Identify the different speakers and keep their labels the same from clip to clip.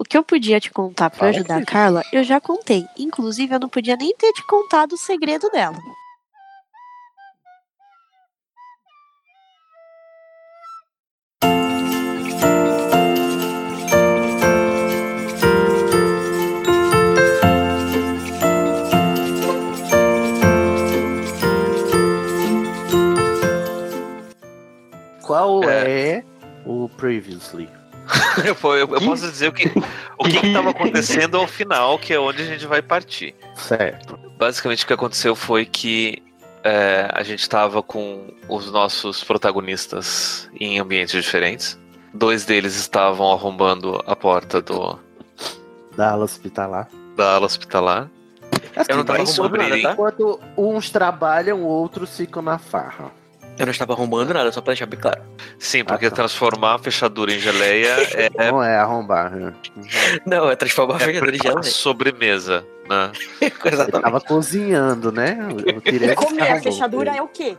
Speaker 1: O que eu podia te contar para
Speaker 2: Fala,
Speaker 1: ajudar a
Speaker 2: querida.
Speaker 1: Carla, eu já contei. Inclusive, eu não podia nem ter te contado o segredo dela.
Speaker 2: Qual é, o Previously?
Speaker 3: Eu, po- eu- eu posso dizer o que o que estava acontecendo ao final, que é onde a gente vai partir.
Speaker 2: Certo.
Speaker 3: Basicamente, o que aconteceu foi que é, a gente estava com os nossos protagonistas em ambientes diferentes. Dois deles estavam arrombando a porta do,
Speaker 2: Da ala hospitalar.
Speaker 3: da ala hospitalar.
Speaker 2: Assim,
Speaker 4: Eu não tava
Speaker 2: mas
Speaker 4: arrumando nada, tá?
Speaker 2: Enquanto uns trabalham, outros ficam na farra.
Speaker 4: Eu não estava arrombando nada, só pra deixar bem claro.
Speaker 3: Sim, porque
Speaker 2: Ah, tá.
Speaker 3: transformar a fechadura em geleia é,
Speaker 2: Não é arrombar. né?
Speaker 4: Não, é transformar a
Speaker 3: é
Speaker 4: fechadura de gelo.
Speaker 3: preparar sobremesa, né?
Speaker 2: Ele
Speaker 4: Exatamente.
Speaker 2: tava cozinhando, né? Eu tirei
Speaker 5: E
Speaker 2: esse
Speaker 5: comer a
Speaker 2: carro
Speaker 5: fechadura
Speaker 2: dele.
Speaker 5: é o quê?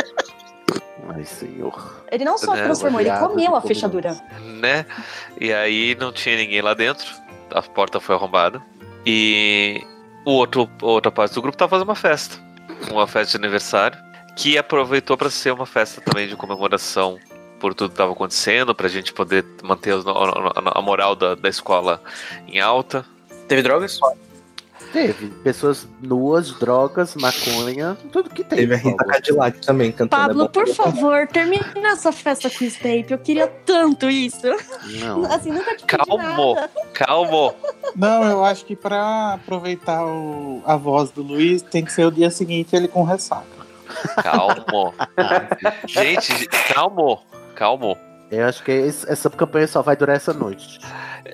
Speaker 2: Ai, senhor.
Speaker 5: Ele não só
Speaker 3: É,
Speaker 5: transformou, ele
Speaker 2: obrigado,
Speaker 5: comeu a
Speaker 2: combinou.
Speaker 5: fechadura.
Speaker 3: né? E aí não tinha ninguém lá dentro, a porta foi arrombada. E o outro, a outra parte do grupo tá fazendo uma festa, uma festa de aniversário, que aproveitou para ser uma festa também de comemoração por tudo que estava acontecendo, pra gente poder manter os no- a a moral da, da escola em alta.
Speaker 4: Teve drogas?
Speaker 2: Teve pessoas nuas, drogas, maconha, tudo que tem.
Speaker 6: Teve a Rita Cadillac também
Speaker 4: Então,
Speaker 6: cantando.
Speaker 4: né,
Speaker 5: Pablo,
Speaker 6: é bom.
Speaker 5: por favor, termina essa festa com Snape. Eu queria tanto isso.
Speaker 2: Não.
Speaker 5: Assim, nunca te pedi
Speaker 3: Calmo.
Speaker 5: nada.
Speaker 3: Calmo!
Speaker 7: Não, eu acho que pra aproveitar o- a voz do Luiz, tem que ser o dia seguinte ele com ressaca.
Speaker 3: Calmo! gente, calmo! Calmo!
Speaker 2: Eu acho que esse- essa campanha só vai durar essa noite.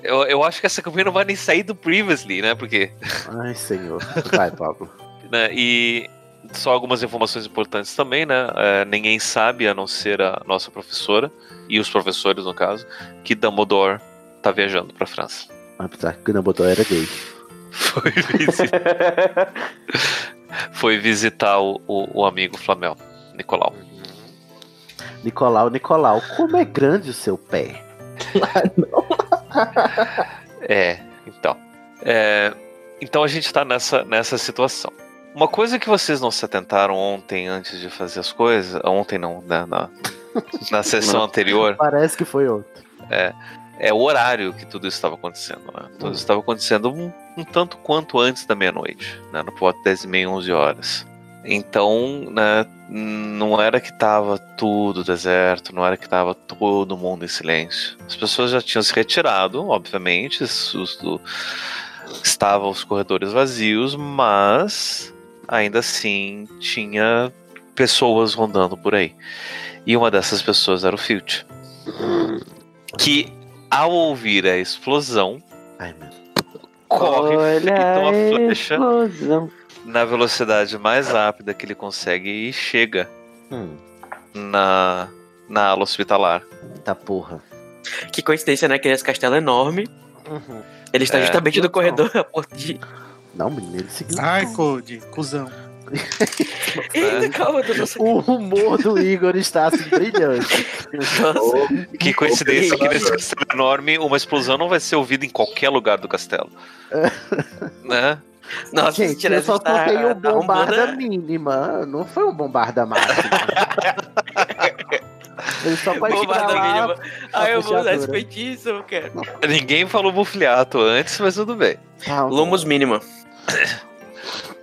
Speaker 3: Eu, eu acho que essa campanha não vai nem sair do Previously, né? Porque
Speaker 2: Ai, senhor. Vai, Pablo.
Speaker 3: né? E só algumas informações importantes também, né? É, ninguém sabe, a não ser a nossa professora, e os professores, no caso, que Dumbledore tá viajando pra França.
Speaker 2: Apesar que não botou era gay.
Speaker 3: Foi, visi- foi visitar o, o- o amigo Flamel, Nicolau.
Speaker 2: Nicolau, Nicolau, como é grande o seu pé?
Speaker 3: É, então. É, então a gente tá nessa, nessa situação. Uma coisa que vocês não se atentaram ontem antes de fazer as coisas, ontem não, né, na, na sessão anterior,
Speaker 2: Parece que foi outro.
Speaker 3: é o horário que tudo isso estava acontecendo, né? Tudo isso estava acontecendo um, um tanto quanto antes da meia-noite, né? No ponto 10 e meia, 11 horas. Então, né, não era que tava tudo deserto, não era que tava todo mundo em silêncio. As pessoas já tinham se retirado, obviamente, os- os- o- estavam os corredores vazios, mas ainda assim tinha pessoas rondando por aí. E uma dessas pessoas era o Filch. Que ao ouvir a explosão,
Speaker 2: Ai, meu Deus.
Speaker 3: corre
Speaker 8: Olha
Speaker 3: então a
Speaker 8: a
Speaker 3: flecha.
Speaker 8: explosão.
Speaker 3: na velocidade mais rápida que ele consegue e chega
Speaker 2: Hum,
Speaker 3: na, na ala hospitalar.
Speaker 2: eita porra.
Speaker 4: Que coincidência, né? Que esse castelo é enorme. Ele está
Speaker 3: É.
Speaker 4: justamente no corredor a porta de.
Speaker 2: Não, menino, ele seguiu.
Speaker 7: Ai, Code, cuzão.
Speaker 4: Eita, calma, eu tô nossa.
Speaker 2: O humor do Igor está assim brilhante.
Speaker 4: Nossa,
Speaker 3: Que coincidência que nesse castelo enorme, uma explosão não vai ser ouvida em qualquer lugar do castelo. né?
Speaker 4: nossa se
Speaker 2: Gente,
Speaker 4: tirar
Speaker 2: eu só
Speaker 4: essa- tá-
Speaker 2: contei o
Speaker 4: tá
Speaker 2: bombarda
Speaker 4: arrombando, né?
Speaker 2: mínima. Não foi um bombarda máxima. ele só pode
Speaker 4: Bombarda
Speaker 2: bombarda lá.
Speaker 4: mínima. Ah, eu vou usar esse
Speaker 2: fechadura.
Speaker 4: feitiço, cara.
Speaker 3: Ninguém falou bufliato antes, mas tudo bem.
Speaker 2: Ah,
Speaker 4: Lumos mínima.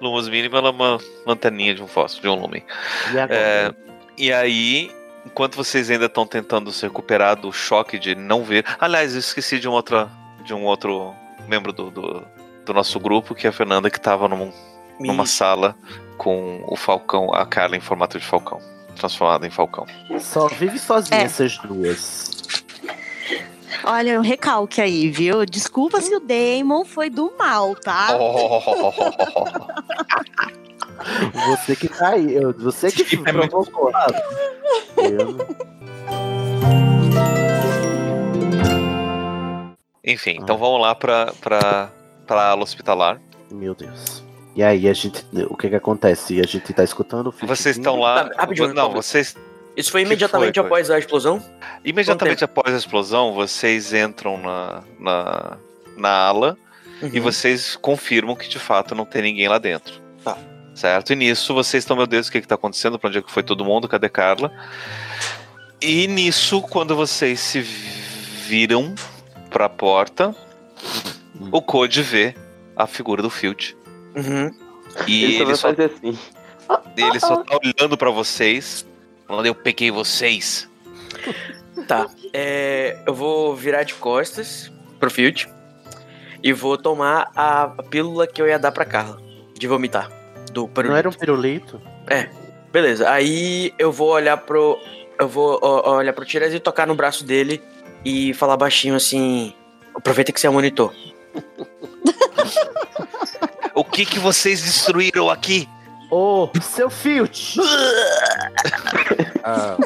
Speaker 3: Lumos mínimo ela é uma lanterninha de um fósforo, de um lume.
Speaker 2: E agora?
Speaker 3: É, e aí, enquanto vocês ainda estão tentando se recuperar do choque de não ver. Aliás, eu esqueci de, um outra, de um outro membro do, do, do nosso grupo, que é a Fernanda, que estava num, numa sala com o Falcão, a Carla em formato de Falcão. Transformada em Falcão.
Speaker 2: Só vive sozinha
Speaker 1: É.
Speaker 2: essas duas.
Speaker 1: Olha, um recalque aí, viu? Desculpa se o Damon foi do mal, tá?
Speaker 2: Você que tá aí. eu- Você que
Speaker 6: É muito
Speaker 2: provocou. Eu não-
Speaker 3: Enfim, então vamos lá para pra, pra ala hospitalar.
Speaker 4: Tá
Speaker 2: Meu Deus. E aí, a gente. O que que é acontece? A gente tá escutando o
Speaker 3: Vocês estão lá.
Speaker 4: Tá, rapidinho,
Speaker 3: não,
Speaker 4: Pablo.
Speaker 3: vocês.
Speaker 4: Isso foi imediatamente
Speaker 3: foi, foi?
Speaker 4: após a explosão?
Speaker 3: Imediatamente após a explosão, vocês entram na, na, na ala
Speaker 4: Uhum.
Speaker 3: e vocês confirmam que de fato não tem ninguém lá dentro.
Speaker 7: Tá.
Speaker 3: Certo? E nisso vocês estão, meu Deus, o que, que tá acontecendo? Pra onde é que foi todo mundo? Cadê Carla? E nisso, quando vocês se viram pra porta, o Code vê a figura do Field.
Speaker 4: Uhum.
Speaker 3: E
Speaker 8: Ele,
Speaker 3: ele,
Speaker 8: só vai
Speaker 3: só,
Speaker 8: fazer assim.
Speaker 3: ele só tá olhando pra vocês, falando: Eu peguei vocês.
Speaker 4: Tá. É, eu vou virar de costas pro Field e vou tomar a pílula que eu ia dar pra Carla de vomitar. Do
Speaker 2: Não era um pirulito?
Speaker 4: Beleza, aí eu vou olhar pro. Eu vou ó, olhar pro Tiresias e tocar no braço dele e falar baixinho assim. Aproveita que você é monitor.
Speaker 3: O que que vocês destruíram aqui?
Speaker 2: Ô, seu Filt!
Speaker 6: Ah,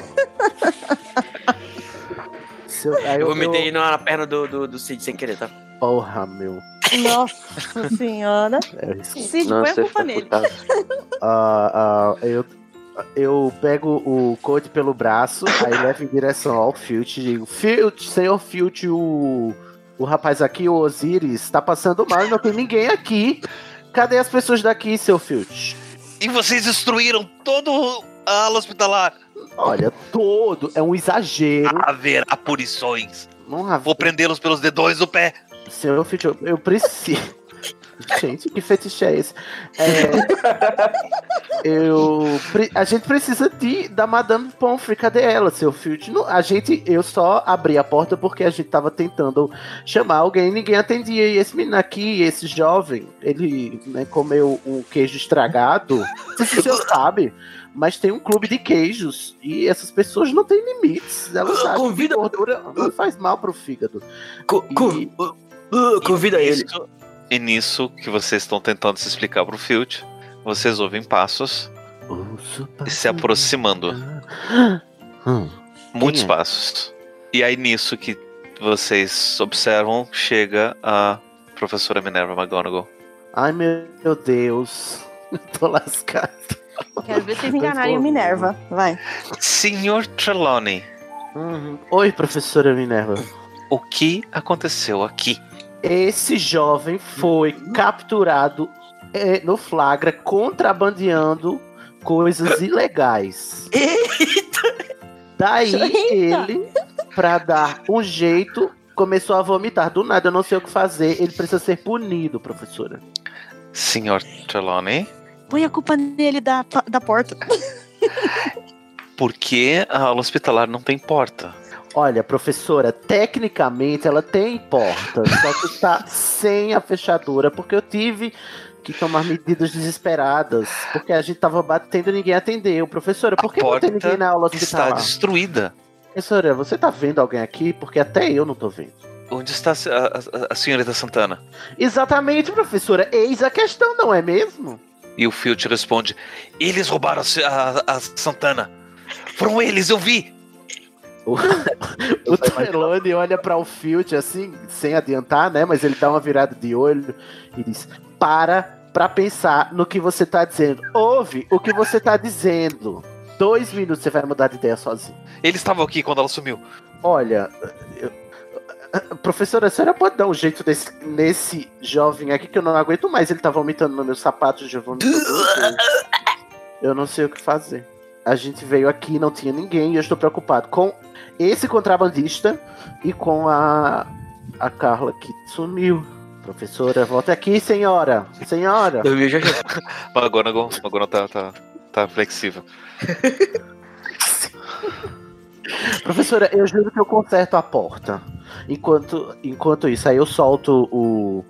Speaker 2: Seu- aí
Speaker 4: Eu
Speaker 2: eu-
Speaker 4: vomitei na, na perna do, do, do Cid sem querer, tá?
Speaker 2: Porra, meu.
Speaker 1: Nossa senhora.
Speaker 2: É isso.
Speaker 5: Cid, põe a
Speaker 8: Nossa,
Speaker 5: culpa nele.
Speaker 2: Ah, ah, eu, eu pego o Code pelo braço, aí levo em direção ao Filt e digo: Filt, senhor Filt, o, o rapaz aqui, o Osiris, tá passando mal e não tem ninguém aqui. Cadê as pessoas daqui, seu Filt?
Speaker 3: E vocês destruíram todo a ala hospitalar.
Speaker 2: Olha, todo é um exagero.
Speaker 3: Haverá punições.
Speaker 2: Não há-
Speaker 3: Vou prendê-los pelos dedões do pé.
Speaker 2: Senhor Filt, eu, eu preciso. Gente, que fetiche é esse? É, eu, pre- a gente precisa de, da Madame Pomfrey. Cadê ela, seu Filt? Não, a gente, eu só abri a porta porque a gente tava tentando chamar alguém e ninguém atendia. E esse menino aqui, esse jovem, ele né, comeu o queijo estragado. Não sei se o senhor sabe, mas tem um clube de queijos. E essas pessoas não têm limites. Elas sabem
Speaker 4: Convida-
Speaker 2: que gordura não faz mal pro fígado.
Speaker 4: Co- co-
Speaker 2: E-
Speaker 4: uh, convida ele.
Speaker 3: Nisso- E nisso que vocês estão tentando se explicar pro Filt, vocês ouvem passos e se aproximando.
Speaker 2: Hum.
Speaker 3: Muitos
Speaker 2: é?
Speaker 3: passos. E aí nisso que vocês observam, chega a professora Minerva McGonagall.
Speaker 2: Ai meu Deus, eu tô lascado.
Speaker 5: Quero ver vocês enganarem o Minerva. Vai.
Speaker 3: Senhor Trelawney,
Speaker 2: Uhum. Oi, professora Minerva.
Speaker 3: o que aconteceu aqui?
Speaker 2: Esse jovem foi capturado eh, no flagra contrabandeando coisas ilegais. Daí
Speaker 5: Eita!
Speaker 2: ele, pra dar um jeito, começou a vomitar. Do nada, eu não sei o que fazer. Ele precisa ser punido, professora.
Speaker 3: Senhor Trelawney,
Speaker 1: Põe a culpa nele da, da porta.
Speaker 3: por que a aula hospitalar não tem porta?
Speaker 2: Olha, professora, tecnicamente ela tem porta, só que está sem a fechadura, porque eu tive que tomar medidas desesperadas, porque a gente tava batendo e ninguém atendeu. Professora, por
Speaker 3: A
Speaker 2: que não tem
Speaker 3: porta
Speaker 2: ninguém na aula
Speaker 3: Está
Speaker 2: hospitalar?
Speaker 3: destruída.
Speaker 2: Professora, você tá vendo alguém aqui? Porque até eu não tô vendo.
Speaker 3: Onde está a, a- a senhorita Santana?
Speaker 2: Exatamente, professora. Eis a questão, não é mesmo?
Speaker 3: E o Filt responde: Eles roubaram a, a- a Santana. Foram eles, eu vi.
Speaker 2: O Trelawney olha para o Filt assim, sem adiantar, né? Mas ele dá uma virada de olho e diz: Para pra pensar no que você tá dizendo. Ouve o que você tá dizendo. Dois minutos você vai mudar de ideia sozinho.
Speaker 3: Eles estavam aqui quando ela sumiu.
Speaker 2: Olha, eu- professora, a senhora pode dar um jeito desse- nesse jovem aqui que eu não aguento mais. Ele tá vomitando no meu sapato, já vomitou. tudo. Eu não sei o que fazer. A gente veio aqui, não tinha ninguém, e eu estou preocupado com esse contrabandista e com a, a Carla que sumiu. Professora, volta aqui, senhora. Senhora.
Speaker 4: Dormiu já já.
Speaker 3: McGonagall, McGonagall tá, tá, tá flexível.
Speaker 2: Professora, eu juro que eu conserto a porta. Enquanto, enquanto isso, aí eu solto o.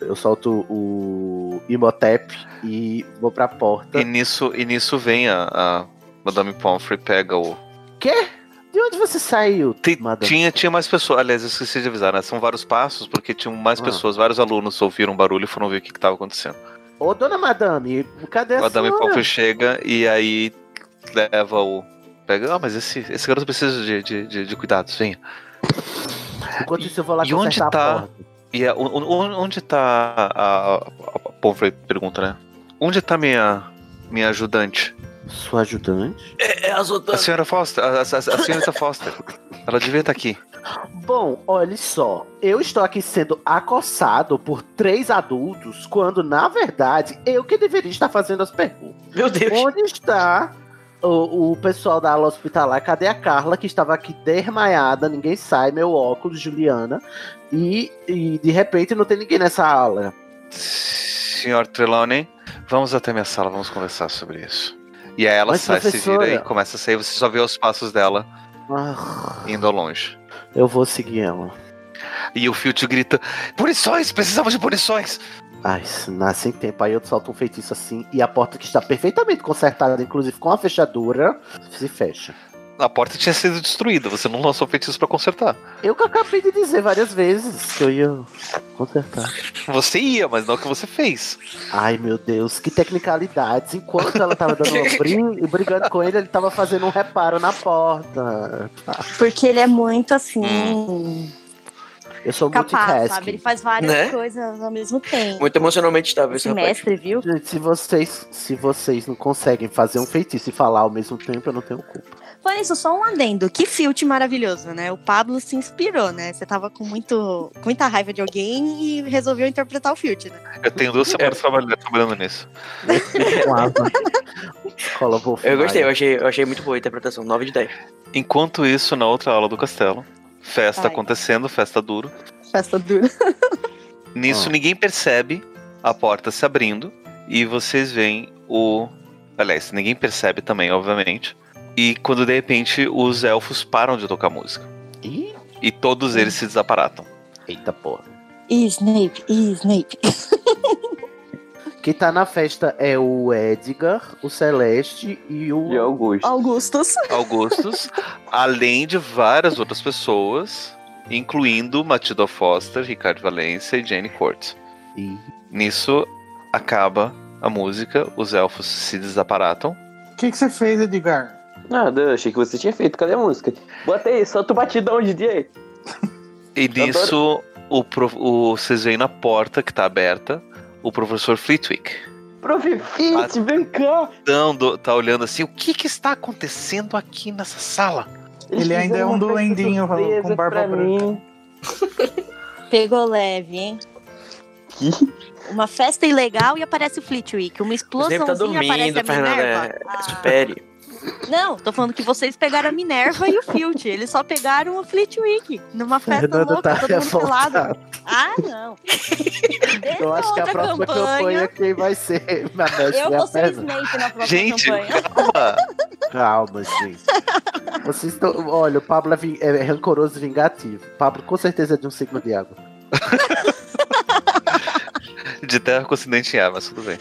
Speaker 2: Eu solto o Imotep e vou pra porta.
Speaker 3: E nisso, e nisso vem a, a Madame Pomfrey, pega o.
Speaker 2: Quê? De onde você saiu,
Speaker 3: Ti-
Speaker 2: madame?
Speaker 3: Tinha, tinha mais pessoas. Aliás, eu esqueci de avisar, né? São vários passos, porque tinham mais
Speaker 2: Ah.
Speaker 3: pessoas, vários alunos ouviram um barulho e foram ver o que estava acontecendo.
Speaker 2: Ô, dona madame, cadê a
Speaker 3: Madame
Speaker 2: senhora?
Speaker 3: Pomfrey chega e aí leva o. Pega, ah, mas esse, esse garoto precisa de, de, de, de cuidados, venha.
Speaker 2: Enquanto isso, eu vou lá
Speaker 3: E onde
Speaker 2: consertar
Speaker 3: tá?
Speaker 2: a porta.
Speaker 3: E a- o- o- onde tá a, a, a Pomfrey pergunta, né? Onde tá minha minha ajudante?
Speaker 2: Sua ajudante?
Speaker 4: É, é a
Speaker 3: A
Speaker 4: Zotana.
Speaker 3: senhora Foster, a, a- a- a senhorita Foster, ela devia estar aqui.
Speaker 2: Bom, olhe só. Eu estou aqui sendo acossado por três adultos, quando, na verdade, eu que deveria estar fazendo as perguntas.
Speaker 4: Meu Deus.
Speaker 2: Onde está o, o pessoal da ala hospitalar? Cadê a Carla, que estava aqui desmaiada? Ninguém sai, meu óculos, Juliana. E, e, de repente não tem ninguém nessa ala.
Speaker 3: Senhor Trelawney, vamos até minha sala, vamos conversar sobre isso. E aí ela
Speaker 2: Mas,
Speaker 3: sai, se vira e
Speaker 2: professora-
Speaker 3: começa a sair, você só vê os passos dela
Speaker 2: Ah,
Speaker 3: indo ao longe.
Speaker 2: eu vou seguir ela.
Speaker 3: E o Filch grita: Punições! Precisamos de punições!
Speaker 2: Ai, se nasce sem tempo. Aí eu solto um feitiço assim e a porta que está perfeitamente consertada, inclusive com a fechadura, se fecha.
Speaker 3: A porta tinha sido destruída, você não lançou feitiço pra consertar.
Speaker 2: Eu que acabei de dizer várias vezes que eu ia consertar.
Speaker 3: Você ia, mas não o que você fez.
Speaker 2: Ai, meu Deus, que tecnicalidades. Enquanto ela tava dando uma brin- brigando com ele, ele tava fazendo um reparo na porta.
Speaker 1: Porque ele é muito assim.
Speaker 2: Eu sou
Speaker 1: capaz, sabe? Ele
Speaker 2: multitasking.
Speaker 1: faz várias
Speaker 4: Né?
Speaker 1: coisas ao mesmo tempo.
Speaker 4: Muito emocionalmente tá, estável esse
Speaker 1: Esse
Speaker 4: rapaz.
Speaker 1: mestre, viu?
Speaker 2: Gente, se vocês, se vocês não conseguem fazer um feitiço e falar ao mesmo tempo, eu não tenho culpa.
Speaker 1: Por isso, só um adendo. Que filtro maravilhoso, né? O Pablo se inspirou, né? Você tava com, muito, com muita raiva de alguém e resolveu interpretar o filtro, né?
Speaker 3: Eu tenho duas semanas trabalhando, trabalhando nisso.
Speaker 2: Com asa. Cola, vou
Speaker 4: Eu gostei, eu
Speaker 2: fumar.
Speaker 4: achei, eu achei muito boa a interpretação. 9 de 10.
Speaker 3: Enquanto isso, na outra aula do castelo,
Speaker 1: Ai.
Speaker 3: festa acontecendo, festa duro.
Speaker 1: Festa dura.
Speaker 3: Nisso
Speaker 2: Ah.
Speaker 3: ninguém percebe a porta se abrindo e vocês veem o. Aliás, ninguém percebe também, obviamente. E quando de repente os elfos param de tocar música.
Speaker 2: Ih,
Speaker 3: E todos eles se desaparatam.
Speaker 2: eita porra.
Speaker 1: E Snape, e Snape.
Speaker 2: Quem tá na festa é o Edgar, o Celeste e o.
Speaker 8: E Augusto.
Speaker 1: Augustus.
Speaker 3: Augustus, além de várias outras pessoas, incluindo Matilda Foster, Ricardo Valência e Jane Court.
Speaker 2: Ih,
Speaker 3: Nisso acaba a música, os elfos se desaparatam.
Speaker 7: O que, que você fez, Edgar?
Speaker 8: Nada, eu achei que você tinha feito. Cadê a música? Bota aí, solta o batidão de DJ.
Speaker 3: E nisso o, pro- o, vocês veem na porta que tá aberta o professor Flitwick.
Speaker 8: Prof. Fit, vem cá.
Speaker 3: Dando, tá olhando assim, o que que está acontecendo aqui nessa sala?
Speaker 7: Ele ainda é um
Speaker 8: fizeram uma festa
Speaker 7: duendinho, falou,
Speaker 8: surpresa
Speaker 7: com barba
Speaker 8: pra
Speaker 7: branca.
Speaker 8: mim.
Speaker 1: Pegou leve, hein?
Speaker 8: Que?
Speaker 1: Uma festa ilegal e aparece o Flitwick. Uma explosãozinha
Speaker 4: tá dormindo,
Speaker 1: aparece a
Speaker 4: Fernanda. é.
Speaker 1: Minerva. Ah,
Speaker 4: Espere.
Speaker 1: não, tô falando que vocês pegaram a Minerva e o Filt. Eles só pegaram o Flitwick. Numa festa
Speaker 2: Fernanda
Speaker 1: louca,
Speaker 2: tá
Speaker 1: todo mundo
Speaker 2: revoltada.
Speaker 1: pelado. Ah, não. Deixa
Speaker 2: Eu acho que a
Speaker 1: outra
Speaker 2: próxima campanha, é quem vai ser na
Speaker 1: Eu
Speaker 2: Mestre é a
Speaker 1: vou ser
Speaker 2: Fernanda.
Speaker 1: Snape na próxima
Speaker 3: Gente,
Speaker 1: campanha.
Speaker 3: calma!
Speaker 2: Calma, gente. Vocês estão. Olha, o Pablo é, ving- é rancoroso e vingativo. Pablo com certeza é de um signo de água.
Speaker 3: De terra com acidente em ar, mas tudo bem.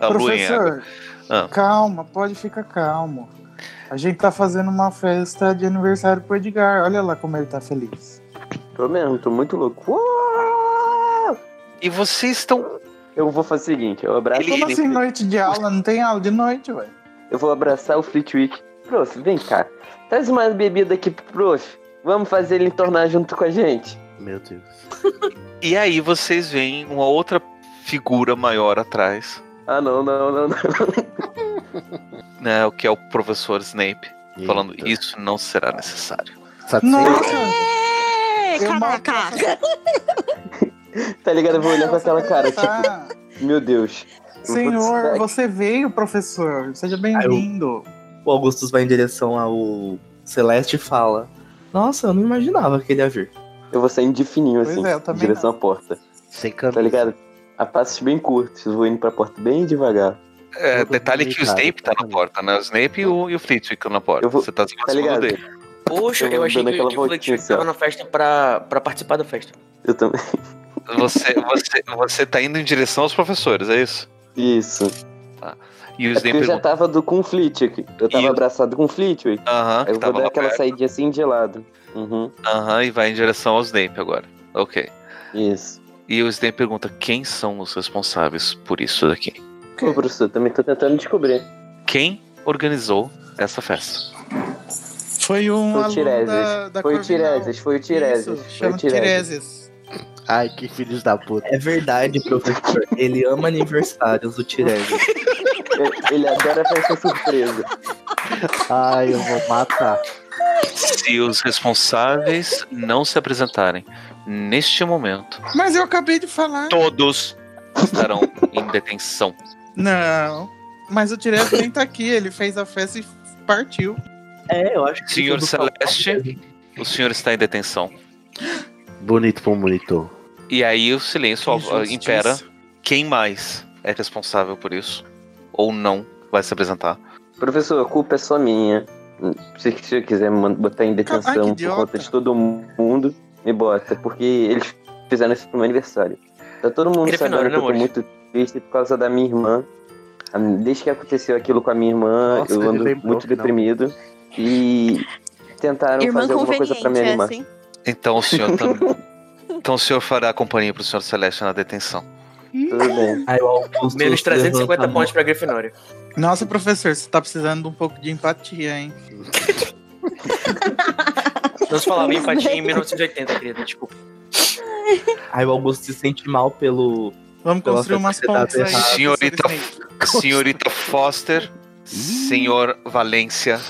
Speaker 8: Tá
Speaker 3: A lua em água.
Speaker 7: Professor,
Speaker 3: Ah.
Speaker 7: calma, pode ficar calmo. A gente tá fazendo uma festa de aniversário pro Edgar. Olha lá como ele tá feliz.
Speaker 8: Tô mesmo, tô muito louco. Uau!
Speaker 3: E vocês estão.
Speaker 8: Eu vou fazer o seguinte, eu abraço.
Speaker 3: Ele-
Speaker 7: Como assim, noite de aula? Não tem aula de noite, velho.
Speaker 8: Eu vou abraçar o Flitwick. Prof, vem cá. Traz mais bebida aqui pro prof. Vamos fazer ele entornar junto com a gente.
Speaker 2: Meu Deus.
Speaker 3: E aí vocês veem uma outra figura maior atrás,
Speaker 8: Ah, não, não, não, não.
Speaker 3: né? O que é o professor Snape, falando:
Speaker 2: Eita.
Speaker 3: Isso não será necessário.
Speaker 2: Satisfeito?
Speaker 7: Nossa!
Speaker 1: É,
Speaker 7: Eu mato
Speaker 1: caraca.
Speaker 8: Tá ligado? Eu vou olhar com aquela cara, tipo,
Speaker 7: Tá.
Speaker 8: meu Deus.
Speaker 7: Senhor,
Speaker 8: Eu vou-
Speaker 7: você veio, professor. Seja bem-vindo.
Speaker 6: O Augustus vai em direção ao Celeste e fala: Nossa, eu não imaginava que ele ia vir.
Speaker 8: Eu vou saindo de fininho,
Speaker 7: Pois
Speaker 8: assim,
Speaker 7: é, eu
Speaker 8: em
Speaker 7: também
Speaker 8: direção à porta.
Speaker 2: Sem
Speaker 8: Tá
Speaker 2: camisa.
Speaker 8: ligado? A passos bem curtos, vou indo pra porta bem devagar. Tá
Speaker 3: É,
Speaker 2: Eu tô
Speaker 3: detalhe que o
Speaker 2: complicado,
Speaker 3: Snape tá na
Speaker 2: complicado.
Speaker 3: porta, né? O Snape e o, e o Flitwick estão na porta.
Speaker 8: Eu vou-
Speaker 3: Você tá se
Speaker 8: Tá ligado?
Speaker 3: aproximando dele.
Speaker 4: Poxa,
Speaker 8: Eu
Speaker 4: eu achei
Speaker 8: dando
Speaker 4: que,
Speaker 8: aquela
Speaker 4: que o
Speaker 8: voltinha,
Speaker 4: Flitwick
Speaker 8: assim, ó.
Speaker 4: tava na festa pra, pra participar da festa.
Speaker 8: Eu também.
Speaker 3: Você, você, você tá indo em direção aos professores, é isso?
Speaker 8: Isso.
Speaker 3: E o
Speaker 8: É porque
Speaker 3: Snape
Speaker 8: eu já
Speaker 3: pergunta.
Speaker 8: tava do com o Flitwick. Eu tava
Speaker 3: Isso.
Speaker 8: abraçado com o Flitwick.
Speaker 3: Aham,
Speaker 8: Aí
Speaker 3: que
Speaker 8: eu vou
Speaker 3: tava
Speaker 8: dar
Speaker 3: lá
Speaker 8: aquela
Speaker 3: perto.
Speaker 8: saidinha assim de lado. Uhum.
Speaker 3: Aham, e vai em direção ao Snape agora. Ok.
Speaker 8: Isso.
Speaker 3: E o Snape pergunta: quem são os responsáveis por isso daqui?
Speaker 8: Ô, professor, também tô tentando descobrir.
Speaker 3: Quem organizou essa festa?
Speaker 7: Foi um
Speaker 8: Foi o
Speaker 7: aluno
Speaker 8: Tiresias.
Speaker 7: da, da
Speaker 8: Foi o
Speaker 7: Corvinal.
Speaker 8: Tiresias, foi o Tiresias.
Speaker 7: Isso,
Speaker 8: Foi
Speaker 7: chama
Speaker 8: o Tiresias.
Speaker 7: Tiresias.
Speaker 2: Ai, que filhos da puta.
Speaker 6: É verdade, professor. Ele ama aniversários, o Tiresias.
Speaker 8: Ele- Ele adora fazer surpresa.
Speaker 2: Ai, eu vou matar.
Speaker 3: Se os responsáveis não se apresentarem neste momento,
Speaker 7: Mas eu acabei de falar.
Speaker 3: todos estarão em detenção.
Speaker 7: Não. Mas o direto nem tá aqui. Ele fez a festa e partiu.
Speaker 6: É, eu acho que.
Speaker 3: Senhor
Speaker 6: tudo falou.
Speaker 3: Celeste? O senhor está em detenção.
Speaker 2: Bonito pro monitor.
Speaker 3: E aí o silêncio ó,
Speaker 7: Injustiça.
Speaker 3: impera. Quem mais é responsável por isso? Ou não vai se apresentar?
Speaker 8: Professor, a culpa é só minha. Se se eu quiser me man- botar em
Speaker 7: Ai, que
Speaker 8: detenção por
Speaker 7: idiota.
Speaker 8: conta de todo mundo, me bota, porque eles fizeram isso pro meu aniversário. Tá todo mundo sabendo que
Speaker 4: Grifinória, né,
Speaker 8: eu tô
Speaker 4: amor?
Speaker 8: muito triste por causa da minha irmã. A- Desde que aconteceu aquilo com a minha irmã,
Speaker 2: Nossa,
Speaker 8: eu
Speaker 2: ele
Speaker 8: ando
Speaker 2: lembrou
Speaker 8: muito
Speaker 2: que não.
Speaker 8: deprimido. E tentaram
Speaker 1: Irmã
Speaker 8: fazer alguma coisa pra me
Speaker 1: conveniente, é
Speaker 8: animar.
Speaker 1: assim.
Speaker 3: Então o senhor também. Então o senhor fará companhia pro senhor Celeste na detenção.
Speaker 1: assim.
Speaker 8: Tudo bem.
Speaker 6: Aí o Augusto
Speaker 4: Menos
Speaker 6: se levanta a
Speaker 4: 350
Speaker 6: mão.
Speaker 4: pontos pra Grifinória.
Speaker 7: Nossa, professor, você tá precisando de um pouco de empatia, hein?
Speaker 4: Não se falava em empatia em 1980, querida, desculpa.
Speaker 6: Aí o Augusto se sente mal pelo.
Speaker 7: Vamos
Speaker 6: Nossa,
Speaker 7: construir umas
Speaker 6: você tá
Speaker 7: pontes aí.
Speaker 6: ferrado.
Speaker 7: professor
Speaker 3: Senhorita-
Speaker 4: então.
Speaker 7: Snape.
Speaker 3: Senhorita Foster, senhor Valência,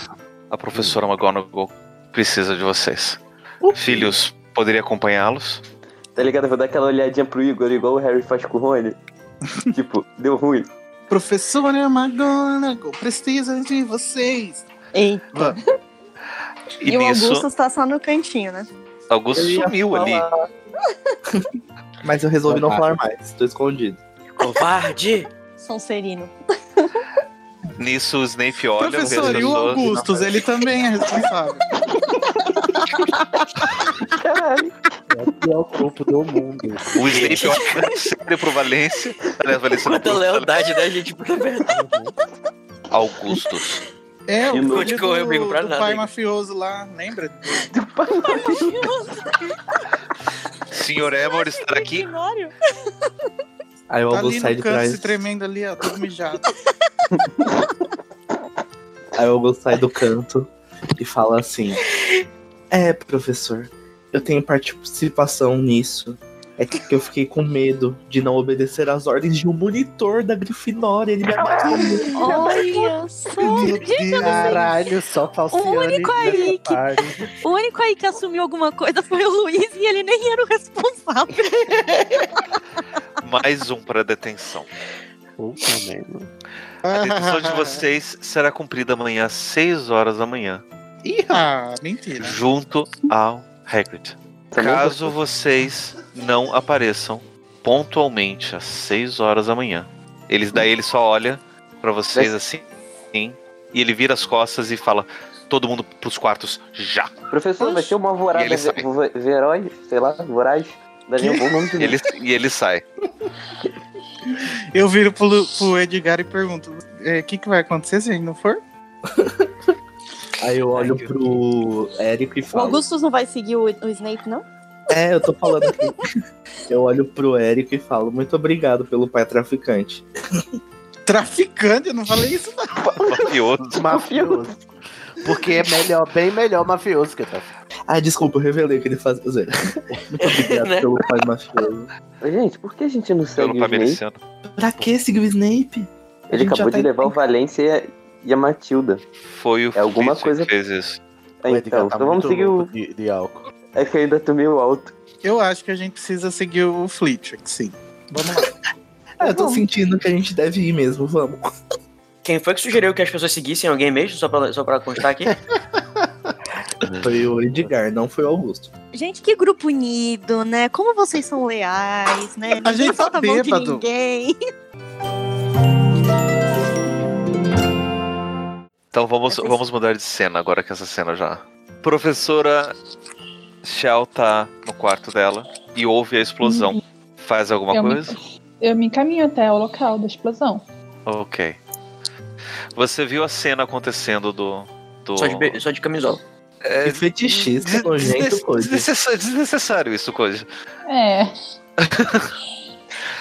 Speaker 3: a professora McGonagall precisa de vocês.
Speaker 1: Uhum.
Speaker 3: Filhos, poderia acompanhá-los?
Speaker 8: Tá ligado? Eu vou dar aquela olhadinha pro Igor, igual o Harry faz com o Rony. tipo, deu ruim.
Speaker 7: Professora McGonagall, precisa de vocês.
Speaker 1: Ei,
Speaker 3: E,
Speaker 1: E, o
Speaker 3: nisso,
Speaker 1: Augusto está só no cantinho, né?
Speaker 3: Augusto
Speaker 6: Eu ia
Speaker 3: sumiu ali.
Speaker 6: Mas eu resolvi não
Speaker 4: Ah,
Speaker 2: Fantástico.
Speaker 6: falar mais, tô escondido.
Speaker 4: Covarde!
Speaker 1: Sonserino.
Speaker 3: Nisso o Snape olha o
Speaker 7: professor, e o
Speaker 3: professor-
Speaker 7: Augustus? Ele também é responsável.
Speaker 8: Caralho.
Speaker 2: É o pior corpo do mundo.
Speaker 3: O Snape olha sério pro Valência. Aliás, Valência não
Speaker 4: Quanta
Speaker 3: pro
Speaker 4: lealdade da gente pra verdade.
Speaker 3: Augusto.
Speaker 7: É, o
Speaker 8: De novo.
Speaker 7: filho
Speaker 4: Ficou eu brigo
Speaker 7: do,
Speaker 4: pra
Speaker 7: do
Speaker 4: nada,
Speaker 7: pai
Speaker 4: hein?
Speaker 7: mafioso lá, lembra?
Speaker 3: Senhor Emor estará aqui?
Speaker 1: Ignório.
Speaker 6: Aí o
Speaker 7: Tá
Speaker 6: Augusto
Speaker 7: ali
Speaker 6: sai
Speaker 7: no
Speaker 6: de
Speaker 7: canto
Speaker 6: trás.
Speaker 7: se tremendo ali, ó, todo mijado.
Speaker 6: Aí o Augusto sai do canto e fala assim: É, professor, eu tenho participação nisso. É que eu fiquei com medo de não obedecer às ordens de um monitor da Grifinória. Ele me ameaçou.
Speaker 1: Olha só.
Speaker 2: Meu Deus, Caralho, só falsiane.
Speaker 1: único aí
Speaker 2: nessa
Speaker 1: que-
Speaker 2: parte.
Speaker 1: O único aí que assumiu alguma coisa foi o Luiz e ele nem era o responsável.
Speaker 3: Mais um para detenção.
Speaker 2: Puta merda.
Speaker 3: A detenção de vocês será cumprida amanhã às 6 horas da manhã,
Speaker 7: Ih, ah, mentira.
Speaker 3: junto ao Hagrid.
Speaker 8: Tá
Speaker 3: Caso vocês não apareçam pontualmente às 6 horas da manhã, eles daí ele só olha pra vocês assim, sim, e ele vira as costas e fala: "Todo mundo pros quartos já".
Speaker 8: Professor, vai ter uma
Speaker 3: E
Speaker 8: voragem
Speaker 3: ele sai.
Speaker 8: ve- ve- verói, sei lá, voraz. Daria um bom nome de
Speaker 3: Ele, e ele sai.
Speaker 7: Eu viro pro, Lu- pro Edgar e pergunto: o que, que vai acontecer se a gente não for?
Speaker 6: Aí eu olho pro Érico e
Speaker 1: O
Speaker 6: falo:
Speaker 1: Augustus não vai seguir o, o Snape, não?
Speaker 6: É, eu tô falando aqui. Eu olho pro Érico e falo: Muito obrigado pelo pai traficante.
Speaker 7: Traficante, eu não falei isso. não.
Speaker 3: Mafioso.
Speaker 2: Mafioso. Porque é melhor, bem melhor mafioso que tá. eu tava.
Speaker 6: Ah, desculpa, eu revelei o que ele fazia. Muito obrigado
Speaker 4: Né?
Speaker 6: pelo pai mafioso.
Speaker 8: Gente, por que a gente não
Speaker 3: Pelo
Speaker 8: segue o Snape?
Speaker 3: Fabriciano.
Speaker 6: Pra que seguir o Snape? A
Speaker 8: Ele
Speaker 6: gente já
Speaker 8: acabou
Speaker 6: tá
Speaker 8: de levar
Speaker 6: em-
Speaker 8: o Valência e a, e a Matilda.
Speaker 3: Foi o
Speaker 8: É alguma
Speaker 3: Fitch
Speaker 8: coisa-
Speaker 3: que fez isso.
Speaker 8: Ah, então,
Speaker 6: tá
Speaker 8: então vamos seguir o.
Speaker 2: tá De, de álcool.
Speaker 8: É que eu ainda tomei o alto.
Speaker 7: Eu acho que a gente precisa seguir o Flitwick, sim. Vamos lá.
Speaker 6: Ah, eu tô sentindo que a gente deve ir mesmo, vamos.
Speaker 4: Quem foi que sugeriu que as pessoas seguissem alguém mesmo, só pra, só pra constar aqui?
Speaker 6: Foi o Edgar, não foi o Augusto.
Speaker 1: Gente, que grupo unido, né? Como vocês são leais, né?
Speaker 7: A gente
Speaker 1: Ninguém
Speaker 7: tá
Speaker 1: solta a mão de
Speaker 7: bêbado.
Speaker 1: ninguém.
Speaker 3: Então vamos,
Speaker 1: Essa-
Speaker 3: vamos mudar de cena agora que essa cena já. Professora Shell tá no quarto dela e ouve a explosão. Faz alguma
Speaker 9: Eu me-
Speaker 3: coisa?
Speaker 9: Eu me encaminho até o local da explosão.
Speaker 3: Ok. Você viu a cena acontecendo do. do...
Speaker 4: Só de, be- só de camisola.
Speaker 3: É,
Speaker 6: Que fetichista
Speaker 3: des-
Speaker 6: nojento,
Speaker 3: desnes-
Speaker 6: coisa.
Speaker 3: desnecessário, desnecessário isso, coisa.
Speaker 9: É.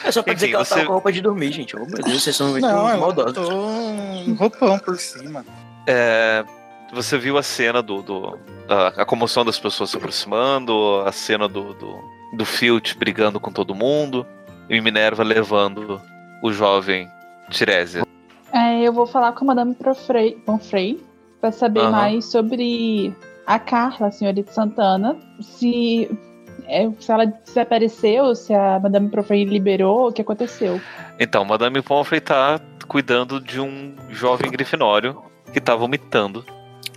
Speaker 4: É só pra dizer
Speaker 3: Enfim,
Speaker 4: que ela
Speaker 3: você-
Speaker 4: tava com roupa de dormir, gente. Oh, meu Deus, vocês são muito
Speaker 7: Não, eu
Speaker 4: maldosos.
Speaker 7: tô um roupão por cima.
Speaker 3: É, você viu a cena do. do a, a comoção das pessoas se aproximando, a cena do, do, do Filt brigando com todo mundo, e Minerva levando o jovem Tiresias
Speaker 9: É, eu vou falar com a Madame Profrey, Bonfrey para saber
Speaker 4: Aham.
Speaker 9: mais sobre a Carla, a senhorita Santana. Se, é, se ela desapareceu, se a Madame Profrey liberou, o que aconteceu.
Speaker 3: Então, Madame Pomfrey tá cuidando de um jovem grifinório que tá vomitando.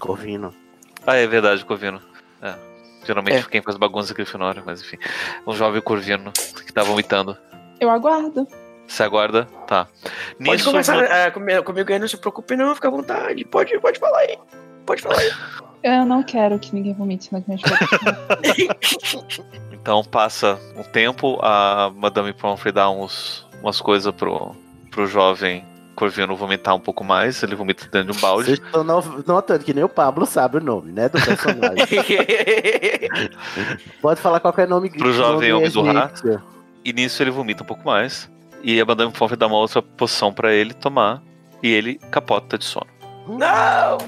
Speaker 2: Corvino.
Speaker 3: Ah, é verdade, Corvino. É. Geralmente
Speaker 4: É.
Speaker 3: quem faz bagunça é grifinório, mas enfim. Um jovem Corvino que tá vomitando.
Speaker 9: Eu aguardo.
Speaker 3: Você aguarda? Tá.
Speaker 4: Pode
Speaker 3: Nisso,
Speaker 4: conversar
Speaker 3: vo-
Speaker 4: é, comigo, comigo aí, não se preocupe, não, fica à vontade. Pode, pode falar aí. Pode falar aí.
Speaker 9: Eu não quero que ninguém vomite nas minhas costas.
Speaker 3: Então passa um tempo, a Madame Pomfrey dá uns, umas coisas pro, pro jovem Corvino vomitar um pouco mais. Ele vomita dentro de um balde.
Speaker 2: Vocês estão no- notando que nem o Pablo sabe o nome, né? Do personagem. Pode falar qualquer nome
Speaker 3: Pro jovem
Speaker 2: nome
Speaker 3: homem do rato.
Speaker 2: egípcio.
Speaker 3: E nisso ele vomita um pouco mais. E a Madame Pomfrey dá uma outra poção pra ele tomar. E ele capota de sono.
Speaker 4: não!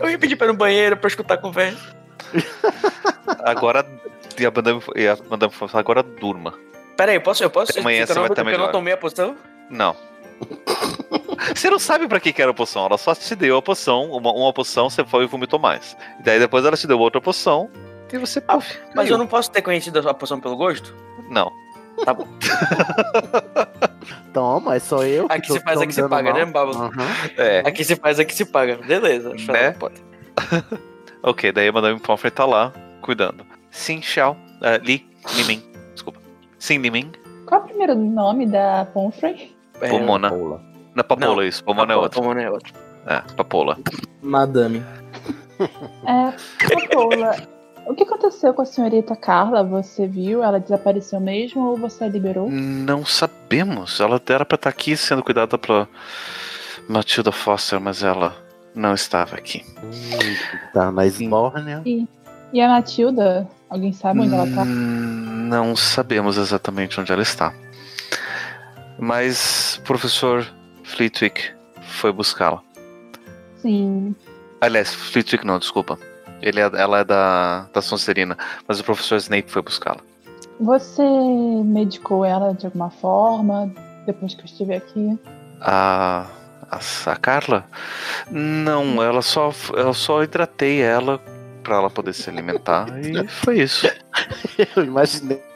Speaker 4: Eu ia pedir pra ir no banheiro pra escutar a conversa.
Speaker 3: Agora. E a Madame, e a Madame Pomfrey fala, agora durma.
Speaker 4: Pera aí, posso, eu posso?
Speaker 3: Amanhã
Speaker 4: dizer
Speaker 3: você vai
Speaker 4: teu nome
Speaker 3: tá
Speaker 4: porque eu
Speaker 3: melhor.
Speaker 4: não tomei a poção?
Speaker 3: Não. Você não sabe pra que, que era a poção. Ela só te deu a poção, uma, uma poção, você foi e vomitou mais. E daí depois ela te deu outra poção e você.
Speaker 4: Ah.
Speaker 3: puf,
Speaker 4: Mas
Speaker 3: caiu.
Speaker 4: eu não posso ter conhecido a poção pelo gosto?
Speaker 3: Não.
Speaker 2: Toma, é só eu.
Speaker 4: Aqui se faz,
Speaker 2: tô
Speaker 4: aqui se
Speaker 2: dando
Speaker 4: paga,
Speaker 2: mal.
Speaker 4: né, Bábalo?
Speaker 2: Aham.
Speaker 3: É.
Speaker 4: Aqui se faz, aqui se paga. Beleza. acho que
Speaker 3: Né?
Speaker 4: ela pode.
Speaker 3: Ok, daí a Madame Pomfrey tá lá, cuidando. Sim, Xiao. Ah, Li. Limin. Desculpa. Sim, Limin.
Speaker 9: Qual é o primeiro nome da Pomfrey?
Speaker 4: É,
Speaker 3: Pomona. Na Papola,
Speaker 4: Não,
Speaker 3: isso. Pomona é outra.
Speaker 4: Pomona é outra.
Speaker 3: É, Papola.
Speaker 6: Madame.
Speaker 9: É, Popola, o que aconteceu com a senhorita Carla? Você viu? Ela desapareceu mesmo ou você a liberou?
Speaker 3: Não sabemos. Ela era pra estar aqui sendo cuidada pela Matilda Foster, mas ela não estava aqui.
Speaker 2: Hum, Tá na esmórnia.
Speaker 9: E a Matilda? Alguém sabe onde ela tá?
Speaker 3: Hum, Não sabemos exatamente onde ela está. Mas o professor Flitwick foi buscá-la.
Speaker 9: Sim.
Speaker 3: Aliás, Flitwick não, desculpa. Ele é- ela é da, da Sonserina, mas o professor Snape foi buscá-la.
Speaker 9: Você medicou ela de alguma forma depois que eu estive aqui?
Speaker 3: A, a, a Carla? Não, ela só, eu só hidratei ela para ela poder se alimentar e foi isso.
Speaker 2: Eu imaginei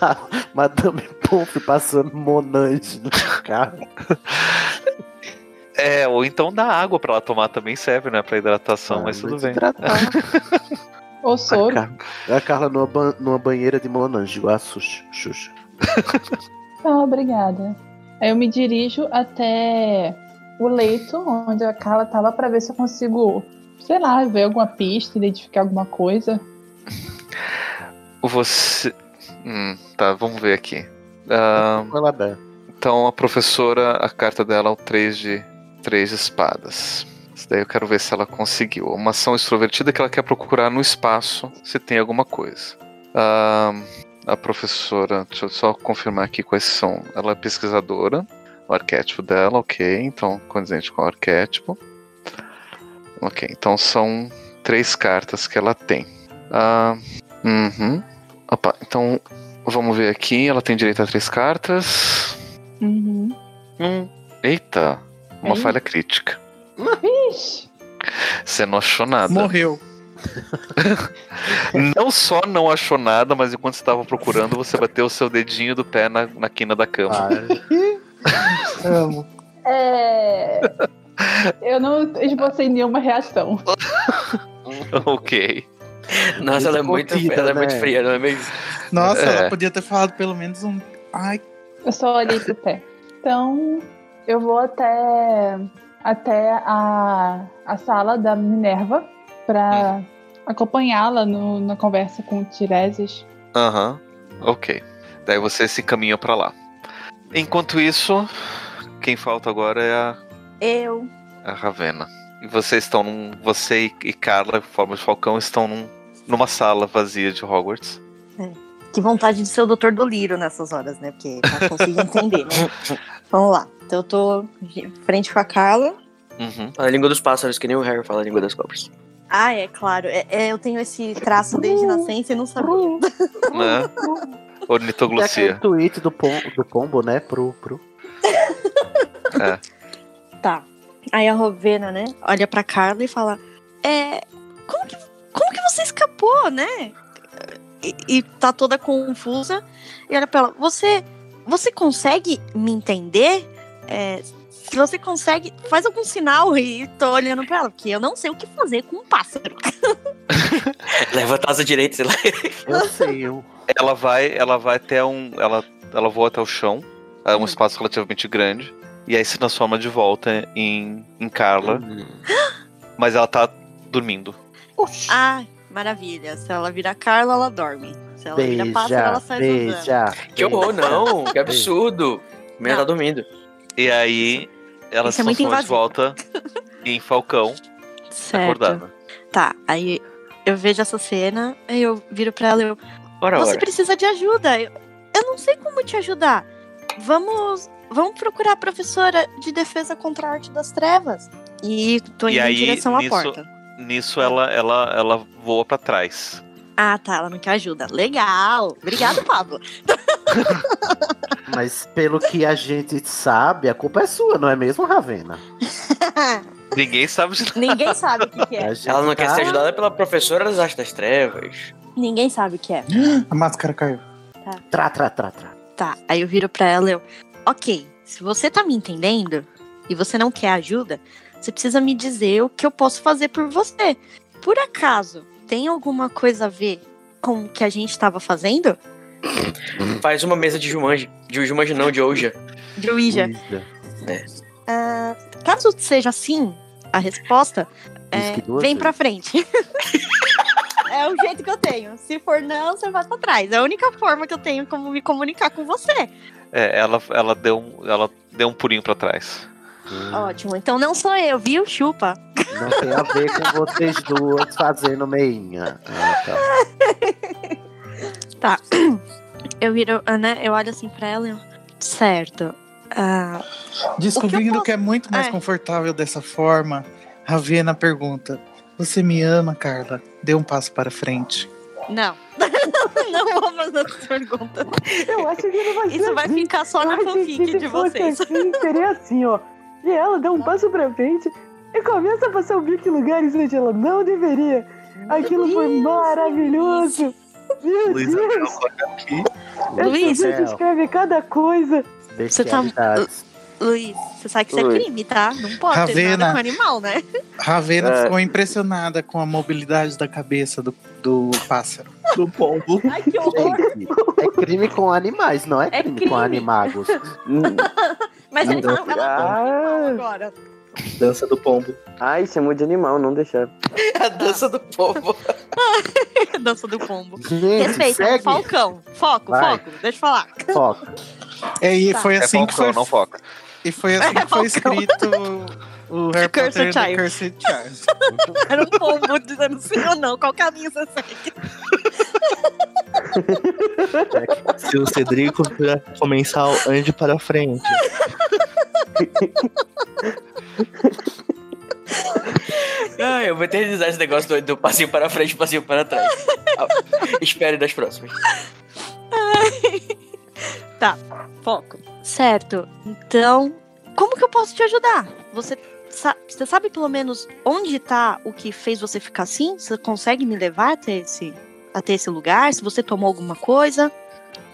Speaker 2: a Madame Pomfrey passando Monange no carro.
Speaker 3: É, ou então dá água para ela tomar também serve, né, para hidratação, mas tudo bem.
Speaker 2: Tratar.
Speaker 9: Ou
Speaker 4: Tá
Speaker 2: A,
Speaker 9: soro?
Speaker 2: Carla, a Carla numa, ban- numa banheira de Monange, igual a Xuxa. Xuxa.
Speaker 9: Ah, obrigada. Aí eu me dirijo até o leito onde a Carla tava pra ver se eu consigo, sei lá, ver alguma pista, identificar alguma coisa.
Speaker 3: Você. Hum, tá, vamos ver aqui. Ah,
Speaker 2: Com ela aberta.
Speaker 3: então a professora, a carta dela é o 3 de, 3 de espadas. Isso daí eu quero ver se ela conseguiu. Uma ação extrovertida que ela quer procurar no espaço se tem alguma coisa. Ah, a professora, deixa eu só confirmar aqui quais são. Ela é pesquisadora, o arquétipo dela, ok. Então, condizente com o arquétipo. Ok, então são três cartas que ela tem. Ah, uhum. Opa, então vamos ver aqui. Ela tem direito a três cartas.
Speaker 9: Uhum.
Speaker 3: Hum, Eita, uma
Speaker 9: Aí.
Speaker 3: falha crítica.
Speaker 9: Ixi,
Speaker 3: Você não achou nada.
Speaker 7: Morreu.
Speaker 3: Não só não achou nada, mas enquanto você estava procurando, você bateu o seu dedinho do pé na, na quina da cama.
Speaker 7: Amo.
Speaker 9: é... Eu não esbocei nenhuma reação.
Speaker 3: ok.
Speaker 4: Nossa, ela é muito,
Speaker 2: Escondida,
Speaker 4: ela é muito
Speaker 2: né?
Speaker 4: fria, não é mesmo?
Speaker 7: Nossa,
Speaker 3: É.
Speaker 7: ela podia ter falado pelo menos um. Ai,
Speaker 9: Eu só olhei pro pé. Então, eu vou até, até a, a sala da Minerva pra acompanhá-la no- na conversa com o Tireses.
Speaker 3: Aham. Ok. Daí você se caminha pra lá. Enquanto isso, quem falta agora é a
Speaker 1: Eu.
Speaker 3: A Ravena. E vocês estão num. Você e e Carla, forma de Falcão, estão num- numa sala vazia de Hogwarts.
Speaker 1: Que vontade de ser o Dr. Doliro nessas horas, né? Porque pra conseguir entender, né? Vamos lá. Então eu tô de frente com a Carla.
Speaker 3: Uhum.
Speaker 4: A língua dos pássaros, que nem o Harry fala a língua das cobras.
Speaker 1: Ah, é claro. É, é, eu tenho esse traço desde nascença e não sabia.
Speaker 3: Né?
Speaker 2: É aquele
Speaker 3: Ornitoglossia.
Speaker 2: tweet do, pom, do pombo, né? Pro, pro.
Speaker 3: É.
Speaker 1: Tá. Aí a Rovena, né, olha pra Carla e fala: É. Como que, como que você escapou, né? E, e tá toda confusa. E olha pra ela: Você, você consegue me entender? É, se você consegue, faz algum sinal e tô olhando pra ela, porque eu não sei o que fazer com um pássaro.
Speaker 4: Levanta a asa direita, sei lá.
Speaker 2: Eu sei, um eu.
Speaker 3: Ela vai, ela vai até um. Ela, ela voa até o chão. É um espaço relativamente grande. E aí se transforma de volta em, em Carla. Mas ela tá dormindo.
Speaker 2: Oxi.
Speaker 1: Ah, maravilha. Se ela vira Carla, ela dorme. Se ela vira pássaro,
Speaker 2: Beija,
Speaker 1: ela sai usando.
Speaker 2: beija.
Speaker 4: Que horror, não. Que absurdo. Minha tá
Speaker 1: Não.
Speaker 4: dormindo.
Speaker 3: E aí ela
Speaker 1: Isso
Speaker 3: se
Speaker 1: é muito
Speaker 3: transforma de volta em Falcão,
Speaker 1: Certo.
Speaker 3: acordada.
Speaker 1: Tá, aí eu vejo essa cena, aí eu viro pra ela e eu.
Speaker 3: Ora,
Speaker 1: Você
Speaker 3: ora.
Speaker 1: precisa de ajuda. Eu, eu não sei como te ajudar. Vamos. Vamos procurar a professora de defesa contra a arte das trevas. E tô
Speaker 3: E
Speaker 1: indo
Speaker 3: aí,
Speaker 1: em direção à
Speaker 3: nisso-
Speaker 1: porta.
Speaker 3: Nisso ela, ela, ela voa pra trás.
Speaker 1: Ah, tá. Ela não quer ajuda. Legal. Obrigado, Pablo.
Speaker 2: Mas pelo que a gente sabe, a culpa é sua, não é mesmo, Ravena?
Speaker 3: Ninguém sabe de nada.
Speaker 5: Ninguém sabe o que, que é.
Speaker 2: A gente
Speaker 4: Ela não quer
Speaker 2: tá-
Speaker 4: ser ajudada pela professora das artes das trevas.
Speaker 5: Ninguém sabe o que é.
Speaker 7: A máscara caiu.
Speaker 2: Tra, tra, tra, tra.
Speaker 1: Tá, aí eu viro pra ela e eu, ok, se você tá me entendendo e você não quer ajuda, você precisa me dizer o que eu posso fazer por você. Por acaso, tem alguma coisa a ver com o que a gente tava fazendo?
Speaker 4: Faz uma mesa de Jumanji. De Jumanji não, de Ouija.
Speaker 1: De Ouija.
Speaker 2: Ida.
Speaker 1: Ah, caso seja assim, a resposta é,
Speaker 2: Diz que duas
Speaker 1: vem
Speaker 2: vezes.
Speaker 1: pra frente. é o jeito que eu tenho. Se for não, você vai pra trás. É a única forma que eu tenho como me comunicar com você.
Speaker 3: É, ela, ela, deu um, ela deu um pulinho pra trás.
Speaker 2: Ah.
Speaker 1: Ótimo. Então não sou eu, viu? Chupa.
Speaker 2: Não tem a ver com vocês duas fazendo meinha. Ah, tá.
Speaker 1: Eu viro, ah, né? Eu olho assim pra ela e eu. Certo. Ah,
Speaker 7: Descobrindo que,
Speaker 1: posso-
Speaker 7: é muito mais
Speaker 1: É.
Speaker 7: confortável dessa forma, Ravena pergunta: Você me ama, Carla? Dê um passo para frente.
Speaker 1: não. não vou fazer essa pergunta.
Speaker 8: Eu acho que ele vai
Speaker 1: Isso vai ficar só na fanfic de vocês.
Speaker 8: Assim, seria assim, ó. E ela dá um passo pra frente e começa a passar o bico em lugares onde ela não deveria. Aquilo foi maravilhoso. Meu
Speaker 3: Luiz Abel,
Speaker 8: Deus,
Speaker 1: Luiz,
Speaker 8: você descreve cada coisa.
Speaker 1: Você tá-
Speaker 2: Bestialidades.
Speaker 1: Luiz, você sabe que isso
Speaker 8: Oi.
Speaker 1: é crime, tá? Não pode ter
Speaker 7: Ravena.
Speaker 1: nada com animal, né?
Speaker 7: Ravena
Speaker 8: É.
Speaker 7: ficou impressionada com a mobilidade da cabeça do, do pássaro.
Speaker 6: Do pombo.
Speaker 5: Ai, que
Speaker 1: tá-
Speaker 5: horror.
Speaker 2: Gente, é crime com animais, não é
Speaker 5: É
Speaker 2: crime,
Speaker 5: crime.
Speaker 2: com animagos.
Speaker 8: Hum.
Speaker 1: Mas ele fala, ela
Speaker 8: Ah,
Speaker 1: agora.
Speaker 6: Dança do pombo.
Speaker 8: ai, chamou de animal, não deixar.
Speaker 4: É A dança do povo.
Speaker 1: Dança do pombo.
Speaker 2: Gente,
Speaker 1: Respeita, é um
Speaker 2: segue.
Speaker 1: falcão. Foco,
Speaker 2: Vai.
Speaker 1: foco. Deixa eu falar.
Speaker 2: Foca.
Speaker 7: É, e
Speaker 1: Tá. É
Speaker 7: foi
Speaker 3: É
Speaker 7: assim que
Speaker 3: Falcão,
Speaker 7: foi,
Speaker 3: não foca.
Speaker 7: e foi assim que foi escrito o Harry Potter
Speaker 1: Cursed
Speaker 7: do
Speaker 1: Child.
Speaker 7: Cursed Child.
Speaker 1: Era um pombo dizendo sim ou não. Qual é caminho você segue?
Speaker 6: Se o Cedrico virar comensal, ande para frente.
Speaker 4: Ah, eu vou eternizar esse negócio do, do passinho para frente e passinho para trás. Ah, espere das próximas.
Speaker 1: Foco. Certo. Então, como que eu posso te ajudar? Você, sa- você sabe pelo menos onde tá o que fez você ficar assim? Você consegue me levar até esse, até esse lugar? Se você tomou alguma coisa?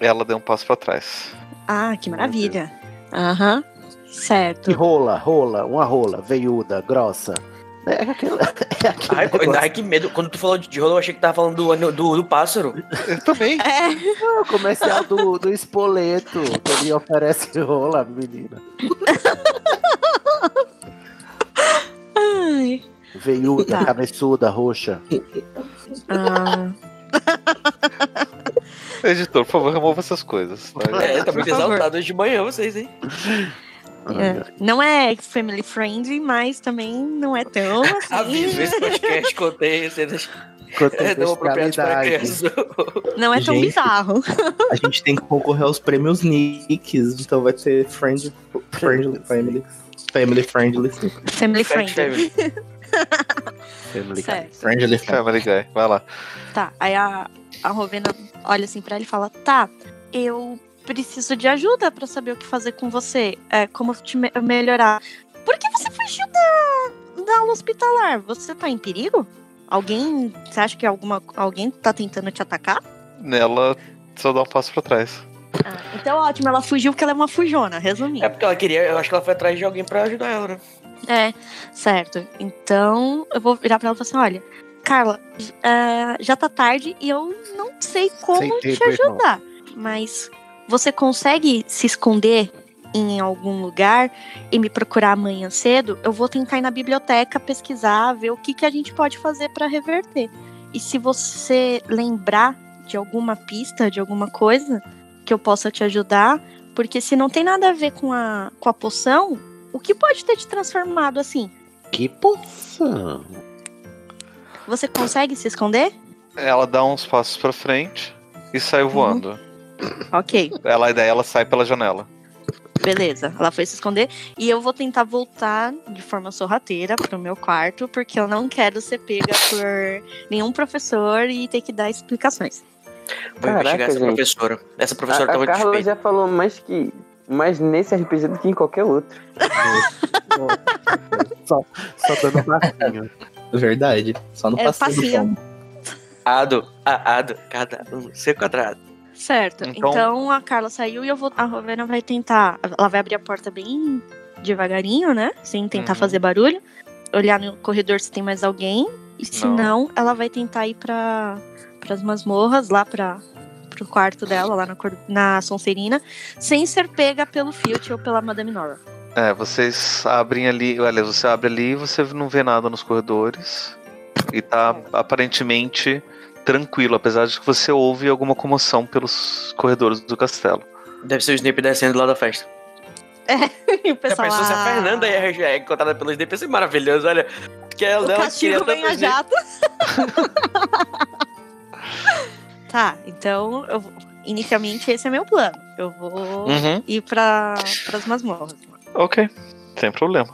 Speaker 3: Ela deu um passo pra trás.
Speaker 1: Ah, que maravilha. Aham. Certo.
Speaker 2: Que rola, rola, uma rola, veiuda, grossa. É aquele, é aquele
Speaker 4: Ai, co-
Speaker 2: negócio.
Speaker 4: ai, que medo. Quando tu falou de rolo, eu achei que tava falando do, ano- do, do pássaro.
Speaker 7: Eu também.
Speaker 1: É,
Speaker 2: Ah, O comercial do, do Espoleto, que ele oferece rola, menina.
Speaker 1: ai.
Speaker 2: Veiuda,
Speaker 1: Tá.
Speaker 2: cabeçuda, roxa.
Speaker 1: Ah,
Speaker 3: Editor, por favor, remova essas coisas. tá?
Speaker 4: É, tá muito
Speaker 1: Por favor.
Speaker 4: exaltado hoje de manhã vocês, hein?
Speaker 1: é. Não é family friendly, mas também não é tão
Speaker 4: Aviso,
Speaker 1: assim.
Speaker 4: esse podcast contém cenas é, não apropriadas para
Speaker 2: Contextualidade.
Speaker 4: crianças.
Speaker 1: Não é tão
Speaker 6: Gente.
Speaker 1: bizarro.
Speaker 6: A gente tem que concorrer aos prêmios Nicks, então vai ter friend, friendly, family, family friendly,
Speaker 1: Family
Speaker 4: Fact
Speaker 1: friendly.
Speaker 4: family.
Speaker 1: Certo.
Speaker 6: friendly.
Speaker 3: Family Guy, vai lá.
Speaker 1: Tá, aí a, a Rovena olha assim pra ele e fala: Tá, eu preciso de ajuda pra saber o que fazer com você, é, como te me- melhorar. Por que você fugiu da, da aula hospitalar? Você tá em perigo? Alguém, você acha que alguma, alguém tá tentando te atacar?
Speaker 3: Nela só dá um passo pra trás.
Speaker 1: Então, ótimo, ela fugiu porque ela é uma fujona, resumindo.
Speaker 4: É porque ela queria, eu acho que ela foi atrás de alguém pra ajudar ela, né?
Speaker 1: É, certo. Então, eu vou virar pra ela e falar assim: olha, Carla, j- ah, já tá tarde e eu não sei como
Speaker 2: Sem
Speaker 1: te
Speaker 2: tempo, irmão.
Speaker 1: ajudar. Mas você consegue se esconder em algum lugar e me procurar amanhã cedo? Eu vou tentar ir na biblioteca pesquisar, ver o que, que a gente pode fazer pra reverter. E se você lembrar de alguma pista, de alguma coisa que eu possa te ajudar, porque se não tem nada a ver com a, com a poção, o que pode ter te transformado assim?
Speaker 2: Que poção!
Speaker 1: Você consegue se esconder?
Speaker 3: Ela dá uns passos pra frente e sai voando.
Speaker 1: Ok,
Speaker 3: Ela, daí ela sai pela janela.
Speaker 1: beleza. Ela foi se esconder. E eu vou tentar voltar de forma sorrateira pro meu quarto, porque eu não quero ser pega por nenhum professor e ter que dar explicações.
Speaker 4: Vou
Speaker 8: Caraca,
Speaker 4: investigar essa
Speaker 8: gente.
Speaker 4: professora. Essa
Speaker 8: A,
Speaker 4: professora
Speaker 8: a
Speaker 4: tava
Speaker 8: Carla
Speaker 4: desfeita.
Speaker 8: já falou mais que mais nesse RPG do que em qualquer outro.
Speaker 2: Só dando passinho.
Speaker 6: Verdade. Só no
Speaker 1: É,
Speaker 6: passeio do
Speaker 1: passinho.
Speaker 6: pombo.
Speaker 4: Ado, a- ado, cada um, C quadrado.
Speaker 1: Certo.
Speaker 3: Então-
Speaker 1: Então, a Carla saiu e eu vou. A Rovena vai tentar. Ela vai abrir a porta bem devagarinho, né? Sem tentar
Speaker 3: Uhum.
Speaker 1: fazer barulho. Olhar no corredor se tem mais alguém. E se
Speaker 3: Não.
Speaker 1: não, ela vai tentar ir para as masmorras, lá para pro quarto dela, lá na, cor- na Sonserina, sem ser pega pelo Filt ou pela Madame Nora.
Speaker 3: É, vocês abrem ali. Olha, você abre ali e você não vê nada nos corredores. E tá aparentemente tranquilo, apesar de que você ouve alguma comoção pelos corredores do castelo.
Speaker 4: Deve ser o Snape descendo lá da festa.
Speaker 1: E o
Speaker 4: Já
Speaker 1: pessoal.
Speaker 4: pensou se a
Speaker 1: "Ah,
Speaker 4: Fernanda é, já é encontrada pelo Snape? Ia ser maravilhoso, olha. Que é ela,
Speaker 1: O
Speaker 4: ela
Speaker 1: castigo
Speaker 4: queria
Speaker 1: vem a
Speaker 4: tanto Snape.
Speaker 1: jato. tá, então eu vou- inicialmente esse é meu plano. Eu vou
Speaker 3: Uhum.
Speaker 1: ir para as masmorras.
Speaker 3: Ok, sem problema.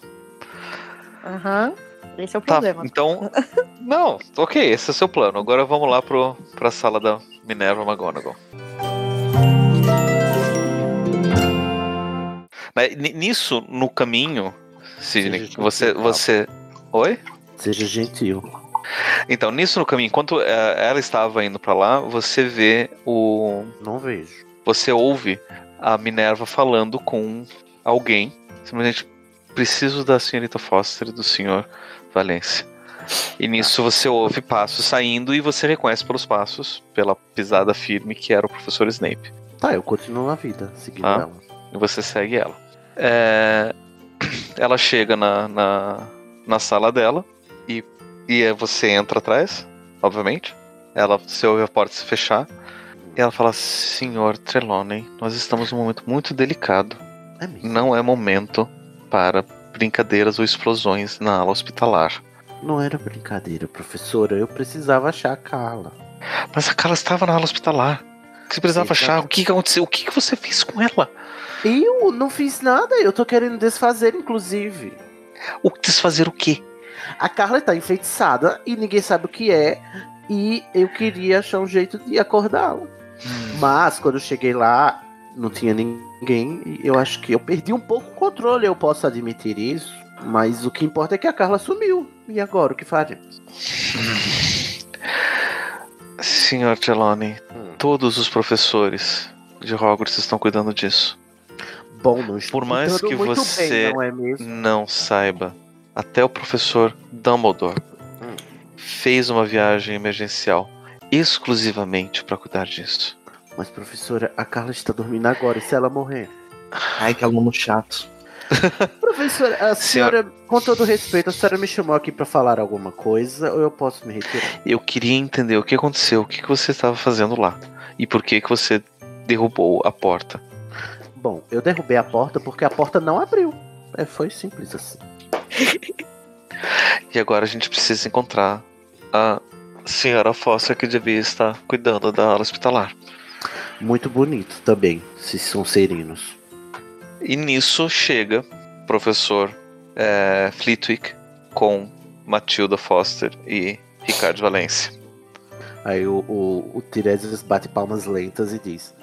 Speaker 1: Aham. Esse é o
Speaker 3: Tá,
Speaker 1: problema.
Speaker 3: então. Não, ok, esse é o seu plano. Agora vamos lá pro, pra sala da Minerva McGonagall. Né, ni- Nisso, no caminho, Sidney,
Speaker 2: Seja
Speaker 3: você.
Speaker 2: gentil,
Speaker 3: você... Oi?
Speaker 2: Seja gentil.
Speaker 3: Então, nisso no caminho, enquanto eh, ela estava indo pra lá, você vê o.
Speaker 2: Não vejo.
Speaker 3: Você ouve a Minerva falando com alguém. Simplesmente, preciso da senhorita Foster e do senhor Valência. E nisso você ouve passos saindo e você reconhece pelos passos, pela pisada firme, que era o professor Snape.
Speaker 2: Tá, eu continuo a vida seguindo
Speaker 3: Ah.
Speaker 2: ela.
Speaker 3: E você segue ela. É, Ela chega na, na, na sala dela e, e aí você entra atrás, obviamente. Ela, você ouve a porta se fechar. E ela fala, senhor Trelawney, nós estamos num momento muito delicado.
Speaker 2: É mesmo.
Speaker 3: Não é momento para brincadeiras ou explosões na ala hospitalar.
Speaker 2: Não era brincadeira, professora. Eu precisava achar a Carla.
Speaker 3: Mas a Carla estava na ala hospitalar. Você precisava
Speaker 2: Exato.
Speaker 3: achar o que que aconteceu, o que que você fez com ela?
Speaker 2: Eu não fiz nada, eu tô querendo desfazer, inclusive.
Speaker 3: O desfazer o quê?
Speaker 2: A Carla tá enfeitiçada e ninguém sabe o que é. E eu queria achar um jeito de acordá-la.
Speaker 3: Hum.
Speaker 2: Mas quando eu cheguei lá, não tinha ninguém. E eu acho que eu perdi um pouco o controle, eu posso admitir isso. Mas o que importa é que a Carla sumiu. E agora, o que faremos?
Speaker 3: Senhor Trelawney, todos os professores de Hogwarts estão cuidando disso.
Speaker 2: Bom, não estou
Speaker 3: Por mais
Speaker 2: ficando
Speaker 3: que
Speaker 2: muito
Speaker 3: você-
Speaker 2: Bem, não é mesmo?
Speaker 3: Não saiba, até o professor Dumbledore
Speaker 2: Hum.
Speaker 3: fez uma viagem emergencial exclusivamente para cuidar disso.
Speaker 2: Mas, professora, a Carla está dormindo agora. E se ela morrer?
Speaker 6: Ai, que aluno chato.
Speaker 2: Professora, a senhora, com todo respeito, a senhora me chamou aqui para falar alguma coisa ou eu posso me retirar?
Speaker 3: Eu queria entender o que aconteceu, o que, que você estava fazendo lá e por que, que você derrubou a porta.
Speaker 2: Bom, eu derrubei a porta porque a porta não abriu. É, foi simples assim.
Speaker 3: E agora a gente precisa encontrar a senhora Fossa que devia estar cuidando da ala hospitalar.
Speaker 2: Muito bonito também, se são serinos.
Speaker 3: E nisso chega o professor eh, Flitwick com Matilda Foster e Ricardo Valência.
Speaker 2: Aí o, o, o Tiresias bate palmas lentas e diz: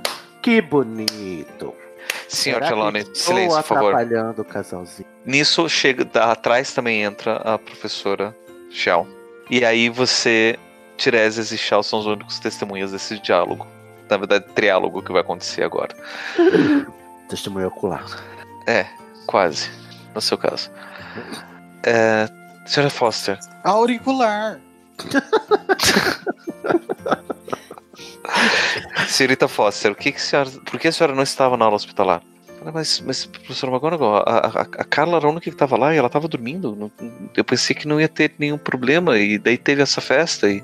Speaker 2: Que bonito.
Speaker 3: Senhor
Speaker 2: Será que
Speaker 3: Trelawney,
Speaker 2: estou
Speaker 3: silêncio, por favor.
Speaker 2: atrapalhando o casalzinho.
Speaker 3: Nisso chega tá, atrás também entra a professora Shell. E aí você, Tiresias e Shell são os únicos testemunhas desse diálogo. Na verdade, triálogo que vai acontecer agora.
Speaker 2: Testemunho ocular.
Speaker 3: É, quase. No seu caso. É, senhora Foster,
Speaker 7: Auricular.
Speaker 3: senhorita Foster, o que que a senhora, por que a senhora não estava na aula hospitalar? Ela, Mas, mas professora McGonagall, a, a, a Carla era a única que estava lá e ela estava dormindo. Não- Eu pensei que não ia ter nenhum problema e daí teve essa festa e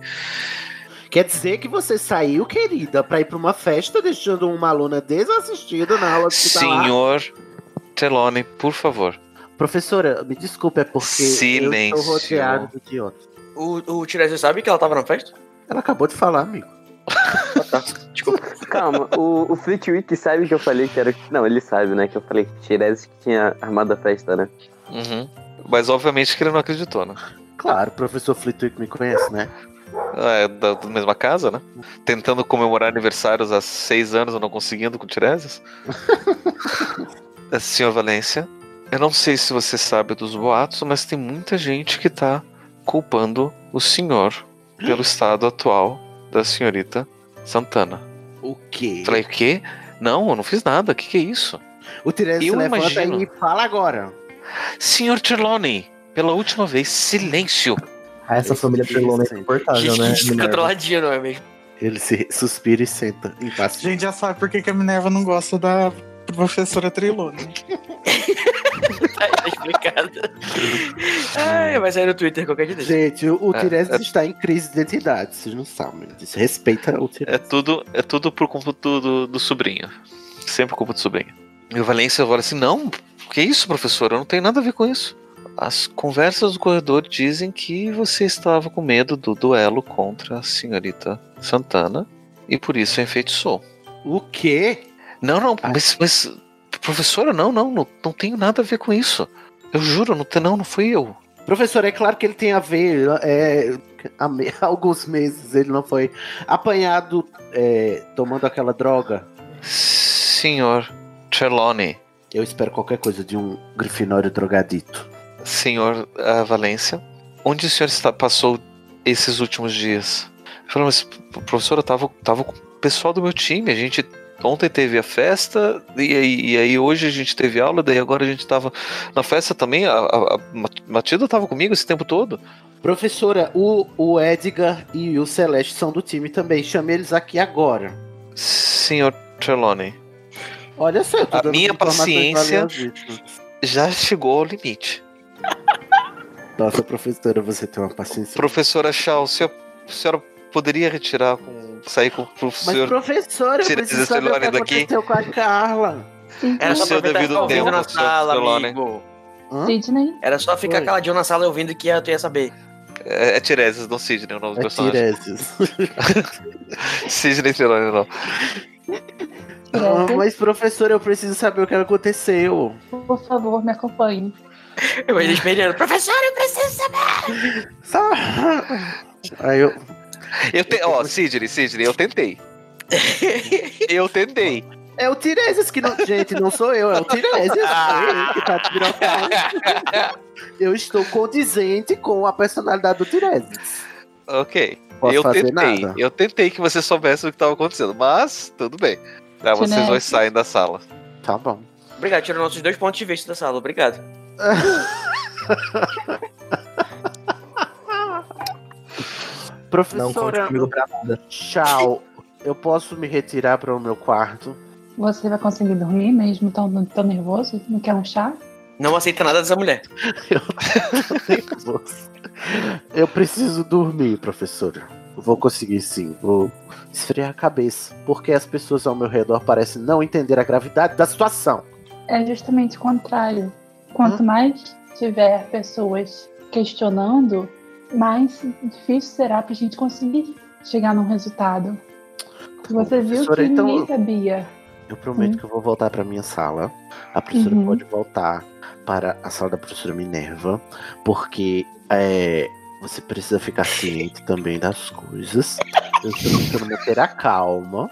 Speaker 2: Quer dizer que você saiu, querida, pra ir pra uma festa deixando uma aluna desassistida na aula tá hospitalar?
Speaker 3: Senhor Trelawney, por favor.
Speaker 2: Professora, me desculpe, é porque eu
Speaker 3: Silêncio.
Speaker 2: estou rodeado de idiotas.
Speaker 4: O, o Tiresias sabe que ela tava na festa?
Speaker 2: Ela acabou de falar, amigo.
Speaker 4: Ah, tá. Desculpa.
Speaker 10: Calma, o, o Flitwick sabe que eu falei que era. Não, ele sabe, né? Que eu falei que Tiresias que tinha armado a festa, né?
Speaker 3: Uhum. Mas obviamente que ele não acreditou, né?
Speaker 2: Claro, o professor Flitwick me conhece, né?
Speaker 3: É da, da mesma casa, né? Tentando comemorar aniversários há seis anos, eu não conseguindo com Tiresias. É, Senhor Valência, eu não sei se você sabe dos boatos, mas tem muita gente que tá culpando o senhor pelo estado atual da senhorita Santana.
Speaker 2: O quê?
Speaker 3: Falei, o quê? Não, eu não fiz nada, o que, que é isso?
Speaker 2: O Tiresias se
Speaker 3: Eu
Speaker 2: levanta
Speaker 3: imagino.
Speaker 2: e fala agora.
Speaker 3: Senhor Trelawney, pela última vez, silêncio!
Speaker 6: Ah, essa família Trelawney é insuportável, né?
Speaker 4: Gente, fica
Speaker 6: Minerva?
Speaker 4: trolladinha, não é mesmo?
Speaker 2: Ele se suspira e senta.
Speaker 7: A
Speaker 2: Impaciente.
Speaker 7: gente já sabe por que que a Minerva não gosta da professora Trilone.
Speaker 4: Tá, tá explicado. Ai, vai sair no Twitter qualquer dia desse.
Speaker 2: Gente, o, o
Speaker 3: É,
Speaker 2: Tiresias
Speaker 3: é-
Speaker 2: está em crise de identidade, vocês não sabem disso. Respeita o Tiresias.
Speaker 3: É tudo, é tudo por culpa do, do, do sobrinho. Sempre culpa do sobrinho. E o Valência fala assim: não, que isso, professor? Eu não tenho nada a ver com isso. As conversas do corredor dizem que você estava com medo do duelo contra a senhorita Santana e por isso enfeitiçou.
Speaker 2: O quê?
Speaker 3: Não, não, mas, mas professora, não, não, não, não tenho nada a ver com isso. Eu juro, não, te- não, não fui eu.
Speaker 2: Professor, é claro que ele tem a ver. é, há me- há alguns meses ele não foi apanhado é, tomando aquela droga.
Speaker 3: Senhor Trelawney,
Speaker 2: Eu espero qualquer coisa de um grifinório drogadito.
Speaker 3: senhor ah, Valência, onde o senhor está, passou esses últimos dias? Eu falei, mas p- professor, eu tava, tava com o pessoal do meu time, a gente ontem teve a festa, e aí, e aí hoje a gente teve aula, daí agora a gente tava na festa também, a, a- a Mat- Matilda tava comigo esse tempo todo.
Speaker 2: Professora, o, o Edgar e o Celeste são do time também. Chame eles aqui agora.
Speaker 3: Senhor Trelawney,
Speaker 2: Olha só, eu tô
Speaker 3: A
Speaker 2: dando
Speaker 3: minha
Speaker 2: informações
Speaker 3: paciência-
Speaker 2: valiosíssimas.
Speaker 3: já chegou ao limite.
Speaker 2: Nossa, professora, você tem uma paciência.
Speaker 3: Professora Shaw, senhor- a senhora poderia retirar, com, sair com o
Speaker 2: Mas,
Speaker 3: professor...
Speaker 2: professora, eu
Speaker 3: Tira
Speaker 2: preciso
Speaker 3: esse
Speaker 2: saber o que
Speaker 3: celular daqui.
Speaker 2: aconteceu com a Carla.
Speaker 4: Era só
Speaker 3: O seu
Speaker 4: aproveitar e
Speaker 3: devido
Speaker 4: ficar ouvindo
Speaker 3: tempo,
Speaker 4: na
Speaker 3: senhor
Speaker 4: sala,
Speaker 3: Trelawney.
Speaker 4: amigo.
Speaker 2: Hã?
Speaker 9: Sidney,
Speaker 4: Era só ficar
Speaker 2: Oi.
Speaker 4: caladinho na sala ouvindo que tu ia saber.
Speaker 3: É, é Tiresias, não Sidney, o nome do
Speaker 2: É
Speaker 3: personagem.
Speaker 2: Tiresias.
Speaker 3: Sidney Trelawney, não.
Speaker 2: Ah,
Speaker 9: Tiresias,
Speaker 2: mas, professora, eu preciso saber o que aconteceu.
Speaker 9: por favor, me acompanhe.
Speaker 4: Eu ia esperando. Professor, eu preciso saber.
Speaker 2: Sabe? Aí eu.
Speaker 3: Eu te... Ó, Sidney, Sidney, eu tentei. eu tentei.
Speaker 2: É o Tiresias que não. Gente, não sou eu, é o Tiresias. É ele que tá pirocando. Eu estou condizente com a personalidade do Tiresias.
Speaker 3: Ok.
Speaker 2: Posso
Speaker 3: eu
Speaker 2: fazer
Speaker 3: tentei.
Speaker 2: nada.
Speaker 3: Eu tentei que você soubesse o que estava acontecendo, mas tudo bem. Tá, vocês
Speaker 9: Tiresias.
Speaker 3: dois saem da sala.
Speaker 2: Tá bom.
Speaker 4: Obrigado, tirou nossos dois pontos de vista da sala. Obrigado.
Speaker 6: Não conte
Speaker 2: Professora,
Speaker 6: comigo pra nada.
Speaker 2: tchau. Eu posso me retirar para o meu quarto?
Speaker 9: Você vai conseguir dormir mesmo tão, tão nervoso? Não quer um chá?
Speaker 4: Não aceita nada dessa mulher.
Speaker 2: Eu preciso dormir, professora. Vou conseguir sim, vou esfriar a cabeça, porque as pessoas ao meu redor parecem não entender a gravidade da situação.
Speaker 9: É justamente o contrário. Quanto mais tiver pessoas questionando, mais difícil será pra gente conseguir chegar num resultado. Você viu que
Speaker 2: Professora, então-
Speaker 9: ninguém sabia.
Speaker 2: Eu prometo que eu vou voltar para minha sala. A professora
Speaker 9: Uhum.
Speaker 2: pode voltar para a sala da professora Minerva, porque é, você precisa ficar ciente também das coisas. Eu estou tentando manter a calma.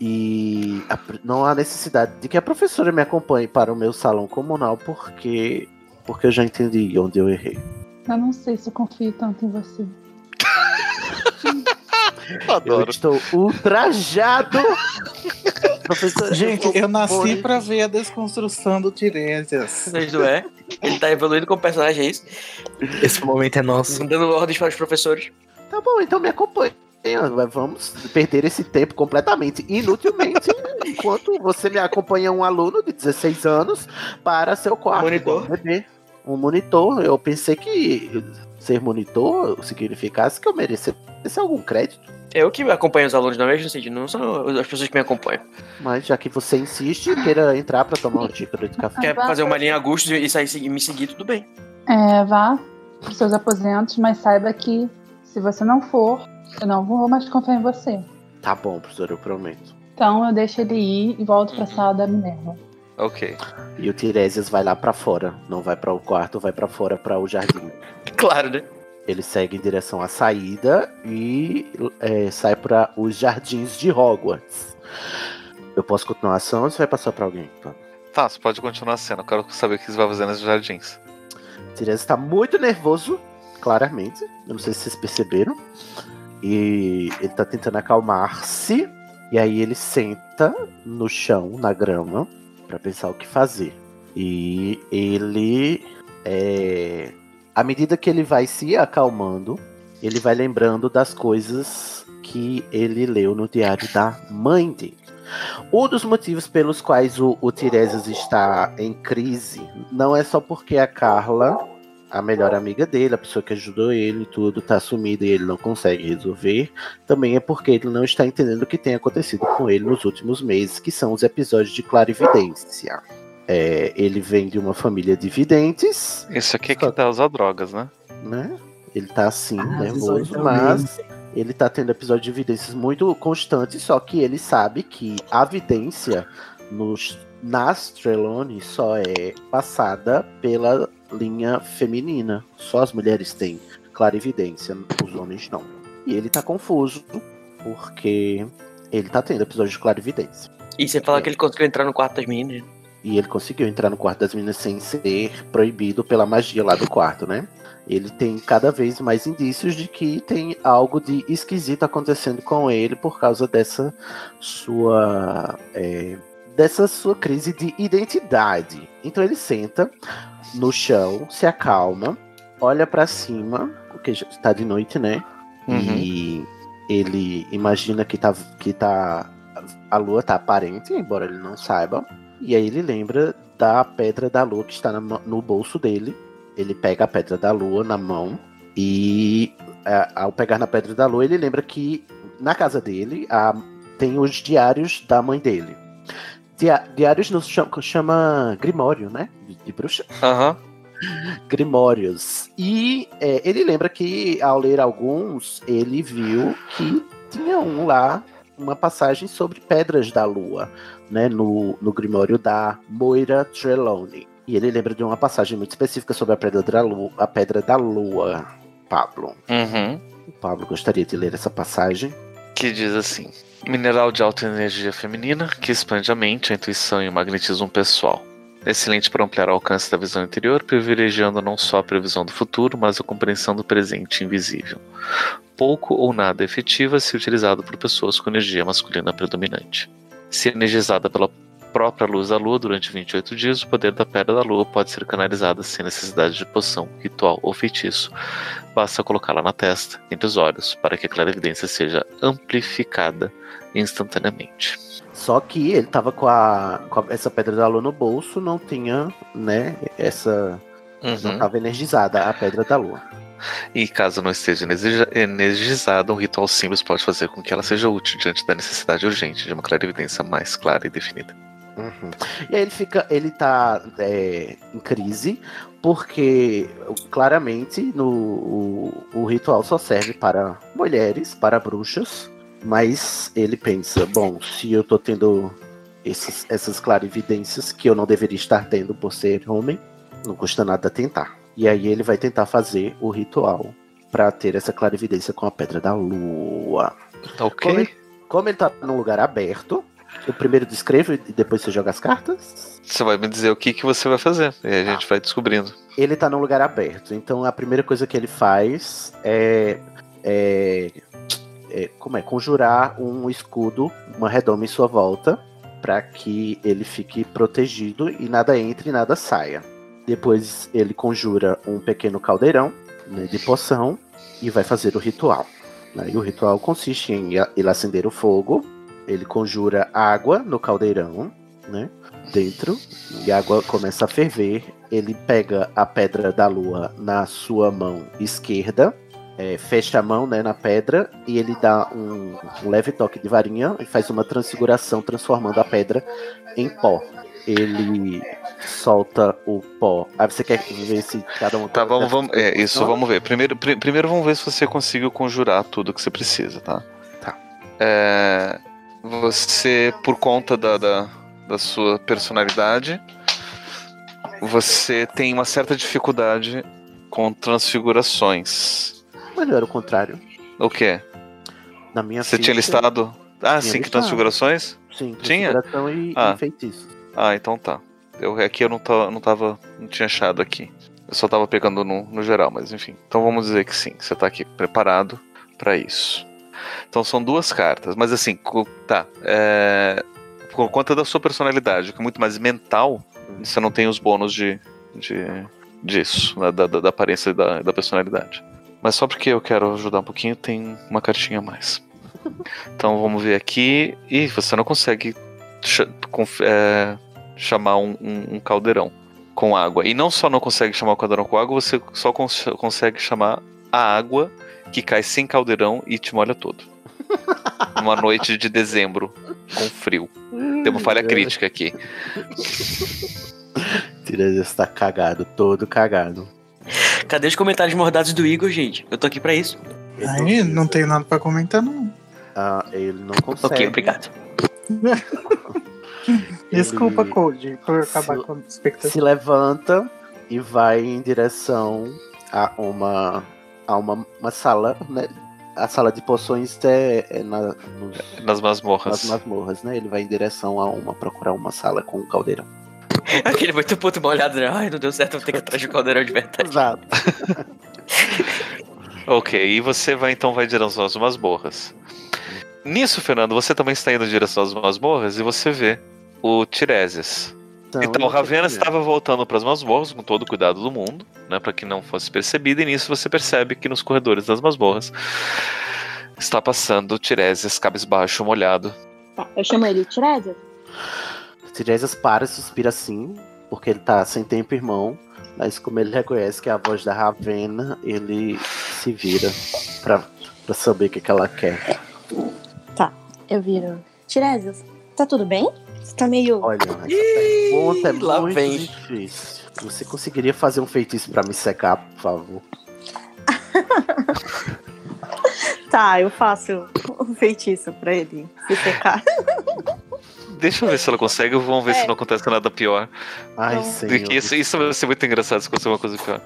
Speaker 2: E a pr- não há necessidade de que a professora me acompanhe para o meu salão comunal, porque, porque eu já entendi onde eu errei.
Speaker 9: Eu não sei se eu confio tanto em você.
Speaker 2: Eu estou ultrajado! professora,
Speaker 7: Gente,
Speaker 2: vou
Speaker 7: eu nasci
Speaker 2: pôr-
Speaker 7: pra ver a desconstrução do Tiresias.
Speaker 4: Mas não é. Ele tá evoluindo como personagem, é isso?
Speaker 6: Esse momento é nosso.
Speaker 4: Dando ordens para os professores.
Speaker 2: Tá bom, então me acompanha. Vamos perder esse tempo completamente, inutilmente, enquanto você me acompanha um aluno de 16 anos para seu quarto.
Speaker 4: Um Monitor.
Speaker 2: bebê. Um monitor. Eu pensei que ser monitor significasse que eu merecesse algum crédito,
Speaker 4: Eu que acompanho os alunos, não é mesmo sentido? Não são as pessoas que me acompanham.
Speaker 2: mas já que você insiste, queira entrar para tomar uma xícara de café.
Speaker 4: Quer fazer uma linha Augusto e sair se- me seguir, tudo bem.
Speaker 9: É, vá pros seus aposentos, mas saiba que se você não for, eu não vou mais confiar em você.
Speaker 2: Tá bom, professor, eu prometo.
Speaker 9: Então eu deixo ele ir e volto
Speaker 2: Uhum.
Speaker 9: pra sala da Minerva.
Speaker 3: Ok.
Speaker 2: E o Tiresias vai lá para fora, não vai para o quarto, vai para fora para o jardim.
Speaker 4: Claro, né?
Speaker 2: Ele segue em direção à saída e é, sai para os jardins de Hogwarts. Eu posso continuar a ação ou você vai passar para alguém? Tá.
Speaker 3: Tá, você pode continuar a cena. Eu quero saber o que você vai fazer nos jardins.
Speaker 2: Tiresias está muito nervoso, claramente. Eu não sei se vocês perceberam. E ele tá tentando acalmar-se. E aí ele senta no chão, na grama, para pensar o que fazer. E ele. É... À medida que ele vai se acalmando, ele vai lembrando das coisas que ele leu no diário da mãe dele. Um dos motivos pelos quais o, o Tiresias está em crise não é só porque a Carla, a melhor amiga dele, a pessoa que ajudou ele e tudo, tá sumida e ele não consegue resolver. Também é porque ele não está entendendo o que tem acontecido com ele nos últimos meses, que são os episódios de clarividência. É, ele vem de uma família de videntes,
Speaker 3: Isso aqui é que tá usando drogas, né?
Speaker 2: né? Ele tá assim,
Speaker 3: episódio
Speaker 2: nervoso,
Speaker 3: também.
Speaker 2: mas ele tá tendo episódio de evidências muito constante, só que ele sabe que a vidência nos, nas Trelawney só é passada pela linha feminina. Só as mulheres têm clarividência, os homens não. E ele tá confuso, porque ele tá tendo episódio de clarividência.
Speaker 4: E você fala que ele conseguiu entrar no quarto das meninas.
Speaker 2: E ele conseguiu entrar no quarto das meninas sem ser proibido pela magia lá do quarto, né? Ele tem cada vez mais indícios de que tem algo de esquisito acontecendo com ele por causa dessa sua. é, dessa sua crise de identidade. Então ele senta no chão, se acalma, olha pra cima, porque já tá de noite, né?
Speaker 3: Uhum.
Speaker 2: E ele imagina que tá, que tá. A lua tá aparente, embora ele não saiba. E aí ele lembra da pedra da lua que está na mão- no bolso dele. Ele pega a pedra da lua na mão e é, ao pegar na pedra da lua, ele lembra que na casa dele a- tem os diários da mãe dele. Dia- diários nos chama, chama Grimório, né? De, de bruxa.
Speaker 3: Aham.
Speaker 2: Grimórios. E é, ele lembra que ao ler alguns, ele viu que tinha um lá, uma passagem sobre pedras da lua, né? No, no Grimório da Moira Trelawney. E ele lembra de uma passagem muito específica sobre a pedra da lua, a pedra da lua Pablo.
Speaker 3: Uhum.
Speaker 2: O Pablo gostaria de ler essa passagem.
Speaker 3: Que diz assim: Mineral de alta energia feminina que expande a mente, a intuição e o magnetismo pessoal. Excelente para ampliar o alcance da visão interior, privilegiando não só a previsão do futuro, mas a compreensão do presente invisível. Pouco ou nada é efetiva se utilizado por pessoas com energia masculina predominante. Se energizada pela própria luz da lua durante 28 dias, o poder da pedra da lua pode ser canalizada sem necessidade de poção, ritual ou feitiço. Basta colocá-la na testa, entre os olhos, para que a clarividência seja amplificada instantaneamente.
Speaker 2: Só que ele tava com, a, com a- essa pedra da lua no bolso, não tinha, né? Essa. Não
Speaker 3: Uhum.
Speaker 2: tava energizada a pedra da lua.
Speaker 3: E caso não esteja energiza- energizada, um ritual simples pode fazer com que ela seja útil diante da necessidade urgente de uma clarividência mais clara e definida.
Speaker 2: Uhum. E aí ele fica, ele tá é, em crise, porque claramente no, o, o ritual só serve para mulheres, para bruxas, mas ele pensa, bom, se eu tô tendo esses, essas clarividências que eu não deveria estar tendo por ser homem, não custa nada tentar. E aí ele vai tentar fazer o ritual para ter essa clarividência com a pedra da lua.
Speaker 3: Tá ok?
Speaker 2: Como ele, Como ele tá num lugar aberto, eu primeiro descrevo e depois você joga as cartas.
Speaker 3: Você vai me dizer o que, que você vai fazer. E a gente vai descobrindo.
Speaker 2: Ele tá num lugar aberto, então a primeira coisa que ele faz é. é- é- como é? Conjurar um escudo, uma redoma em sua volta, para que ele fique protegido e nada entre e nada saia. Depois ele conjura um pequeno caldeirão né, de poção e vai fazer o ritual. né? E o ritual consiste em a- ele acender o fogo, ele conjura água no caldeirão, né? Dentro, e a água começa a ferver. Ele pega a pedra da lua na sua mão esquerda, é, fecha a mão né, na pedra e ele dá um, um leve toque de varinha e faz uma transfiguração, transformando a pedra em pó. Ele solta o pó. Ah, você quer ver se cada um.
Speaker 3: Tá, vamos, vamos. É, isso vamos ver. Primeiro, pri- primeiro vamos ver se você conseguiu conjurar tudo que você precisa, tá?
Speaker 2: Tá.
Speaker 3: É, você, por conta da, da, da sua personalidade, você tem uma certa dificuldade com transfigurações.
Speaker 2: Mas não era o contrário.
Speaker 3: O quê?
Speaker 2: Na minha
Speaker 3: Você tinha
Speaker 2: ficha-
Speaker 3: listado?
Speaker 2: Tinha
Speaker 3: Ah, sim, que
Speaker 2: listado.
Speaker 3: transfigurações?
Speaker 2: Sim,
Speaker 3: tinha?
Speaker 2: transfiguração e- e
Speaker 3: ah.
Speaker 2: feitiço.
Speaker 3: Ah, então tá. Eu, aqui eu não, tô, não tava. não tinha achado aqui. Eu só tava pegando no, no geral, mas enfim. Então vamos dizer que sim, você tá aqui preparado pra isso. Então são duas cartas, mas assim, co- tá. é, por conta da sua personalidade, que é muito mais mental, você não tem os bônus de, de- disso, né, da, da, da aparência e da, da personalidade. Mas só porque eu quero ajudar um pouquinho, tem uma cartinha a mais. Então vamos ver aqui. Ih, você não consegue cha- conf- é, chamar um, um- um caldeirão com água. E não só não consegue chamar o caldeirão com água, você só cons- consegue chamar a água que cai sem caldeirão e te molha todo. Uma noite de dezembro, com frio. Tem uma falha crítica aqui.
Speaker 2: Tiresias está tá cagado, todo cagado.
Speaker 4: Cadê os comentários mordados do Igor, gente? Eu tô aqui pra isso.
Speaker 7: Aí, não tenho nada pra comentar, não.
Speaker 2: Ah, ele não consegue.
Speaker 4: Ok, obrigado.
Speaker 7: Desculpa, Code, por acabar com a expectativa.
Speaker 2: Se levanta e vai em direção a uma a uma, uma sala, né? A sala de poções é, é na, nos-
Speaker 3: Nas
Speaker 2: nas
Speaker 3: masmorras.
Speaker 2: masmorras, né? Ele vai em direção a uma, procurar uma sala com um caldeirão.
Speaker 4: Aquele muito puto molhado, né? Ai, não deu certo, eu vou ter que ir atrás do caldeirão de
Speaker 3: Tá
Speaker 4: verdade.
Speaker 2: Exato.
Speaker 3: Ok, e você vai então vai em direção às masmorras. Nisso, Fernando, você também está indo em direção às masmorras e você vê o Tiresias.
Speaker 2: Então,
Speaker 3: Então, o Ravena estava voltando para as masmorras com todo o cuidado do mundo, né, para que não fosse percebido, e nisso você percebe que nos corredores das masmorras está passando o Tiresias cabisbaixo, molhado.
Speaker 5: Tá, eu chamo ele Tiresias.
Speaker 2: Tiresias para e suspira assim, porque ele tá sem tempo, irmão. Mas como ele reconhece que é a voz da Ravena, ele se vira pra, pra saber o que, que ela quer.
Speaker 1: Tá, eu viro. Tiresias, tá tudo bem? Você tá meio.
Speaker 2: Olha, essa pergunta é
Speaker 4: lá
Speaker 2: muito
Speaker 4: vem.
Speaker 2: difícil. Você conseguiria fazer um feitiço pra me secar, por favor?
Speaker 1: Tá, eu faço um feitiço pra ele se secar.
Speaker 3: Deixa eu ver se ela consegue, vamos ver se não acontece nada pior.
Speaker 2: Ai,
Speaker 3: Porque
Speaker 2: senhor.
Speaker 3: Isso, isso é vai ser muito engraçado se acontecer uma coisa pior.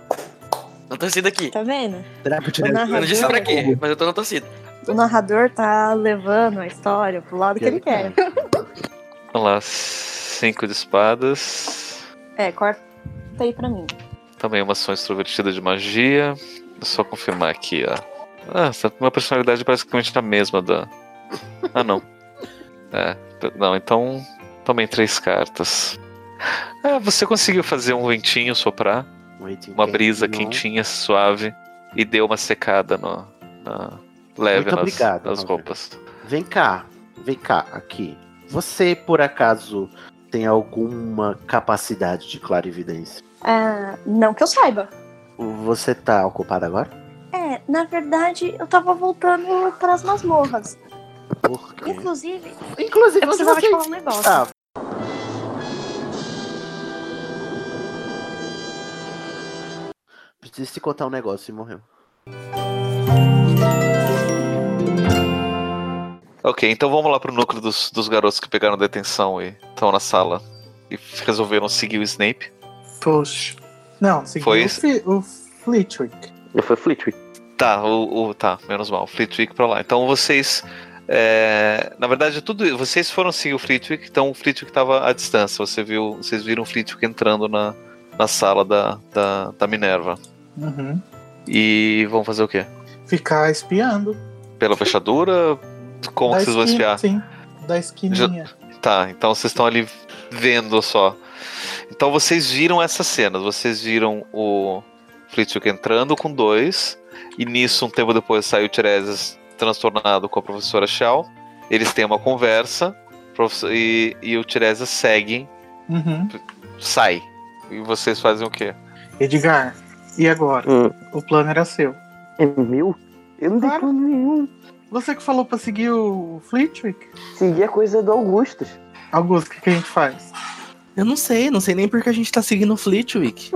Speaker 4: Na torcida aqui.
Speaker 1: Tá vendo?
Speaker 6: Draco
Speaker 1: Ô,
Speaker 6: Tiresias.
Speaker 1: narrador.
Speaker 4: Eu não disse pra quê, mas eu tô na torcida.
Speaker 1: O narrador tá levando a história pro lado que ele quer.
Speaker 3: Vamos lá, cinco de espadas.
Speaker 1: É, corta
Speaker 5: Tá
Speaker 1: aí pra mim.
Speaker 3: Também uma ação extrovertida de magia. É só confirmar aqui, ó. Ah, essa- minha personalidade é basicamente a mesma da. Ah, não. É, t- não, então. Também três cartas. Ah, você conseguiu fazer um ventinho soprar,
Speaker 2: um
Speaker 3: uma brisa quentinha, suave, e deu uma secada no, na- leve
Speaker 2: Muito
Speaker 3: nas,
Speaker 2: obrigado,
Speaker 3: nas
Speaker 2: Roger.
Speaker 3: roupas.
Speaker 2: Vem cá, vem cá, aqui. Você, por acaso, tem alguma capacidade de clarividência?
Speaker 1: Ah, não que eu saiba.
Speaker 2: Você tá ocupado agora?
Speaker 1: É, na verdade, eu tava voltando pras masmorras.
Speaker 2: Por quê?
Speaker 1: Inclusive,
Speaker 2: Inclusive,
Speaker 1: eu precisava te falar um negócio.
Speaker 2: Tá, Preciso te contar um negócio e morreu.
Speaker 3: Ok, então vamos lá pro núcleo dos, dos garotos que pegaram detenção e estão na sala e f- resolveram seguir o Snape.
Speaker 7: Poxa. Não, seguiu
Speaker 3: Foi
Speaker 7: o,
Speaker 3: isso?
Speaker 7: Fli- o Flitwick.
Speaker 10: Foi Flitwick.
Speaker 3: Tá, o, o- tá, menos mal. Fleetwick pra lá. Então vocês É, na verdade, tudo vocês foram seguir o Flitwick, então o Flitwick estava à distância. Você viu, vocês viram o Flitwick entrando na, na sala da, da, da Minerva.
Speaker 7: Uhum.
Speaker 3: E vão fazer o quê?
Speaker 7: Ficar espiando.
Speaker 3: Pela fechadura? Como
Speaker 7: Da
Speaker 3: que vocês vão
Speaker 7: esquina,
Speaker 3: espiar?
Speaker 7: Sim, da esquininha.
Speaker 3: Tá, então vocês estão ali vendo só. Então vocês viram essas cenas, vocês viram o Flitwick entrando com dois, e nisso, um tempo depois, saiu o Tiresias transtornado com a professora Shell. Eles têm uma conversa, profe- e, e o Tiresias segue,
Speaker 7: Uhum.
Speaker 3: sai. E vocês fazem o quê?
Speaker 7: Edgar, e agora?
Speaker 10: Hum.
Speaker 7: O plano era seu.
Speaker 10: É meu? Eu não
Speaker 7: tenho
Speaker 10: plano nenhum.
Speaker 7: Você que falou pra seguir o Flitwick?
Speaker 10: Seguir a coisa do Augustus.
Speaker 7: Augusto, o que, que a gente faz?
Speaker 6: Eu não sei, não sei nem porque a gente tá seguindo o Flitwick.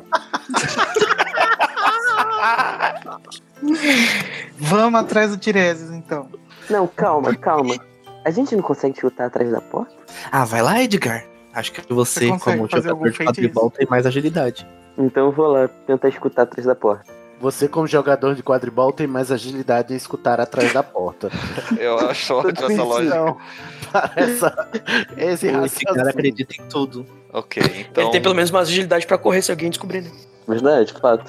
Speaker 7: Vamos atrás do Tiresias, então.
Speaker 10: Não, calma, calma. A gente não consegue chutar atrás da porta?
Speaker 6: Ah, vai lá, Edgar. Acho que você,
Speaker 10: Você consegue
Speaker 6: como
Speaker 10: fazer
Speaker 6: jogador
Speaker 10: algum
Speaker 6: de quadribol, tem mais agilidade.
Speaker 10: Então eu vou lá tentar escutar atrás da porta.
Speaker 2: Você, como jogador de quadribol, tem mais agilidade em escutar atrás da porta.
Speaker 3: Eu acho ótimo essa lógica.
Speaker 2: Essa, esse
Speaker 6: Esse cara acredita em tudo.
Speaker 3: Ok, então.
Speaker 4: Ele tem pelo menos uma agilidade pra correr se alguém descobrir, né?
Speaker 10: Verdade, de fato.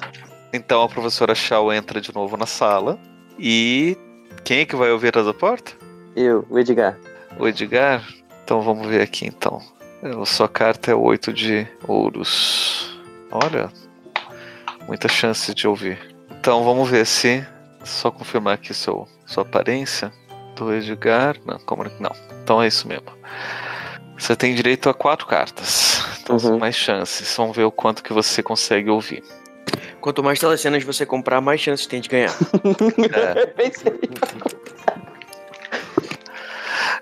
Speaker 3: Então a professora Shao entra de novo na sala. E quem é que vai ouvir atrás da porta?
Speaker 10: Eu, o Edgar.
Speaker 3: O Edgar? Então vamos ver aqui então. É, A sua carta é oito de ouros. Olha, muita chance de ouvir. Então vamos ver se. Só confirmar aqui seu, sua aparência do Edgar. Não, como não. Então é isso mesmo. Você tem direito a quatro cartas. Então
Speaker 10: Uhum.
Speaker 3: são mais chances. Vamos ver o quanto que você consegue ouvir.
Speaker 4: Quanto mais telecenas você comprar, mais chances tem de ganhar.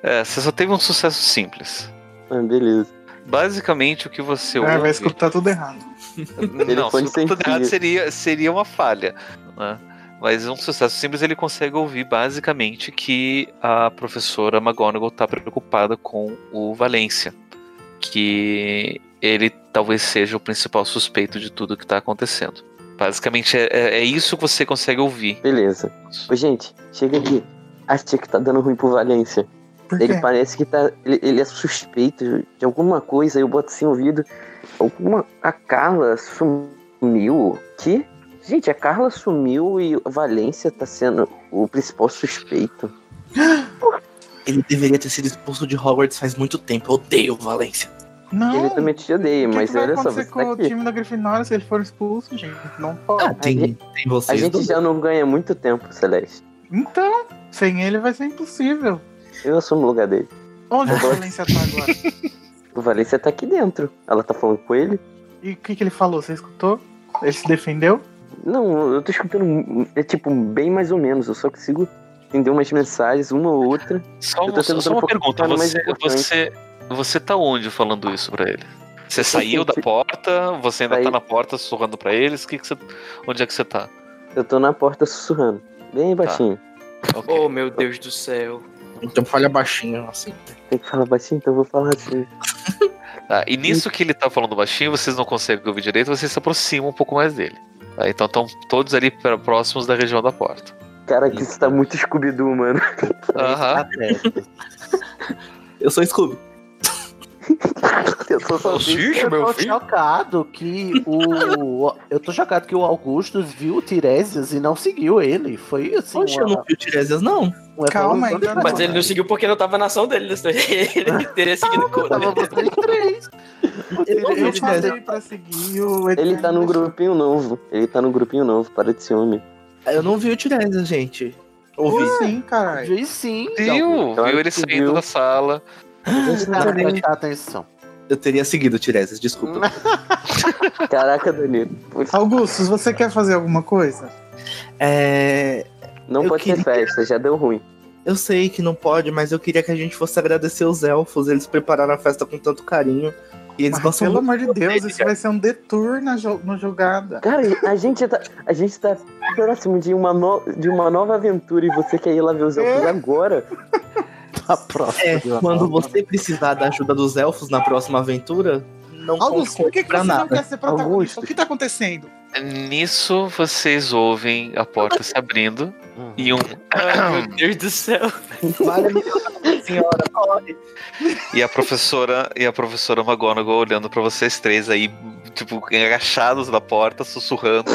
Speaker 3: É, você só teve um sucesso simples.
Speaker 10: Ah, beleza.
Speaker 3: Basicamente o que você
Speaker 7: Ah, vai
Speaker 3: ouve.
Speaker 7: escutar tudo errado.
Speaker 3: Não, se for tudo errado seria, seria uma falha. né? Mas um sucesso simples ele consegue ouvir basicamente que a professora McGonagall está preocupada com o Valência. Que ele talvez seja o principal suspeito de tudo que está acontecendo. Basicamente é, é- é isso que você consegue ouvir.
Speaker 10: Beleza. Ô, gente, chega aqui. Achei que tá dando ruim pro Valência.
Speaker 7: É.
Speaker 10: Ele parece que tá. Ele, ele é suspeito de alguma coisa, eu boto sem ouvido. Alguma. A Carla sumiu. Que? Gente, a Carla sumiu e o Valência tá sendo o principal suspeito.
Speaker 6: Ele deveria ter sido expulso de Hogwarts faz muito tempo. Eu odeio Valência.
Speaker 7: Não.
Speaker 10: Ele também te odeia,
Speaker 7: O que,
Speaker 10: mas
Speaker 7: que vai
Speaker 10: olha só,
Speaker 7: acontecer
Speaker 10: você tá
Speaker 7: com o
Speaker 10: aqui.
Speaker 7: time da Grifinória se ele for expulso, gente? Não pode.
Speaker 6: Ah, tem
Speaker 10: Ah, a
Speaker 6: vocês
Speaker 10: gente
Speaker 6: dois.
Speaker 10: já não ganha muito tempo, Celeste.
Speaker 7: Então, sem ele vai ser impossível.
Speaker 10: Eu assumo o lugar dele.
Speaker 7: Onde a
Speaker 10: Agora-
Speaker 7: Valência tá agora?
Speaker 10: O Valência tá aqui dentro. Ela tá falando com ele.
Speaker 7: E o que, que ele falou? Você escutou? Ele se defendeu?
Speaker 10: Não, eu tô escutando. É tipo, bem mais ou menos. Eu só consigo entender umas mensagens, uma ou outra.
Speaker 3: Só,
Speaker 10: Eu
Speaker 3: uma-
Speaker 10: tô
Speaker 3: só
Speaker 10: tentando
Speaker 3: uma
Speaker 10: focar
Speaker 3: pergunta:
Speaker 10: no mais
Speaker 3: você,
Speaker 10: importante.
Speaker 3: você, você tá onde falando isso pra ele? Você
Speaker 10: Eu
Speaker 3: saiu da
Speaker 10: senti-
Speaker 3: porta? Você ainda
Speaker 10: Saí.
Speaker 3: tá na porta sussurrando pra eles? Que que você, onde é que você tá?
Speaker 10: Eu tô na porta sussurrando. Bem baixinho.
Speaker 4: Oh, meu Deus do céu.
Speaker 6: Então falha baixinho, assim.
Speaker 10: Tem que falar baixinho, então eu vou falar assim.
Speaker 3: Tá, e nisso que ele tá falando baixinho, vocês não conseguem ouvir direito, vocês se aproximam um pouco mais dele. Tá, então estão todos ali pra- próximos da região da porta.
Speaker 10: Cara, que isso tá muito scooby doo mano.
Speaker 2: é
Speaker 3: Aham.
Speaker 6: Eu sou Scooby.
Speaker 10: eu sou
Speaker 4: Assim?
Speaker 2: eu tô chocado que o. Eu tô chocado que o Augustus viu o Tiresias e não seguiu ele. Foi assim.
Speaker 6: Poxa, eu não vi o Tiresias, não.
Speaker 2: Uma
Speaker 4: Calma,
Speaker 2: evolução de
Speaker 4: Mas ele não
Speaker 2: personagem.
Speaker 4: seguiu porque não tava na ação dele. né? Ele né? teria seguido com
Speaker 2: Ele-
Speaker 7: Eu
Speaker 2: ele-
Speaker 7: falei pra seguir o Edgar.
Speaker 10: Ele tá num
Speaker 7: me deixou.
Speaker 10: grupinho novo. Ele tá num grupinho novo, para de ciúme.
Speaker 6: Eu não vi o Tiresias, gente. Ouvi.
Speaker 7: Viu Sim, caralho.
Speaker 2: Viu sim.
Speaker 3: Viu,
Speaker 6: Então,
Speaker 3: viu ele
Speaker 6: que
Speaker 3: saindo
Speaker 6: viu.
Speaker 3: da sala.
Speaker 2: Gente, tá, prestar atenção.
Speaker 6: Eu teria seguido o Tiresias, desculpa.
Speaker 10: Hum. Caraca, Danilo.
Speaker 7: Ah, Augusto, você quer fazer alguma coisa?
Speaker 6: É...
Speaker 10: Não
Speaker 6: pode
Speaker 10: ter festa, já deu ruim.
Speaker 6: Eu sei que não pode, mas eu queria que a gente fosse agradecer os elfos. Eles prepararam a festa com tanto carinho. E eles gostam
Speaker 7: Pelo
Speaker 6: muito
Speaker 7: amor de Deus,
Speaker 6: dele,
Speaker 7: isso
Speaker 6: cara.
Speaker 7: vai ser um detour na, jo- na jogada.
Speaker 10: Cara, a gente tá, a gente tá próximo de uma, no- de uma nova aventura e você quer ir lá ver os elfos agora?
Speaker 2: Tá próximo.
Speaker 6: É, quando você precisar da ajuda dos elfos na próxima aventura, não
Speaker 7: Augusto, por que, que
Speaker 6: pra
Speaker 7: você não
Speaker 6: nada.
Speaker 7: quer ser protagonista? O que tá acontecendo?
Speaker 3: Nisso vocês ouvem a porta se abrindo e um.
Speaker 4: Ah, meu Deus do céu.
Speaker 6: Vale a senhora, corre.
Speaker 3: E a professora e a professora McGonagall olhando pra vocês três aí, tipo, agachados na porta, sussurrando.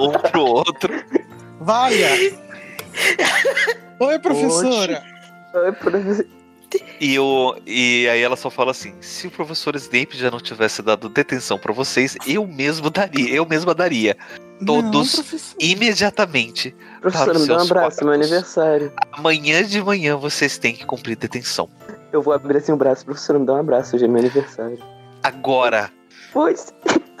Speaker 3: um pro outro.
Speaker 7: Valha! Oi, professora!
Speaker 10: Oi, professora.
Speaker 3: E, o, e aí ela só fala assim: se o professor Snape já não tivesse dado detenção pra vocês, eu mesmo daria, eu mesma daria. Todos imediatamente.
Speaker 10: Professora,
Speaker 3: para os
Speaker 10: me dá um
Speaker 3: seus
Speaker 10: abraço, meu
Speaker 3: quartos.
Speaker 10: aniversário.
Speaker 3: Amanhã de manhã vocês têm que cumprir detenção.
Speaker 10: Eu vou abrir assim o braço, professora, me dá um abraço, hoje é meu aniversário.
Speaker 3: Agora,
Speaker 10: Pois,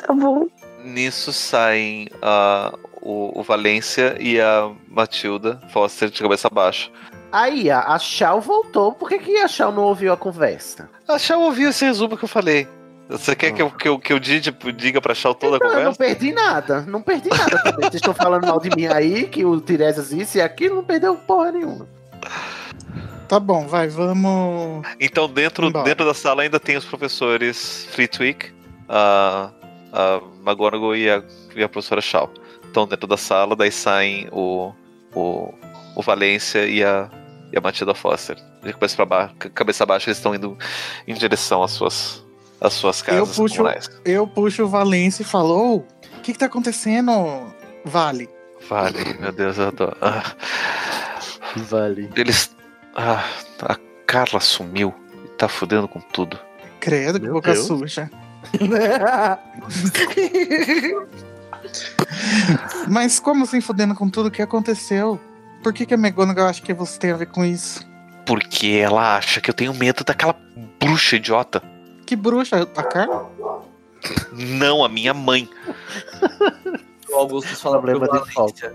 Speaker 10: tá bom.
Speaker 3: nisso saem ah, o, o Valência e a Matilda Foster de cabeça baixa.
Speaker 2: Aí, a a Shao voltou. Por que, que a Shao não ouviu a conversa?
Speaker 3: A Shao ouviu esse resumo que eu falei. Você quer que eu, que eu, que eu di- tipo, diga pra Shao toda a
Speaker 2: Não, eu "Ah, não
Speaker 3: conversa?
Speaker 2: perdi nada. Não perdi nada também. Vocês estão falando mal de mim aí, que o Tiresias isso e aquilo, não perdeu porra nenhuma.
Speaker 7: Tá bom, vai, vamos.
Speaker 3: Então, dentro,
Speaker 7: Vambora.
Speaker 3: dentro da sala ainda tem os professores Fleetwick, a, a McGonagall e a, e a professora Shao. Estão dentro da sala, daí saem o, o, o Valência e a, e a Matilda Foster. De cabeça, pra ba ca- cabeça baixa, eles estão indo em direção às suas, às suas
Speaker 7: Eu
Speaker 3: casas
Speaker 7: puxo,
Speaker 3: comunais.
Speaker 7: eu puxo o Valência e falo: "Ô, o que, que tá acontecendo? Vale.
Speaker 3: Vale, meu Deus, eu adoro. Ah.
Speaker 2: Vale.
Speaker 3: Eles. Ah, a Carla sumiu e tá fudendo com tudo.
Speaker 7: Credo, que
Speaker 3: Meu
Speaker 7: boca
Speaker 3: Deus.
Speaker 7: suja. Mas como assim fudendo com tudo o que aconteceu? Por que, que a McGonagall acha que você tem a ver com isso?
Speaker 3: Porque ela acha que eu tenho medo daquela bruxa idiota.
Speaker 7: Que bruxa, a Carla?
Speaker 3: Não, a minha mãe.
Speaker 6: O Augusto fala pro Valência.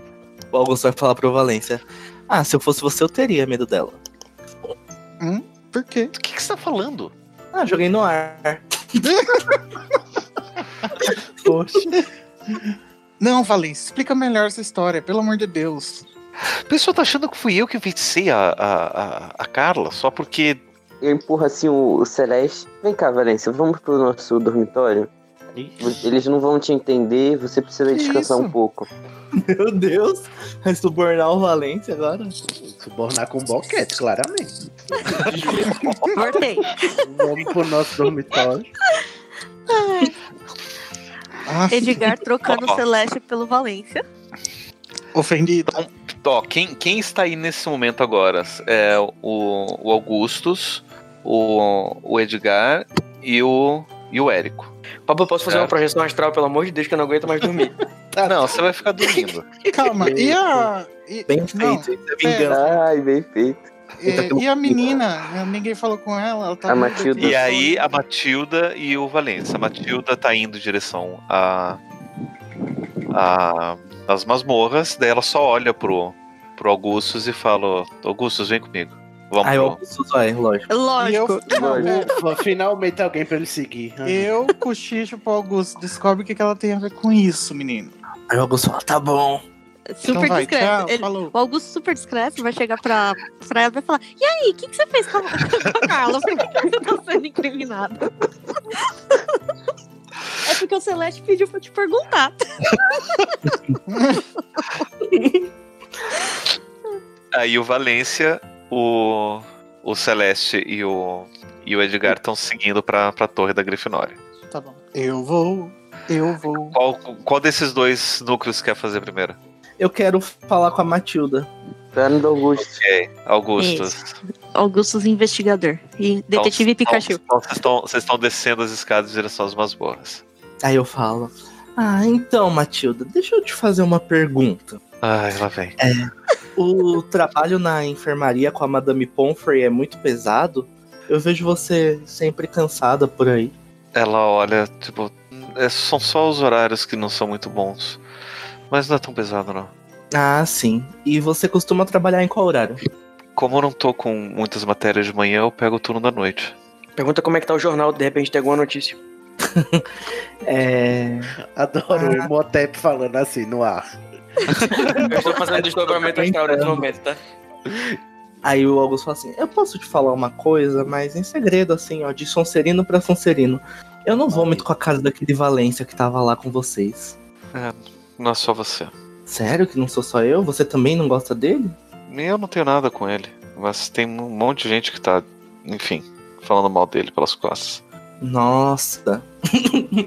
Speaker 6: O Augusto vai falar pro Valência. Ah, se eu fosse você, eu teria medo dela.
Speaker 7: Hum? Por quê?
Speaker 3: O que, que você tá falando?
Speaker 6: Ah, joguei no ar. Poxa.
Speaker 7: Não, Valência, explica melhor essa história, pelo amor de Deus.
Speaker 3: O pessoal tá achando que fui eu que vencei a, a, a, a Carla só porque.
Speaker 10: Eu empurro assim o, o Celeste. Vem cá, Valência, vamos pro nosso dormitório? Eles não vão te entender, você precisa
Speaker 6: Que
Speaker 10: descansar
Speaker 6: isso?
Speaker 10: um pouco.
Speaker 6: Meu Deus. Vai subornar o Valência agora?
Speaker 2: Subornar com um boquete, claramente.
Speaker 1: Cortei.
Speaker 2: Vamos pro nosso dormitório.
Speaker 7: Ah,
Speaker 1: Edgar trocando
Speaker 3: Ó.
Speaker 1: o Celeste pelo Valência.
Speaker 7: Ofendido.
Speaker 3: Então, ó, quem, quem está aí nesse momento agora? É o, o Augustus, o, o Edgar e o, e o Érico.
Speaker 4: Pablo, posso fazer uma
Speaker 3: Certo.
Speaker 4: projeção astral, pelo amor de Deus, que eu não aguento mais dormir.
Speaker 3: Não, você vai ficar dormindo.
Speaker 7: Calma, e a. e-
Speaker 6: Bem
Speaker 7: não,
Speaker 6: feito, isso é
Speaker 7: pera,
Speaker 6: vingança.
Speaker 10: Ai, bem feito.
Speaker 7: é, e a menina? Ninguém falou com ela? ela tá
Speaker 10: A
Speaker 7: no
Speaker 10: Matilda.
Speaker 3: E
Speaker 7: detenção.
Speaker 3: aí a Matilda e o Valença. A Matilda tá indo em direção a, a as masmorras, daí ela só olha pro, pro Augustus e fala: Augustus, vem comigo. Vamos
Speaker 6: Aí o
Speaker 3: pro...
Speaker 6: Augusto Ah, vai, lógico.
Speaker 7: E eu,
Speaker 1: Lógico.
Speaker 7: não,
Speaker 2: Ufa, Finalmente alguém pra ele seguir. Ah,
Speaker 7: eu cochicho pro Augusto, descobre o que, que ela tem a ver com isso, menino.
Speaker 6: Aí o Augusto fala, tá bom.
Speaker 1: é Super
Speaker 7: Então vai,
Speaker 1: discreto.
Speaker 7: tchau,
Speaker 1: Ele-
Speaker 7: falou.
Speaker 1: o Augusto é super discreto vai chegar pra, pra ela e vai falar: E aí, o que, que você fez com a, com a Carla? Por que que você tá sendo incriminada? é porque o Celeste pediu pra eu te perguntar.
Speaker 3: Aí o Valência, o, o Celeste e o, e o Edgar estão seguindo pra, pra torre da Grifinória.
Speaker 7: Tá bom. Eu vou, eu vou.
Speaker 3: Qual, qual desses dois núcleos quer fazer primeiro?
Speaker 6: Eu quero falar com a Matilda.
Speaker 10: Tá no do Augusto.
Speaker 3: Ok, Augustus.
Speaker 1: Augustus investigador. E detetive
Speaker 3: Então,
Speaker 1: Pikachu.
Speaker 3: então, Vocês estão- vocês estão descendo as escadas em direção às masmorras.
Speaker 6: Aí eu falo. Ah, então, Matilda, deixa eu te fazer uma pergunta.
Speaker 3: Ai, lá vem.
Speaker 6: O trabalho na enfermaria com a Madame Pomfrey é muito pesado. Eu vejo você sempre cansada por aí.
Speaker 3: Ela olha, tipo, é, são só os horários que não são muito bons. Mas não é tão pesado, não.
Speaker 6: Ah, sim. E você costuma trabalhar em qual horário?
Speaker 3: Como eu não tô com muitas matérias de manhã, eu pego o turno da noite.
Speaker 4: Pergunta como é que tá o jornal, de repente tem alguma notícia.
Speaker 6: É.
Speaker 3: Ah.
Speaker 2: Adoro o Motep falando assim no ar.
Speaker 4: Eu estou fazendo desdobramento astral nesse momento, tá?
Speaker 6: Aí o Augusto fala assim: Eu posso te falar uma coisa, mas em segredo, assim, ó, de Sonserino pra Sonserino. Eu não vou muito com a casa daquele Valência que tava lá com vocês.
Speaker 3: É, não é só você.
Speaker 6: Sério que não sou só eu? Você também não gosta dele?
Speaker 3: Eu não tenho nada com ele. Mas tem um monte de gente que tá, enfim, falando mal dele pelas costas.
Speaker 6: Nossa.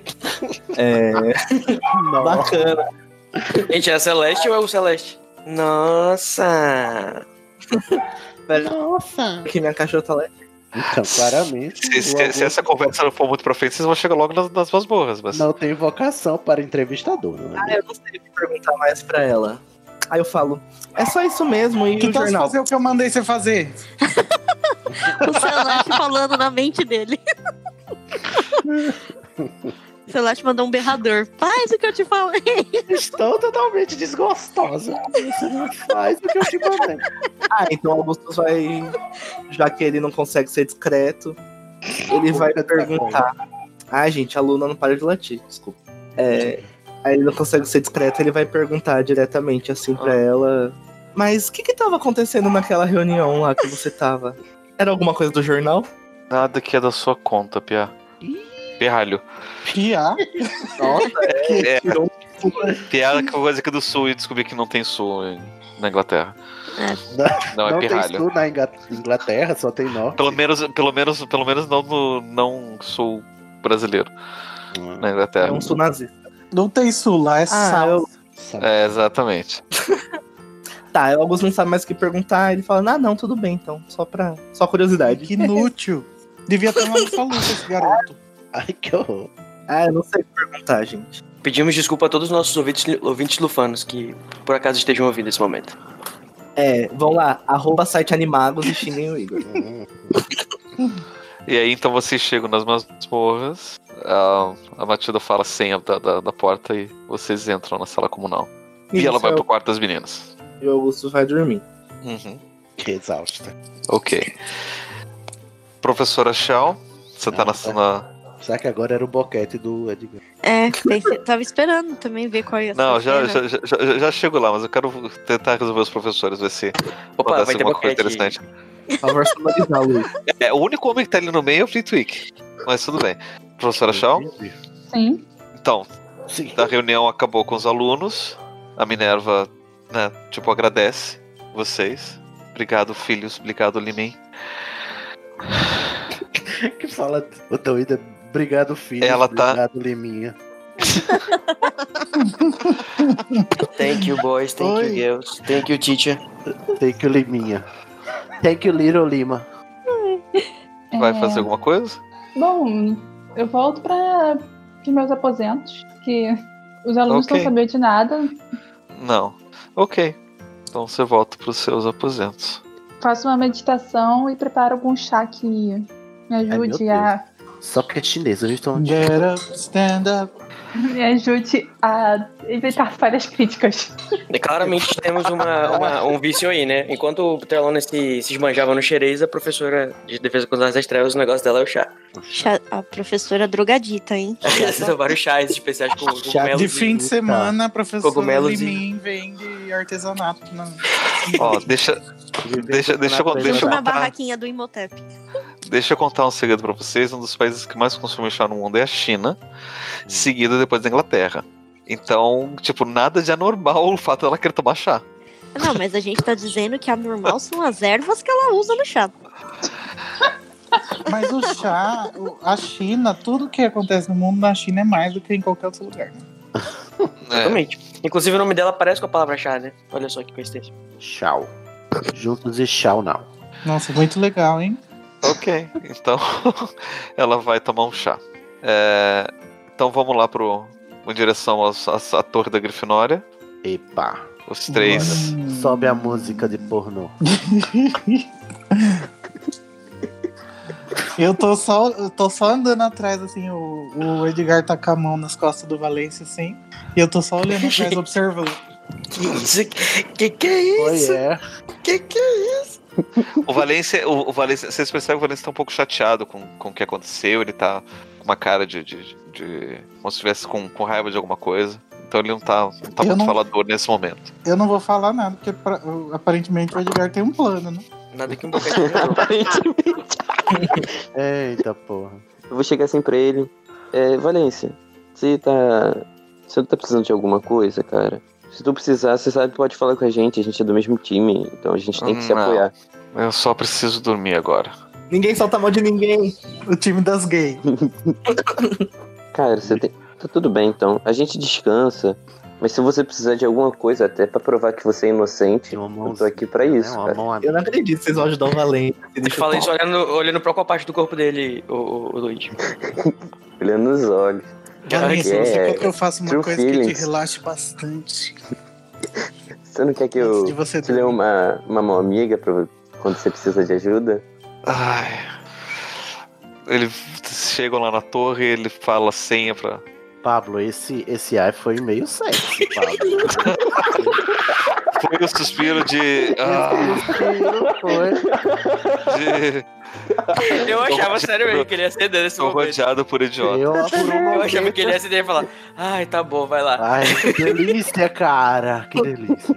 Speaker 6: é. Bacana.
Speaker 4: Gente, é a Celeste ou é o Celeste? Nossa!
Speaker 6: Nossa! Que minha cachorra lá.
Speaker 2: Então, claramente.
Speaker 3: Se, se-
Speaker 2: o
Speaker 3: se essa conversa não for muito pra frente, vocês vão chegar logo nas, nas masmorras. Mas...
Speaker 2: Não tem vocação para entrevistador, não é?
Speaker 6: Ah, eu não sei o que perguntar mais pra ela. Aí eu falo, é só isso mesmo e
Speaker 7: Que tá
Speaker 6: o
Speaker 7: tal se
Speaker 6: um jornal.
Speaker 7: fazer o que eu mandei você fazer?
Speaker 1: O Celeste falando na mente dele. O Celeste mandou um berrador. Faz o que eu te falei.
Speaker 2: Estou totalmente desgostosa. Você não faz o que eu te mandei.
Speaker 6: Ah, então o Augustus vai. Já que ele não consegue ser discreto, ele vai perguntar. Ah, gente, a Luna não para de latir, desculpa. É, aí ele não consegue ser discreto, ele vai perguntar diretamente assim pra ela. Mas o que que tava acontecendo naquela reunião lá que você tava? Era alguma coisa do jornal?
Speaker 3: Nada que é da sua conta, Pia. Pirralho.
Speaker 7: Piá?
Speaker 6: Nossa,
Speaker 3: É, Piá é uma coisa aqui do sul e descobri que não tem sul em- na Inglaterra. Não, é
Speaker 2: não tem
Speaker 3: pirralho.
Speaker 2: sul na Inga- Inglaterra, só tem norte.
Speaker 3: Pelo menos, pelo menos, pelo menos não, no- não sou brasileiro na Inglaterra.
Speaker 6: É um sul nazista.
Speaker 7: Não tem sul lá, é
Speaker 6: Ah,
Speaker 7: sal.
Speaker 6: eu-
Speaker 3: É, exatamente.
Speaker 6: Tá, aí o Augusto não sabe mais o que perguntar, ele fala, ah não, tudo bem, então, só pra. Só curiosidade.
Speaker 7: Que É inútil. Devia ter uma luta esse garoto.
Speaker 2: Ai, que horror.
Speaker 6: Ah, eu não sei o que perguntar, gente.
Speaker 4: Pedimos desculpa a todos os nossos ouvintes, ouvintes lufanos que por acaso estejam ouvindo esse momento.
Speaker 6: É, vão lá, arroba site animagos e xinguem o Igor.
Speaker 3: E aí então vocês chegam nas masmorras, a, a Matilda fala a senha da, da, da porta e vocês entram na sala comunal. E
Speaker 6: Isso,
Speaker 3: ela
Speaker 4: é
Speaker 3: vai
Speaker 6: eu-
Speaker 3: pro quarto das meninas.
Speaker 6: E o Augusto vai dormir.
Speaker 3: Uhum.
Speaker 2: Que exausta.
Speaker 3: Ok. Professora Shaw, você tá na, na.
Speaker 2: Será que agora era o boquete do Edgar?
Speaker 1: É, pensei- tava esperando também ver qual ia ser.
Speaker 3: Não,
Speaker 1: a
Speaker 3: já,
Speaker 1: cena.
Speaker 3: já, já, já- já chego lá, mas eu quero tentar resolver os professores, ver se
Speaker 4: Opa,
Speaker 3: acontece
Speaker 4: vai ter
Speaker 3: alguma coisa
Speaker 4: boquete.
Speaker 3: interessante.
Speaker 6: Por favor, sonorizar, Luiz.
Speaker 3: É, o único homem que tá ali no meio é o Flitwick. Mas tudo bem. Professora Shaw?
Speaker 9: Sim.
Speaker 3: Então,
Speaker 2: Sim.
Speaker 3: da reunião acabou com os alunos. A Minerva, né, tipo, agradece vocês. Obrigado, filhos. Obrigado, Limin.
Speaker 2: Que fala o Doida. Obrigado, filho.
Speaker 3: Ela tá-
Speaker 2: obrigado, Liminha.
Speaker 4: Thank you, boys, thank
Speaker 2: Oi.
Speaker 4: you, girls, thank you, teacher.
Speaker 2: Thank you, Liminha. Thank you, Little Lima.
Speaker 3: Vai
Speaker 9: É.
Speaker 3: fazer alguma coisa?
Speaker 9: Bom, eu volto para os meus aposentos, que os alunos
Speaker 3: Ok.
Speaker 9: não sabiam de nada.
Speaker 3: Não. Ok. Então você volta pros seus aposentos.
Speaker 9: Faço uma meditação e preparo algum chá que me ajude a
Speaker 2: Só porque é chinês, eles estão.
Speaker 7: Get up, stand up.
Speaker 9: me ajude a evitar falhas críticas.
Speaker 4: E É, claramente temos uma, uma- um vício aí, né? Enquanto o Trelona se, se esbanjava no xerez, a professora de defesa contra as trevas, o negócio dela é o chá.
Speaker 1: Chá- A professora drogadita, hein?
Speaker 4: São vários chás especiais com cogumelos.
Speaker 7: De fim de
Speaker 4: e-
Speaker 7: semana, professor
Speaker 4: Cogumelos e-
Speaker 7: Limin vende artesanato. Não.
Speaker 3: Ó, deixa. Deixa, deixa, eu- deixa,
Speaker 1: Tudo
Speaker 3: eu
Speaker 1: na
Speaker 3: contar,
Speaker 1: barraquinha do Imhotep.
Speaker 3: deixa eu contar um segredo pra vocês. Um dos países que mais consome chá no mundo é a China, seguida depois da Inglaterra. Então, tipo, nada de anormal o fato dela querer tomar chá.
Speaker 1: Não, mas a gente tá dizendo que a normal são as ervas que ela usa no chá.
Speaker 7: Mas o chá, o- a China, tudo que acontece no mundo na China é mais do que em qualquer outro lugar. né?
Speaker 3: É,
Speaker 4: Exatamente. Inclusive o nome dela parece com a palavra chá, né? Olha só que coincidência.
Speaker 2: Tchau. Juntos e tchau, não.
Speaker 7: Nossa, muito legal, hein?
Speaker 3: Ok, então ela vai tomar um chá. É, então vamos lá pro, em direção aos- às- à Torre da Grifinória.
Speaker 2: Epa.
Speaker 3: Os três.
Speaker 7: Hum.
Speaker 2: Sobe a música de pornô.
Speaker 7: Eu tô só, eu tô só andando atrás, assim, o, o Edgar tá com a mão nas costas do Valência, assim. E eu tô só olhando atrás, observando.
Speaker 4: Que isso? Que que é isso?
Speaker 2: Oi, é.
Speaker 4: Que que é
Speaker 3: O Valência, o, o Valência, vocês percebem que o Valência tá um pouco chateado com, com o que aconteceu. Ele tá com uma cara de. de, de- como se estivesse com, com raiva de alguma coisa. Então ele não tá, não tá
Speaker 7: Eu
Speaker 3: muito
Speaker 7: não-
Speaker 3: falador nesse momento.
Speaker 7: Eu não vou falar nada, porque pra- aparentemente o Edgar tem um plano, né?
Speaker 4: Nada que um bocadinho.
Speaker 10: Aparentemente.
Speaker 2: Eita porra.
Speaker 10: Eu vou chegar assim pra ele. É, Valência, você tá. Você tá precisando de alguma coisa, cara? Se tu precisar, você sabe, pode falar com a gente. A gente é do mesmo time, então a gente tem que se
Speaker 3: Não.
Speaker 10: apoiar.
Speaker 3: Eu só preciso dormir agora.
Speaker 6: Ninguém solta a mão de ninguém.
Speaker 7: O time das gays.
Speaker 10: Cara, você tem... tá tudo bem então. A gente descansa. Mas se você precisar de alguma coisa, até pra provar que você é inocente, eu tô aqui
Speaker 2: né?
Speaker 10: pra isso. cara.
Speaker 6: Eu não acredito que vocês vão ajudar o Valente.
Speaker 4: Ele fala isso olhando, olhando pra qual parte do corpo dele, o, o, o Luigi.
Speaker 10: Olhando nos olhos.
Speaker 7: Valência,
Speaker 10: Que
Speaker 7: você
Speaker 10: é
Speaker 7: quer que eu faça uma
Speaker 10: true
Speaker 7: coisa que
Speaker 10: feelings.
Speaker 7: te relaxe bastante?
Speaker 10: Você não quer que eu te dê uma, uma mão amiga pra quando você precisa de ajuda?
Speaker 3: Ai. Eles chegam lá na torre e ele fala a senha pra.
Speaker 2: Pablo, esse, esse ai foi meio sexy, Pablo.
Speaker 3: Foi o suspiro de. ah, de-
Speaker 4: Eu achava
Speaker 3: Tô
Speaker 4: sério mesmo que ele ia ceder nesse
Speaker 3: Tô
Speaker 4: momento.
Speaker 3: rodeado por idiota.
Speaker 2: Eu,
Speaker 4: Eu achava que ele ia ceder e falar, ai, tá bom, vai lá.
Speaker 2: Ai, que delícia, cara. Que delícia.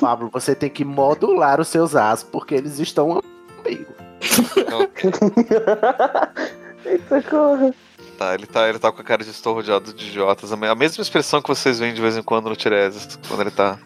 Speaker 2: Pablo, você tem que modular os seus as, porque eles estão comigo.
Speaker 8: Socorro.
Speaker 3: Tá, ele tá, ele tá com a cara de estou rodeado de idiotas. A me- a mesma expressão que vocês veem de vez em quando no Tiresias, quando ele tá.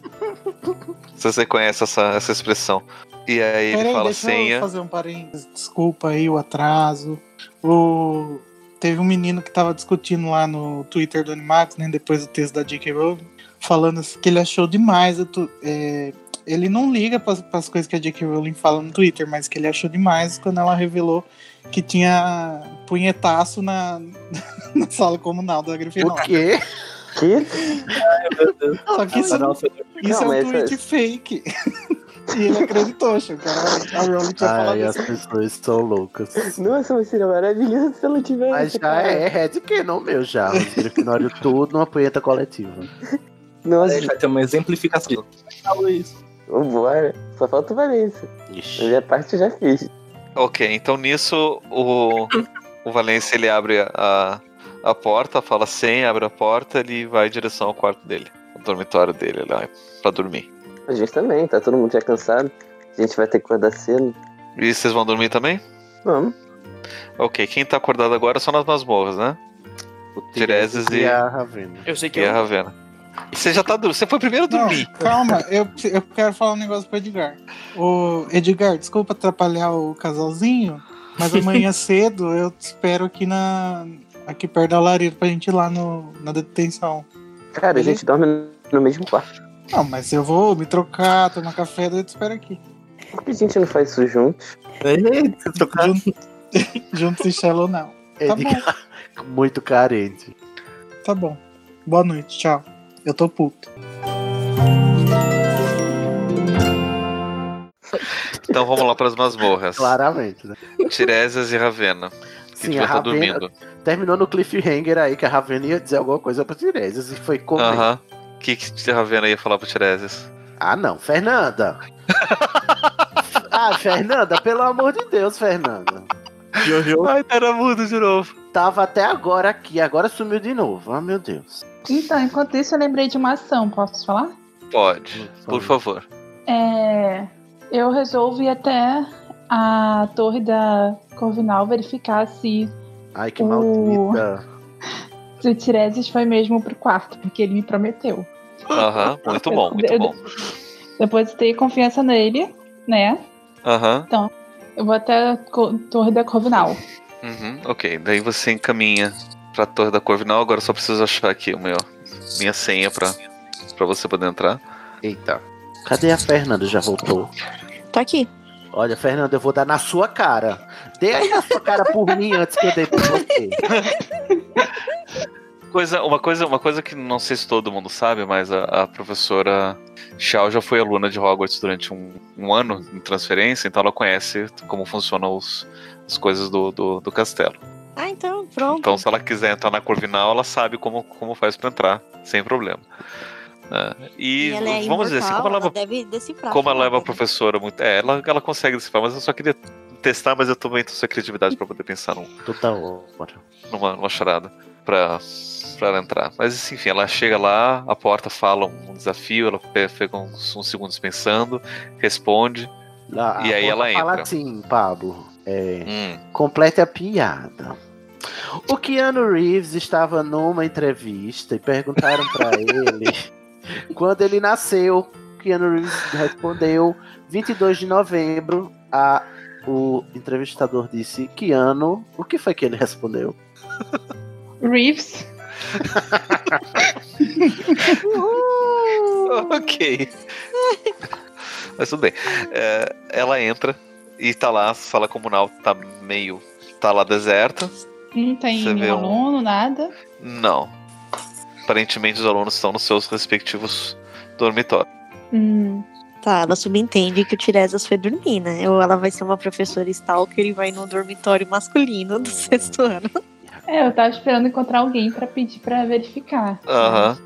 Speaker 3: Vocês reconhecem essa, essa expressão. E aí ele
Speaker 7: Peraí,
Speaker 3: fala a
Speaker 7: deixa eu
Speaker 3: senha.
Speaker 7: fazer um parênteses. Desculpa aí o atraso. O... Teve um menino que tava discutindo lá no Twitter do Animax, né? Depois do texto da J.K. Rowling, falando assim que ele achou demais. o tu- é, Ele não liga pras, pras coisas que a J.K. Rowling fala no Twitter, mas que ele achou demais quando ela revelou que tinha punhetaço na, na sala comunal da Grifinória.
Speaker 2: O quê?
Speaker 10: Que?
Speaker 7: Só que isso,
Speaker 6: Nossa,
Speaker 7: isso
Speaker 10: Não,
Speaker 7: é
Speaker 10: mas
Speaker 7: um tweet
Speaker 10: é-
Speaker 7: fake. e ele acreditou, achou que era- a Rowling tinha falado
Speaker 2: Ai, as
Speaker 7: isso.
Speaker 2: pessoas são loucas.
Speaker 10: Nossa, mas seria maravilhoso se ela tivesse.
Speaker 2: Mas já
Speaker 10: cara.
Speaker 2: é Red que não meu já. Os Grifinório tudo numa punheta coletiva.
Speaker 10: Nossa,
Speaker 6: Vai ter uma exemplificação. Fala isso.
Speaker 10: vambora. Só falta o Valência. A minha parte eu já fiz.
Speaker 3: Ok, então nisso o, o Valência ele abre a, a porta, fala senha, abre a porta, ele vai em direção ao quarto dele, ao dormitório dele lá, pra dormir.
Speaker 10: A gente também, tá todo mundo já cansado. A gente vai ter que acordar cedo.
Speaker 3: E vocês vão dormir também?
Speaker 10: Vamos.
Speaker 3: Ok, quem tá acordado agora são nas masmorras, né? O Tiresias e,
Speaker 2: E a Ravena.
Speaker 4: Eu sei que
Speaker 3: e a
Speaker 4: eu.
Speaker 3: Ravena. Você já tá dormindo, você foi primeiro a
Speaker 7: Não,
Speaker 3: dormir.
Speaker 7: calma, eu, eu quero falar um negócio pro Edgar. Ô, Edgar, desculpa atrapalhar o casalzinho, mas amanhã cedo eu te espero aqui na. Aqui perto da lareira pra gente ir lá no, na detenção.
Speaker 10: Cara, a gente dorme no mesmo quarto.
Speaker 7: Não, mas eu vou me trocar, tomar café, daí eu te espero aqui.
Speaker 10: Por que a gente não faz isso juntos?
Speaker 7: Juntos em Shallow não. Tá bom,
Speaker 2: Edgar, muito carente.
Speaker 7: tá bom. Boa noite, tchau. Eu tô puto.
Speaker 3: Então vamos lá pras masmorras.
Speaker 2: Claramente, né?
Speaker 3: Tiresias e Ravena. Que
Speaker 2: Sim,
Speaker 3: já
Speaker 2: a
Speaker 3: tá
Speaker 2: Ravena-
Speaker 3: dormindo.
Speaker 2: Terminou no cliffhanger aí que a Ravena ia dizer alguma coisa pro Tiresias e foi comer.
Speaker 3: Aham. O que, que a Ravena ia falar pro Tiresias?
Speaker 2: Ah, não, Fernanda. ah, Fernanda, pelo amor de Deus, Fernanda. Jojo
Speaker 3: Ai, era mudo de novo.
Speaker 2: tava até agora aqui, agora sumiu de novo. Ah, meu Deus.
Speaker 9: Então, enquanto isso, eu lembrei de uma ação, posso falar?
Speaker 3: Pode, por favor.
Speaker 9: É, eu resolvi ir até a torre da Corvinal verificar se,
Speaker 2: Ai, que
Speaker 9: O-
Speaker 2: maldita.
Speaker 9: se o Tiresias foi mesmo pro quarto, porque ele me prometeu.
Speaker 3: Aham, muito bom, muito
Speaker 9: Eu-
Speaker 3: bom.
Speaker 9: Depois de ter confiança nele, né?
Speaker 3: Aham.
Speaker 9: Então, eu vou até a co- torre da Corvinal.
Speaker 3: Uhum, ok, daí você encaminha pra Torre da Corvinal. Agora eu só preciso achar aqui o meu, minha senha pra, pra você poder entrar.
Speaker 2: Eita. Cadê a Fernanda? Já voltou.
Speaker 1: Tá aqui.
Speaker 2: Olha, Fernanda, eu vou dar na sua cara. Dê aí na sua cara por mim antes que eu dei por você.
Speaker 3: Coisa, uma, coisa, uma coisa que não sei se todo mundo sabe, mas a, a professora Shaw já foi aluna de Hogwarts durante um, um ano em transferência, então ela conhece como funcionam os, as coisas do, do, do castelo.
Speaker 1: Ah, então, pronto.
Speaker 3: Então, se ela quiser entrar na Corvinal, ela sabe como, como faz pra entrar, sem problema. Ah, e,
Speaker 1: E ela é
Speaker 3: vamos dizer, assim,
Speaker 1: imortal,
Speaker 3: como ela é uma
Speaker 1: deve né? decifrar.
Speaker 3: Como ela é uma
Speaker 1: tudo.
Speaker 3: professora muito. É, ela, ela consegue decifrar, mas eu só queria testar, mas eu também tenho sua criatividade pra poder pensar num,
Speaker 2: Toda hora.
Speaker 3: numa, numa charada pra, pra ela entrar. Mas assim, enfim, ela chega lá, a porta fala um desafio, ela pe- fica uns, uns segundos pensando, responde.
Speaker 2: Lá,
Speaker 3: E
Speaker 2: a
Speaker 3: aí
Speaker 2: moça
Speaker 3: ela
Speaker 2: fala
Speaker 3: entra.
Speaker 2: assim, Pablo. é,
Speaker 3: Hum,
Speaker 2: complete a piada. O Keanu Reeves estava numa entrevista e perguntaram pra ele quando ele nasceu. Keanu Reeves respondeu 22 de novembro. A, o entrevistador disse Keanu. O que foi que ele respondeu?
Speaker 9: Reeves.
Speaker 3: ok. Mas tudo bem. É, ela entra e tá lá, a sala comunal tá meio. tá lá deserta.
Speaker 9: Não tem
Speaker 3: Você vê
Speaker 9: nenhum
Speaker 3: um-
Speaker 9: aluno, nada.
Speaker 3: Não. Aparentemente os alunos estão nos seus respectivos dormitórios.
Speaker 9: Hum.
Speaker 1: Tá, ela subentende que o Tiresias foi dormir, né? Ou ela vai ser uma professora stalker e vai no dormitório masculino do sexto ano.
Speaker 9: É, eu tava esperando encontrar alguém pra pedir pra verificar.
Speaker 3: Aham.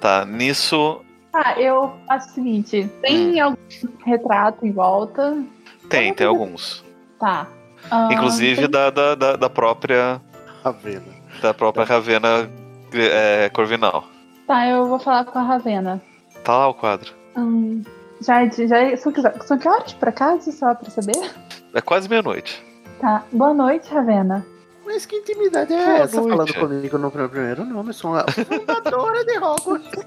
Speaker 3: Tá, nisso
Speaker 9: Ah, eu faço o seguinte:
Speaker 3: Hum.
Speaker 9: tem algum retrato em volta?
Speaker 3: tem, tem alguns.
Speaker 9: Tá. Ah,
Speaker 3: Inclusive
Speaker 9: tem-
Speaker 3: da, da, da, da própria.
Speaker 2: Ravena.
Speaker 3: Da própria
Speaker 2: Tá.
Speaker 3: Ravena é, Corvinal.
Speaker 9: Tá, eu vou falar com a Ravena.
Speaker 3: Tá lá o quadro.
Speaker 9: Hum, já, já, são, que- são que horas pra casa, só pra saber?
Speaker 3: É quase meia-noite.
Speaker 9: Tá. Boa noite, Ravena.
Speaker 2: Mas que intimidade é essa falando comigo no meu primeiro nome? Eu sou uma fundadora de Hogwarts.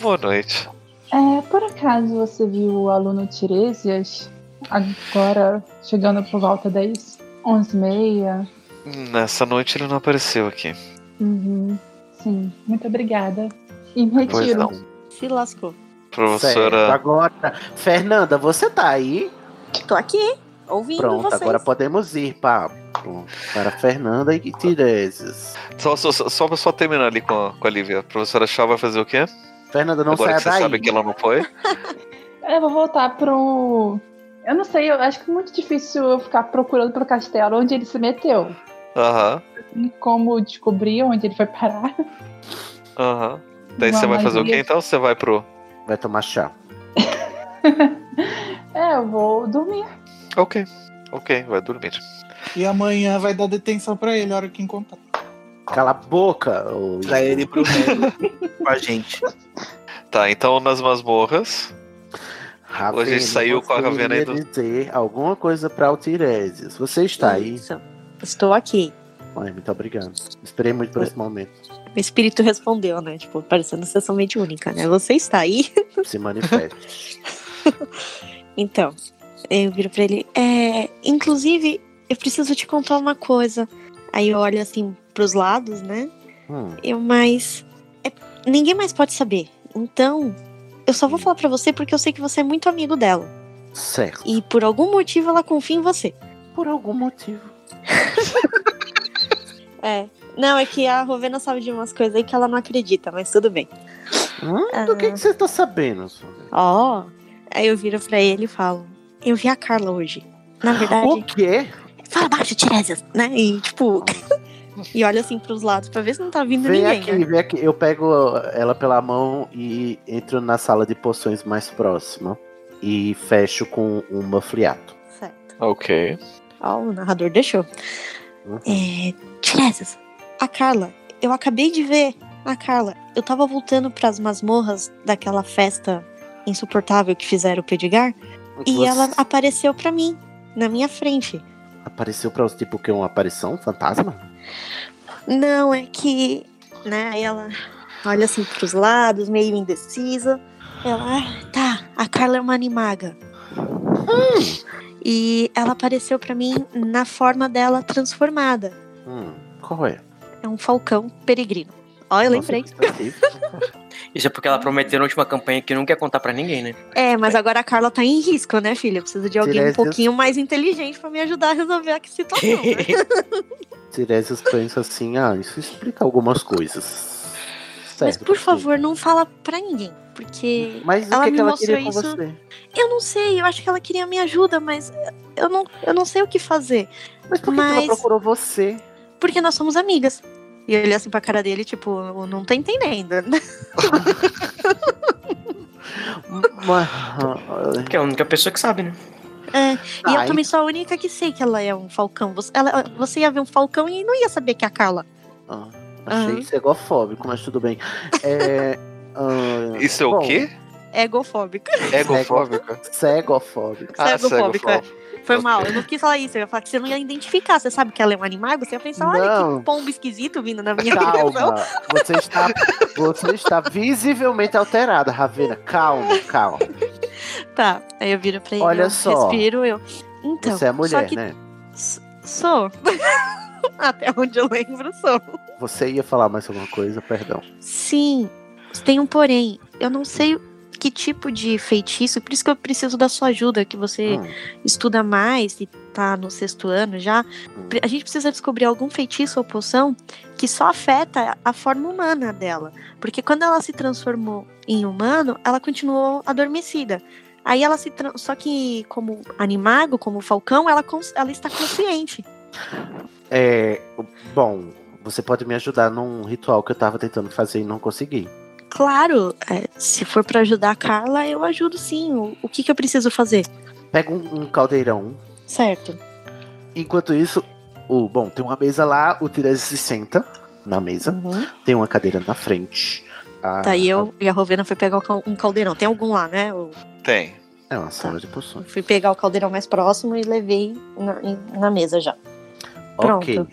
Speaker 3: Boa noite.
Speaker 9: É, por acaso você viu o aluno Tiresias agora chegando por volta das 11 e meia?
Speaker 3: Nessa noite ele não apareceu aqui.
Speaker 9: Uhum. Sim, muito obrigada. E me
Speaker 3: Pois
Speaker 9: retiro.
Speaker 1: Se lascou.
Speaker 2: Certo,
Speaker 3: Professora.
Speaker 2: agora, Fernanda, você tá aí?
Speaker 1: Tô aqui, ouvindo
Speaker 2: Pronto,
Speaker 1: vocês.
Speaker 2: agora podemos ir, Pablo. Para Fernanda e Tiresias.
Speaker 3: Só, só, só- só pra só terminar ali com a, com a Lívia. A professora Chá vai fazer o quê?
Speaker 2: Fernanda, não
Speaker 3: Agora
Speaker 2: saia
Speaker 3: que você
Speaker 2: daí.
Speaker 3: sabe que ela não foi?
Speaker 9: Eu vou voltar pro. Eu não sei, eu acho que é muito difícil eu ficar procurando pelo castelo onde ele se meteu.
Speaker 3: Aham.
Speaker 9: E como descobrir onde ele foi parar.
Speaker 3: Aham. Daí
Speaker 9: Uma
Speaker 3: você vai fazer o quê
Speaker 9: magia.
Speaker 3: então? Você vai pro.
Speaker 2: Vai tomar chá.
Speaker 9: É, eu vou dormir.
Speaker 3: Ok. Ok, vai dormir.
Speaker 7: E amanhã vai dar detenção pra ele, a hora que encontrar.
Speaker 2: Cala a boca. ô
Speaker 6: Pra ele e pro Harry, com a gente.
Speaker 3: Tá, então nas masmorras.
Speaker 2: Ravena,
Speaker 3: Hoje a gente saiu com a
Speaker 2: você
Speaker 3: Ravena aí
Speaker 2: iria
Speaker 3: do.
Speaker 2: dizer alguma coisa para o Tiresias. Você está aí?
Speaker 1: Isso. Estou aqui.
Speaker 2: Ai, muito obrigado. Esperei muito por
Speaker 3: É.
Speaker 2: esse momento.
Speaker 1: Meu espírito respondeu, né? Tipo, parecendo sessamente única, né? Você está aí?
Speaker 2: Se manifeste.
Speaker 1: Então, eu viro pra ele. É, inclusive, eu preciso te contar uma coisa. Aí eu olho assim pros lados, né?
Speaker 2: Hum.
Speaker 1: Eu, mas. é- ninguém mais pode saber. Então, eu só vou falar pra você porque eu sei que você é muito amigo dela.
Speaker 2: Certo.
Speaker 1: E por algum motivo ela confia em você.
Speaker 2: Por algum motivo.
Speaker 1: É. Não, é que a Rovena sabe de umas coisas aí que ela não acredita, mas tudo bem.
Speaker 2: Hum, Do
Speaker 3: É.
Speaker 2: que, que você está sabendo? sua?
Speaker 1: Ó. Aí eu viro pra ele e falo: Eu vi a Carla hoje. Na verdade.
Speaker 2: O quê?
Speaker 1: fala baixo, Tiresias, né? E tipo. e olha assim pros lados pra ver se não tá vindo
Speaker 2: Vem
Speaker 1: ninguém.
Speaker 2: aqui,
Speaker 1: né?
Speaker 2: vem aqui. Eu pego ela pela mão e entro na sala de poções mais próxima. E fecho com um mafliato.
Speaker 1: Certo.
Speaker 3: Ok.
Speaker 1: Ó, o narrador deixou.
Speaker 2: Uhum.
Speaker 1: É, Tiresias, a Carla, eu acabei de ver a Carla. Eu tava voltando pras masmorras daquela festa insuportável que fizeram o Pedigar e
Speaker 2: Você
Speaker 1: ela apareceu pra mim, na minha frente.
Speaker 2: Apareceu pra você, tipo, que uma aparição? Um fantasma?
Speaker 1: Não, é que. Né, aí ela olha assim pros lados, meio indecisa. Ela, "Ah, tá, a Carla é uma animaga.
Speaker 2: Hum.
Speaker 1: E ela apareceu pra mim na forma dela transformada.
Speaker 2: Hum, qual é?
Speaker 1: É um falcão peregrino. Ó, eu
Speaker 2: Nossa,
Speaker 1: lembrei.
Speaker 2: que específico.
Speaker 4: Isso é porque ela prometeu na última campanha que não quer contar pra ninguém, né?
Speaker 1: É, mas agora a Carla tá em risco, né, filha? Eu preciso de alguém um
Speaker 2: Tiresias.
Speaker 1: pouquinho mais inteligente pra me ajudar a resolver a situação. né?
Speaker 2: Tiresias pensa assim, ah, isso explica algumas coisas. Certo,
Speaker 1: Mas por
Speaker 2: perfeito.
Speaker 1: favor, não fala pra ninguém. Porque
Speaker 2: Mas
Speaker 1: ela
Speaker 2: o que,
Speaker 1: me
Speaker 2: que ela
Speaker 1: mostrou
Speaker 2: queria com
Speaker 1: isso
Speaker 2: você?
Speaker 1: Eu não sei, eu acho que ela queria minha ajuda, mas eu não, eu não sei o que fazer.
Speaker 2: Mas por que, que
Speaker 1: Mas-
Speaker 2: ela procurou você?
Speaker 1: Porque nós somos amigas. E eu olhei assim pra cara dele, tipo, eu não tô entendendo.
Speaker 2: Mas- ah,
Speaker 4: Que é a única pessoa que sabe, né?
Speaker 1: É, e eu
Speaker 2: Ai.
Speaker 1: também sou a única que sei que ela é um falcão. Você, ela- você ia ver um falcão e não ia saber que é a Carla.
Speaker 2: Ah, achei
Speaker 1: Aham.
Speaker 2: cegofóbico, mas tudo bem. É, ah,
Speaker 3: Isso é o
Speaker 2: bom, é
Speaker 3: quê?
Speaker 1: É egofóbica.
Speaker 3: Egofóbica?
Speaker 2: Cegofóbico.
Speaker 3: Ah,
Speaker 1: Cegofóbica,
Speaker 3: cegofóbica.
Speaker 1: Foi mal, eu não quis falar isso. Eu ia falar que você não ia identificar. Você sabe que ela é um animago? Você ia pensar, olha
Speaker 2: Não.
Speaker 1: que pombo esquisito vindo na minha direção.
Speaker 2: Calma, você está, você está visivelmente alterada, Ravena. Calma, calma.
Speaker 1: Tá, aí eu viro pra ele.
Speaker 2: Olha
Speaker 1: eu
Speaker 2: só.
Speaker 1: Respiro, eu. Então.
Speaker 2: você é
Speaker 1: só
Speaker 2: mulher,
Speaker 1: que
Speaker 2: né?
Speaker 1: Sou. Até onde eu lembro, sou.
Speaker 2: Você ia falar mais alguma coisa, perdão.
Speaker 1: Sim, tem um porém. Eu não sei que tipo de feitiço, por isso que eu preciso da sua ajuda, que você estuda mais e tá no sexto ano já. Pre- A gente precisa descobrir algum feitiço ou poção que só afeta a forma humana dela. Porque quando ela se transformou em humano, ela continuou adormecida. Aí ela se. tran- Só que, como animago, como falcão, ela, cons- ela está consciente.
Speaker 2: É, bom, você pode me ajudar num ritual que eu tava tentando fazer e não consegui.
Speaker 1: Claro, é, se for pra ajudar a Carla, eu ajudo sim. O, o que, que eu preciso fazer?
Speaker 2: Pega um, um caldeirão.
Speaker 1: Certo.
Speaker 2: Enquanto isso, o bom, tem uma mesa lá, o Tiresias se senta na mesa. Tem uma cadeira na frente. A-
Speaker 1: Tá, e eu e a Rovena foi pegar o cal- um caldeirão. Tem algum lá, né? Eu
Speaker 3: Tem.
Speaker 2: É
Speaker 1: Tá.
Speaker 2: uma sala de poções.
Speaker 1: fui pegar o caldeirão mais próximo e levei na, em- na mesa já. Pronto. Hum.
Speaker 2: Ok.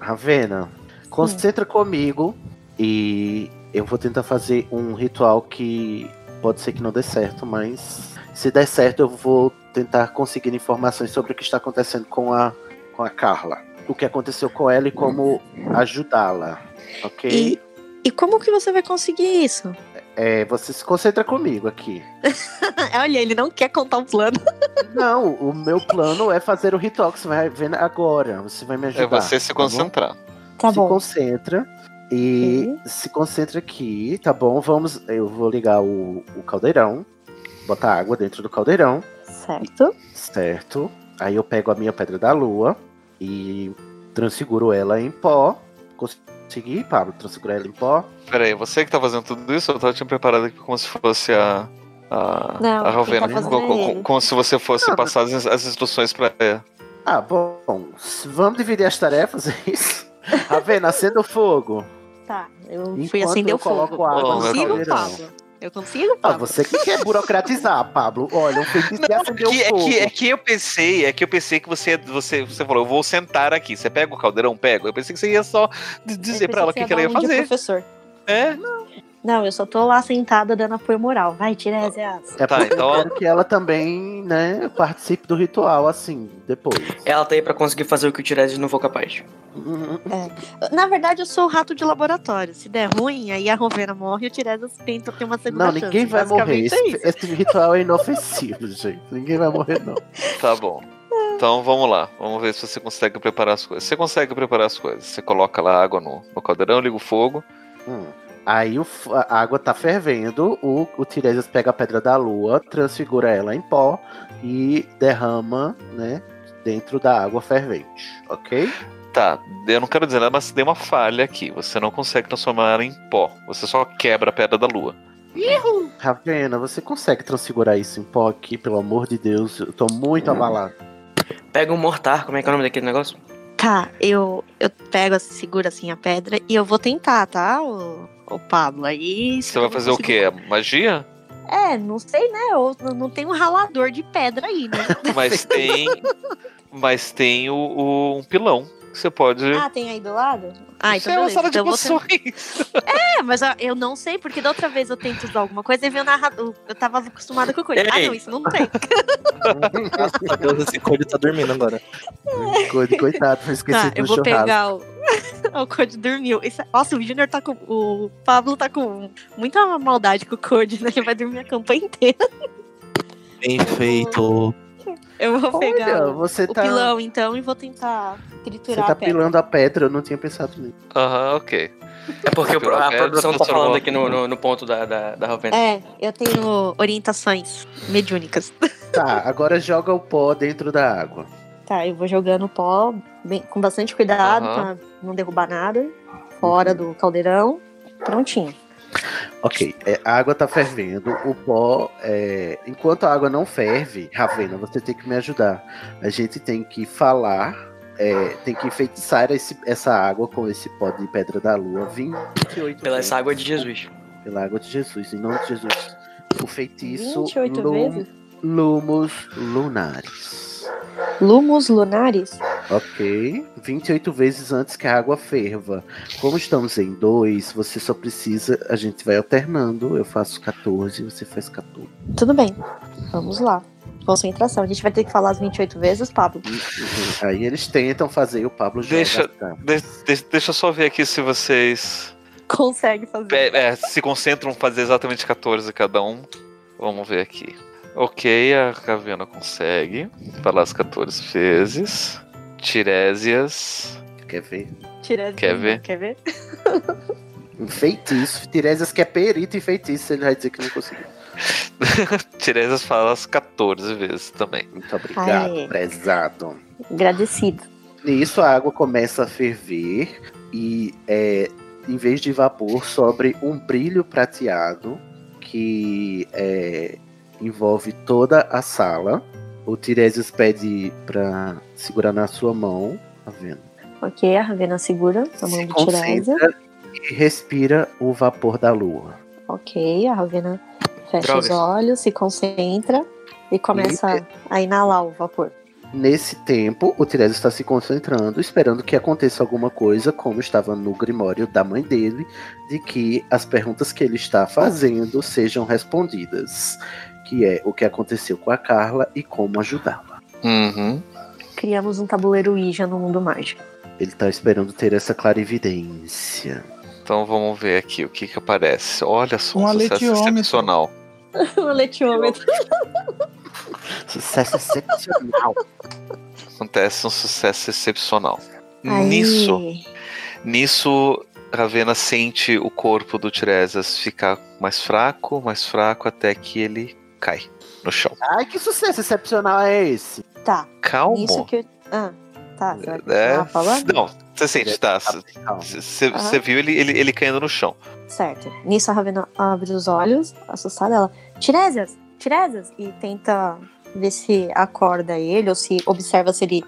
Speaker 2: Ravena, concentra comigo e eu vou tentar fazer um ritual que pode ser que não dê certo, mas se der certo eu vou tentar conseguir informações sobre o que está acontecendo com a, com a Carla. O que aconteceu com ela e como ajudá-la. Ok?
Speaker 1: E, e como que você vai conseguir isso?
Speaker 2: É, você se concentra comigo aqui.
Speaker 1: Olha, ele não quer contar o plano.
Speaker 2: Não, o meu plano é fazer o ritual que você vai ver agora. Você vai me ajudar.
Speaker 3: É você se
Speaker 2: tá bom?
Speaker 3: concentrar.
Speaker 1: Tá
Speaker 2: se concentra e se concentra aqui, tá bom? Vamos, eu vou ligar o, o caldeirão, botar água dentro do caldeirão,
Speaker 1: Certo.
Speaker 2: certo? Aí eu pego a minha pedra da lua e transfiguro ela em pó. Consegui, Pablo, transfigurar ela em pó.
Speaker 3: Peraí, você que tá fazendo tudo isso, eu tava te preparado aqui como se fosse a. A,
Speaker 2: Não,
Speaker 3: a
Speaker 2: quem
Speaker 3: Rovena,
Speaker 2: tá fazendo
Speaker 3: co- co-
Speaker 2: é
Speaker 3: co-
Speaker 2: ele.
Speaker 3: como se você fosse
Speaker 2: Não, não.
Speaker 3: passar as, as instruções pra ela.
Speaker 2: Ah, bom, s- vamos dividir as tarefas, é isso? Ravena, acenda o fogo.
Speaker 1: Tá, eu
Speaker 2: Enquanto
Speaker 1: fui acender
Speaker 2: eu
Speaker 1: o fogo.
Speaker 2: coloco água
Speaker 1: eu
Speaker 2: no
Speaker 1: consigo,
Speaker 2: caldeirão.
Speaker 1: Pablo? Eu consigo,
Speaker 3: Tá
Speaker 2: Ah,
Speaker 1: Pablo?
Speaker 2: você que quer burocratizar, Pablo. Olha, um feitiço de acender o
Speaker 3: Que, é,
Speaker 2: fogo.
Speaker 3: que, é que eu pensei, é que eu pensei que você, você, você falou, eu vou sentar aqui. Você pega o caldeirão, pega. Eu pensei que você ia só d- dizer pra ela o que, que ela ia
Speaker 2: um
Speaker 3: fazer.
Speaker 1: professor.
Speaker 3: É?
Speaker 1: Não, eu só tô lá sentada dando apoio moral. Vai, assim. Tiresias.
Speaker 2: É
Speaker 3: Tá,
Speaker 2: porque
Speaker 3: então-
Speaker 2: eu quero que ela também, né, participe do ritual, assim, depois.
Speaker 4: Ela tá aí pra conseguir fazer o que o Tiresias não for capaz.
Speaker 1: É. Na verdade, eu sou o rato de laboratório. Se der ruim, aí a Rovena morre e o Tiresias tenta ter uma segunda
Speaker 2: Não,
Speaker 1: chance.
Speaker 2: ninguém vai morrer.
Speaker 1: Basicamente
Speaker 2: Esse,
Speaker 1: É isso.
Speaker 2: esse ritual é inofensivo, gente. Ninguém vai morrer, não.
Speaker 3: Tá bom. Então vamos lá, vamos ver se você consegue preparar as coisas. Você consegue preparar as coisas. Você coloca lá água no, no caldeirão, liga o fogo.
Speaker 2: Hum. Aí o f- a água tá fervendo, o, o Tiresias pega a pedra da lua, transfigura ela em pó e derrama, né, dentro da água fervente, ok?
Speaker 3: Tá, eu não quero dizer nada, mas deu uma falha aqui. Você não consegue transformar ela em pó. Você só quebra a pedra da lua.
Speaker 2: Ravena, você consegue transfigurar isso em pó aqui, pelo amor de Deus? Eu tô muito
Speaker 1: Hum.
Speaker 2: abalado.
Speaker 4: Pega um mortar, como é que é o nome daquele negócio?
Speaker 1: Tá, eu, eu pego, seguro assim a pedra e eu vou tentar, tá, o, o Pablo? Aí. se
Speaker 3: Você vai
Speaker 1: eu
Speaker 3: fazer o
Speaker 1: conseguir-
Speaker 3: quê? Magia?
Speaker 1: É, não sei, né? Eu não- não tem um ralador de pedra aí, né?
Speaker 3: Mas tem. Mas tem o, o- um pilão. que Você pode.
Speaker 1: ah, tem aí do lado? Ah,
Speaker 3: Isso
Speaker 1: então
Speaker 3: é uma
Speaker 1: beleza.
Speaker 3: sala de
Speaker 1: Então eu vou
Speaker 3: poções.
Speaker 1: É, mas ah, eu não sei, porque da outra vez eu tento usar alguma coisa e veio narrador. Eu tava acostumada com coisa. Ah,
Speaker 6: Ei.
Speaker 1: não, isso não tem.
Speaker 6: Graças a Deus, esse coelho tá dormindo agora.
Speaker 2: Coitado, coitado, foi esquecido
Speaker 1: Tá, eu
Speaker 2: no
Speaker 1: vou
Speaker 2: churrasco.
Speaker 1: pegar o. o Code dormiu. Esse- Nossa, o Junior tá com. O Pablo tá com muita maldade com o Code, né? Ele vai dormir a campanha inteira.
Speaker 6: Bem feito.
Speaker 1: Eu vou
Speaker 2: Olha,
Speaker 1: pegar o,
Speaker 2: você
Speaker 1: o
Speaker 2: tá-
Speaker 1: pilão, então, e vou tentar
Speaker 2: Você
Speaker 1: triturar
Speaker 2: tá
Speaker 1: a pedra.
Speaker 2: pilando a pedra, eu não tinha pensado nisso.
Speaker 3: Aham, ok.
Speaker 4: É porque o- a
Speaker 3: Pedra
Speaker 4: produção tá
Speaker 3: transformou.
Speaker 4: falando aqui no, no, no ponto da, da, da Rovena.
Speaker 1: É, eu tenho orientações mediúnicas.
Speaker 2: Tá, agora joga o pó dentro da água.
Speaker 1: Tá, eu vou jogando pó bem- com bastante cuidado
Speaker 2: Aham.
Speaker 1: pra não derrubar nada. Fora do caldeirão. Prontinho.
Speaker 2: Ok, é, a água tá fervendo, o pó. é, enquanto a água não ferve, Ravena, você tem que me ajudar. A gente tem que falar, é, tem que enfeitiçar esse- essa água com esse pó de pedra da lua vindo
Speaker 4: Pela essa água de Jesus.
Speaker 2: pela água de Jesus, em nome de Jesus. O feitiço
Speaker 1: 28
Speaker 2: lum-
Speaker 1: vezes?
Speaker 2: Lumos Lunares.
Speaker 1: Lumos lunares?
Speaker 2: Ok. 28 vezes antes que a água ferva. Como estamos em dois, você só precisa. A gente vai alternando. Eu faço 14, você faz 14.
Speaker 1: Tudo bem. Vamos lá. Concentração. A gente vai ter que falar as 28 vezes, Pablo.
Speaker 2: Uhum. Aí eles tentam fazer e o Pablo joga.
Speaker 3: Deixa,
Speaker 2: tá?
Speaker 3: de- de- deixa eu só ver aqui se vocês
Speaker 1: Consegue fazer.
Speaker 3: é, é, se concentram em fazer exatamente 14 cada um. Vamos ver aqui. Ok, a Caviana consegue falar as 14 vezes. Tirésias.
Speaker 2: Quer ver?
Speaker 1: Tiresias,
Speaker 3: Quer ver?
Speaker 1: Quer ver?
Speaker 2: Um feitiço. Tiresias que é perito em feitiço, ele vai dizer que não conseguiu.
Speaker 3: Tirésias fala as 14 vezes também.
Speaker 2: Muito obrigado,
Speaker 1: Aê.
Speaker 2: prezado.
Speaker 1: Agradecido.
Speaker 2: Nisso a água começa a ferver e é, em vez de vapor sobre um brilho prateado que é, envolve toda a sala. O Tiresias pede pra segurar na sua mão, tá vendo?
Speaker 1: Ok, a Ravena segura a mão
Speaker 2: Se
Speaker 1: do Tiresias.
Speaker 2: concentra e respira o vapor da lua.
Speaker 1: Ok, a Ravena fecha
Speaker 2: Drogas.
Speaker 1: os olhos, se concentra e começa a inalar o vapor.
Speaker 2: Nesse tempo, o Tiresias está se concentrando, esperando que aconteça alguma coisa, como estava no grimório da mãe dele, de que as perguntas que ele está fazendo sejam respondidas, que é o que aconteceu com a Carla e como ajudá-la.
Speaker 3: Uhum.
Speaker 1: Criamos um tabuleiro Ouija no mundo mágico.
Speaker 2: Ele está esperando ter essa clarividência.
Speaker 3: Então vamos ver aqui o que que aparece. Olha só,
Speaker 1: Um
Speaker 3: um sucesso
Speaker 1: aletiômetro.
Speaker 3: excepcional.
Speaker 1: o letiômetro.
Speaker 2: Sucesso excepcional.
Speaker 3: Acontece um sucesso excepcional.
Speaker 1: Aí.
Speaker 3: Nisso, nisso, Ravena sente o corpo do Tiresias ficar mais fraco, mais fraco, até que ele cai no chão.
Speaker 2: Ai, que sucesso excepcional é esse?
Speaker 1: Tá.
Speaker 3: Calmo.
Speaker 1: Isso que eu... Ah, tá. Você vai
Speaker 3: um É,
Speaker 1: continuar falando?
Speaker 3: não, você sente, tá? Você
Speaker 1: Aham.
Speaker 3: viu ele, ele, ele caindo no chão.
Speaker 1: Certo. Nisso a Ravena abre os olhos, assustada, ela. Tiresias! Tiresias! E tenta ver se acorda ele ou se observa se ele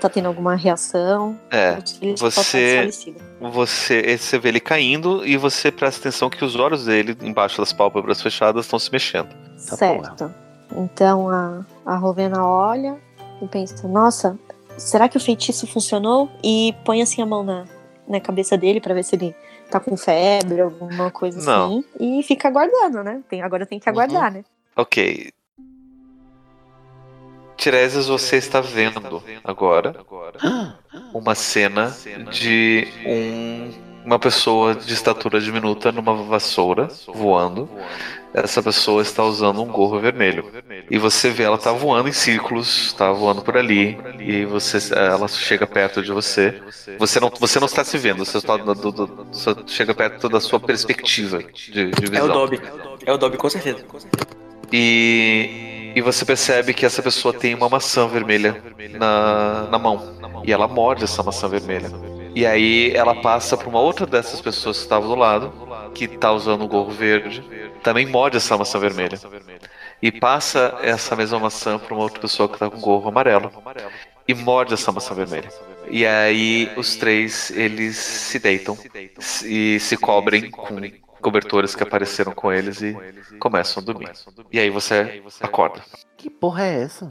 Speaker 1: tá tendo alguma reação.
Speaker 3: É,
Speaker 1: ou se ele só tá
Speaker 3: você,
Speaker 1: desfalecido.
Speaker 3: você, você vê ele caindo e você presta atenção que os olhos dele, embaixo das pálpebras fechadas, estão se mexendo.
Speaker 1: certo. Então a, a Rovena olha e pensa: Nossa, será que o feitiço funcionou? E põe assim a mão na, na cabeça dele pra ver se ele tá com febre, alguma coisa
Speaker 3: Não.
Speaker 1: assim. E fica aguardando, né? Tem, agora tem que aguardar, né?
Speaker 3: Ok. Tiresias, você está vendo agora uma cena de um- uma pessoa de estatura diminuta numa vassoura voando. Essa pessoa está usando um gorro vermelho. E você vê, ela está voando em círculos, está voando por ali, e você, ela chega perto de você. Você não, você não está se vendo, você está do- do- do- só chega perto da sua perspectiva de, de visão.
Speaker 4: É o Dobby. É o Dobby, com certeza.
Speaker 3: E, e você percebe que essa pessoa tem uma maçã vermelha na, na mão. E ela morde essa maçã vermelha. E aí ela passa para uma outra dessas pessoas que estava do lado, que está usando o gorro verde, também morde essa maçã vermelha. E passa essa mesma maçã para uma outra pessoa que está com o gorro amarelo. E morde essa maçã vermelha. E aí os três eles se deitam e se cobrem com cobertores que apareceram com eles e começam a dormir. E aí você acorda.
Speaker 2: Que porra é essa?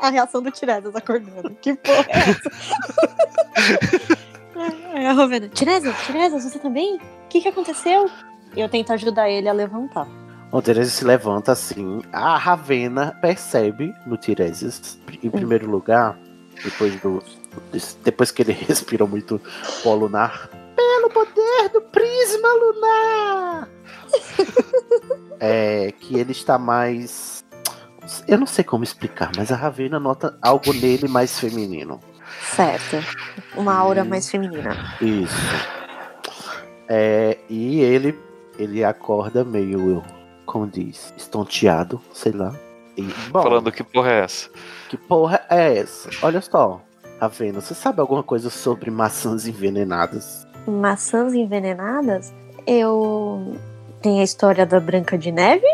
Speaker 1: a reação do Tiresias acordando. Que porra é essa? Aí a Rovena, Tiresias, Tiresias, você também? O que, que aconteceu? E eu tento ajudar ele a levantar.
Speaker 2: O Tiresias se levanta assim. A Ravena percebe no Tiresias, em primeiro lugar, depois do. Depois que ele respira muito pó lunar, Pelo poder do prisma lunar! é que ele está mais. Eu não sei como explicar, mas a Ravena nota algo nele mais feminino.
Speaker 1: Certo. Uma aura mais feminina.
Speaker 2: Isso. É, e ele ele acorda meio, como diz, estonteado, sei lá. E, bom,
Speaker 3: Falando que porra é essa?
Speaker 2: que porra é essa? Olha só, Ravena, você sabe alguma coisa sobre maçãs envenenadas?
Speaker 1: Maçãs envenenadas? Eu. Tem a história da Branca de Neve?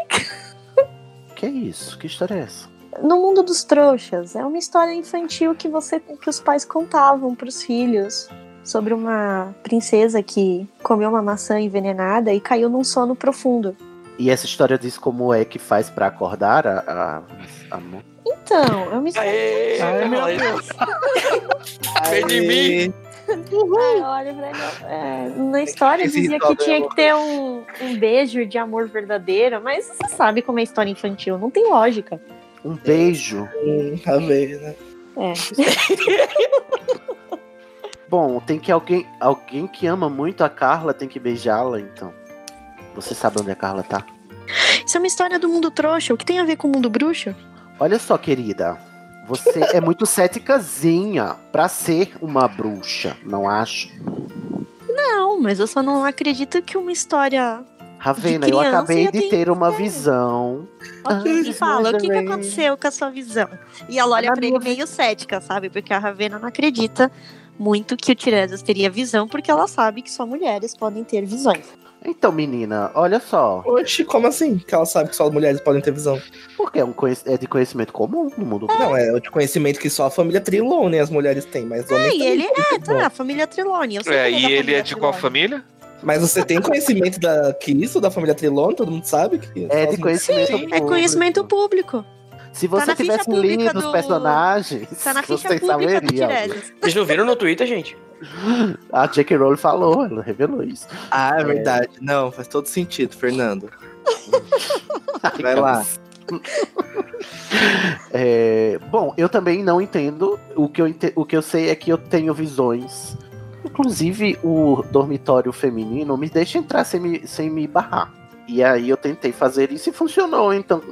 Speaker 2: Que isso? Que história é essa?
Speaker 1: No mundo dos trouxas, é uma história infantil que você que os pais contavam para os filhos sobre uma princesa que comeu uma maçã envenenada e caiu num sono profundo.
Speaker 2: E essa história diz como é que faz pra acordar a, a, a mo-
Speaker 1: Então, eu me escondi.
Speaker 4: Aê, meu Deus. Vem de mim.
Speaker 1: Aí eu olho pra ele, é, na história
Speaker 6: Esse
Speaker 1: dizia
Speaker 6: ritual
Speaker 1: que tinha
Speaker 6: dela.
Speaker 1: que ter um, um beijo de amor verdadeiro, mas você sabe como é história infantil, não tem lógica.
Speaker 2: Um beijo.
Speaker 6: Hum, tá vendo?
Speaker 1: É.
Speaker 2: Bom, tem que alguém. Alguém que ama muito a Carla tem que beijá-la, então. Você sabe onde a Carla tá?
Speaker 1: Isso é uma história do mundo trouxa, o que tem a ver com o mundo bruxo?
Speaker 2: Olha só, querida. Você é muito céticazinha pra ser uma bruxa, não acho?
Speaker 1: Não, mas eu só não acredito que uma história.
Speaker 2: Ravena,
Speaker 1: De
Speaker 2: eu
Speaker 1: criança,
Speaker 2: acabei
Speaker 1: eu
Speaker 2: de
Speaker 1: tenho-
Speaker 2: ter uma visão.
Speaker 1: Ok,
Speaker 2: Ah,
Speaker 1: e fala, o que, que
Speaker 2: também.
Speaker 1: aconteceu com a sua visão? E ela olha
Speaker 2: Na
Speaker 1: pra ele meio cética, sabe? Porque a Ravena não acredita muito que o Tiresias teria visão, porque ela sabe que só mulheres podem ter visões.
Speaker 2: Então, menina, olha só.
Speaker 6: Oxe, como assim? Que ela sabe que só as mulheres podem ter visão.
Speaker 2: Porque é, um conhec- é de conhecimento comum no mundo.
Speaker 6: Não, é o de conhecimento que só a família Trilone as mulheres têm, mas
Speaker 1: É,
Speaker 6: homens
Speaker 1: e
Speaker 6: também
Speaker 1: ele
Speaker 6: podem
Speaker 1: é,
Speaker 6: ter
Speaker 2: né?
Speaker 1: tá,
Speaker 6: visão.
Speaker 1: a família Trilone. Eu sei
Speaker 3: É,
Speaker 1: que
Speaker 3: e
Speaker 1: da
Speaker 3: ele é
Speaker 1: família
Speaker 3: de qual
Speaker 1: Trelawney.
Speaker 3: família?
Speaker 6: Mas você tem conhecimento da, que isso da família Trilone? Todo mundo sabe que. assim,
Speaker 2: É
Speaker 6: só
Speaker 2: de
Speaker 6: as-
Speaker 2: conhecimento
Speaker 3: Sim.
Speaker 2: público.
Speaker 1: É conhecimento público.
Speaker 2: Se você
Speaker 1: na ficha
Speaker 2: tivesse
Speaker 1: pública
Speaker 2: lido os
Speaker 1: do-
Speaker 2: personagens,
Speaker 1: Tá na ficha
Speaker 2: vocês
Speaker 1: pública do
Speaker 2: saberiam.
Speaker 1: Tiresias.
Speaker 4: Vocês não viram no Twitter, gente?
Speaker 2: A J.K. Rowling falou, ela revelou isso.
Speaker 6: Ah, é verdade. Não, faz todo sentido, Fernando. Vai lá.
Speaker 2: É, bom, eu também não entendo. O que, eu ente- o que eu sei é que eu tenho visões. Inclusive, o dormitório feminino me deixa entrar sem me, sem me barrar. E aí eu tentei fazer isso e funcionou. Então,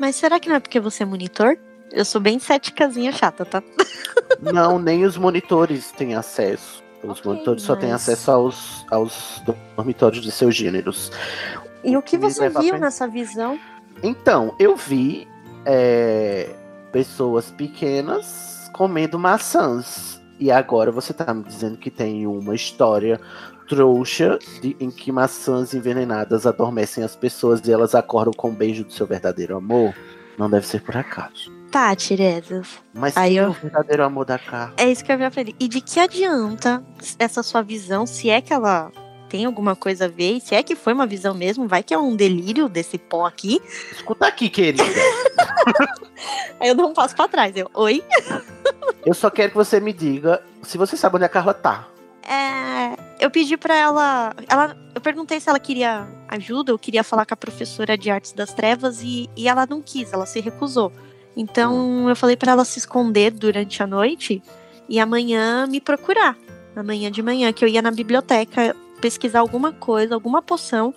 Speaker 1: Mas será que não é porque você é monitor? Eu sou bem céticazinha chata, tá?
Speaker 2: não, nem os monitores têm acesso. Os
Speaker 1: Ok,
Speaker 2: monitores só têm
Speaker 1: mas-
Speaker 2: acesso aos, aos dormitórios de seus gêneros.
Speaker 1: E o que
Speaker 2: Me
Speaker 1: você
Speaker 2: leva a
Speaker 1: viu
Speaker 2: pensar.
Speaker 1: nessa visão?
Speaker 2: Então, eu vi é, pessoas pequenas comendo maçãs. E agora você tá me dizendo que tem uma história trouxa de- em que maçãs envenenadas adormecem as pessoas e elas acordam com um beijo do seu verdadeiro amor? Não deve ser por acaso.
Speaker 1: Tá, Tiresias.
Speaker 2: Mas
Speaker 1: Aí
Speaker 2: quem é
Speaker 1: eu-
Speaker 2: o verdadeiro amor da Carla?
Speaker 1: É isso que eu ia falar. E de que adianta essa sua visão, se é que ela tem alguma coisa a ver, e se é que foi uma visão mesmo, vai que é um delírio desse pó aqui.
Speaker 2: Escuta aqui, querida.
Speaker 1: Aí eu dou um passo pra trás. Eu, oi?
Speaker 2: Eu só quero que você me diga se você sabe onde a Carla tá.
Speaker 1: É, eu pedi pra ela, ela. Eu perguntei se ela queria ajuda, eu queria falar com a professora de artes das trevas e, e ela não quis, ela se recusou. Então eu falei pra ela se esconder durante a noite e amanhã me procurar. Amanhã de manhã, que eu ia na biblioteca pesquisar alguma coisa, alguma poção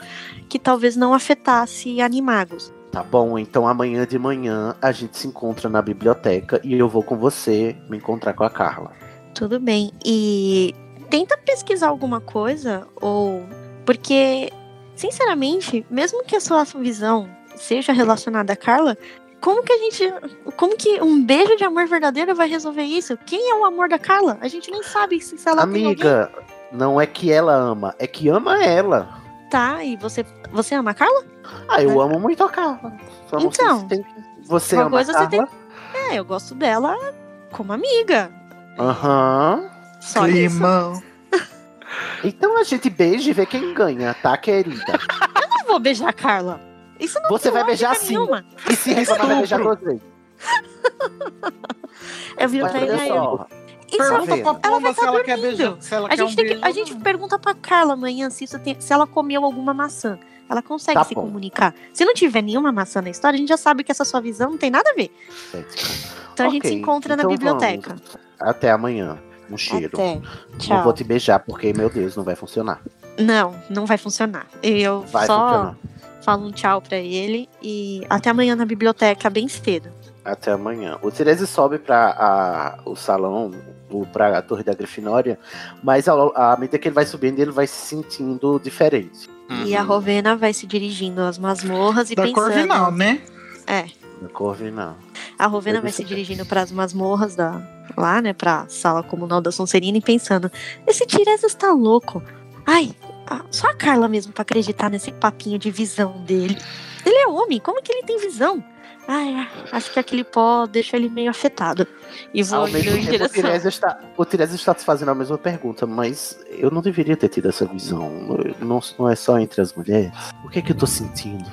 Speaker 1: que talvez não afetasse animagos.
Speaker 2: Tá bom, então amanhã de manhã a gente se encontra na biblioteca e eu vou com você me encontrar com a Carla.
Speaker 1: Tudo bem. E tenta pesquisar alguma coisa ou porque sinceramente, mesmo que a sua visão seja relacionada a Carla, como que a gente, como que um beijo de amor verdadeiro vai resolver isso? Quem é o amor da Carla? A gente nem sabe se se ela tem
Speaker 2: Amiga, não é que ela ama, é que ama ela.
Speaker 1: alguém. Tá, e você, você ama a Carla?
Speaker 2: Ah, eu amo muito a Carla. Só não sei
Speaker 1: Então,
Speaker 2: se tem que- você
Speaker 1: uma
Speaker 2: ama
Speaker 1: coisa
Speaker 2: a
Speaker 1: você tem-
Speaker 2: Carla?
Speaker 1: É, eu gosto dela como amiga.
Speaker 2: Aham.
Speaker 1: Só isso.
Speaker 7: Climão.
Speaker 2: Então a gente beija e vê quem ganha, tá, querida?
Speaker 1: Eu não vou beijar a Carla. Isso não
Speaker 2: Você
Speaker 1: tem
Speaker 2: vai
Speaker 1: lógica
Speaker 2: beijar sim.
Speaker 1: nenhuma.
Speaker 2: E se reclamar, vai beijar você.
Speaker 1: Eu viro
Speaker 2: Mas
Speaker 1: pra ele
Speaker 2: olha
Speaker 1: tá aí.
Speaker 2: só,
Speaker 1: Isso é
Speaker 7: Pergunta
Speaker 2: Ravena.
Speaker 7: pra
Speaker 1: Ela vai
Speaker 7: Pomba se
Speaker 1: tá
Speaker 7: ela quer
Speaker 1: dormindo.
Speaker 7: beijar. Se ela
Speaker 1: A
Speaker 7: quer
Speaker 1: gente,
Speaker 7: um
Speaker 1: tem que-
Speaker 7: beijo.
Speaker 1: a gente pergunta pra Carla amanhã se, isso tem- se ela comeu alguma maçã. Ela consegue
Speaker 2: Tá
Speaker 1: se
Speaker 2: bom.
Speaker 1: comunicar. Se não tiver nenhuma maçã na história, a gente já sabe que essa sua visão não tem nada a ver. Então a gente se
Speaker 2: Ok,
Speaker 1: encontra na
Speaker 2: então
Speaker 1: biblioteca.
Speaker 2: vamos. Até amanhã. Um cheiro.
Speaker 1: Até.
Speaker 2: Não vou
Speaker 1: Tchau.
Speaker 2: te beijar porque, meu Deus, não vai funcionar.
Speaker 1: Não, não vai funcionar. Eu
Speaker 2: Vai
Speaker 1: só
Speaker 2: funcionar.
Speaker 1: falo um tchau pra ele e até amanhã na biblioteca, bem cedo.
Speaker 2: Até amanhã. O Tirese sobe para o salão, para a Torre da Grifinória, mas ao- à medida que ele vai subindo, ele vai se sentindo diferente.
Speaker 1: E
Speaker 7: Uhum.
Speaker 1: a Rovena vai se dirigindo às masmorras e
Speaker 7: Da
Speaker 1: pensando.
Speaker 7: Corvinal, né?
Speaker 2: Na Corve, não. é
Speaker 1: A Rovena
Speaker 2: Eu
Speaker 1: vai
Speaker 2: disse
Speaker 1: se
Speaker 2: que-
Speaker 1: dirigindo para as masmorras da lá, né, para sala comunal da Sonserina e pensando: esse Tiresias está louco. Ai, a- só a Carla mesmo para acreditar nesse papinho de visão dele. Ele é homem, como que ele tem visão? Ai, a- acho que aquele pó deixa ele meio afetado. E vou
Speaker 2: Ao
Speaker 1: indo
Speaker 2: mesmo
Speaker 1: em
Speaker 2: tempo, é o
Speaker 1: direção.
Speaker 2: Tiresias está, o Tiresias está te fazendo a mesma pergunta, mas eu não deveria ter tido essa visão. Não, não é só entre as mulheres. O que é que eu tô sentindo?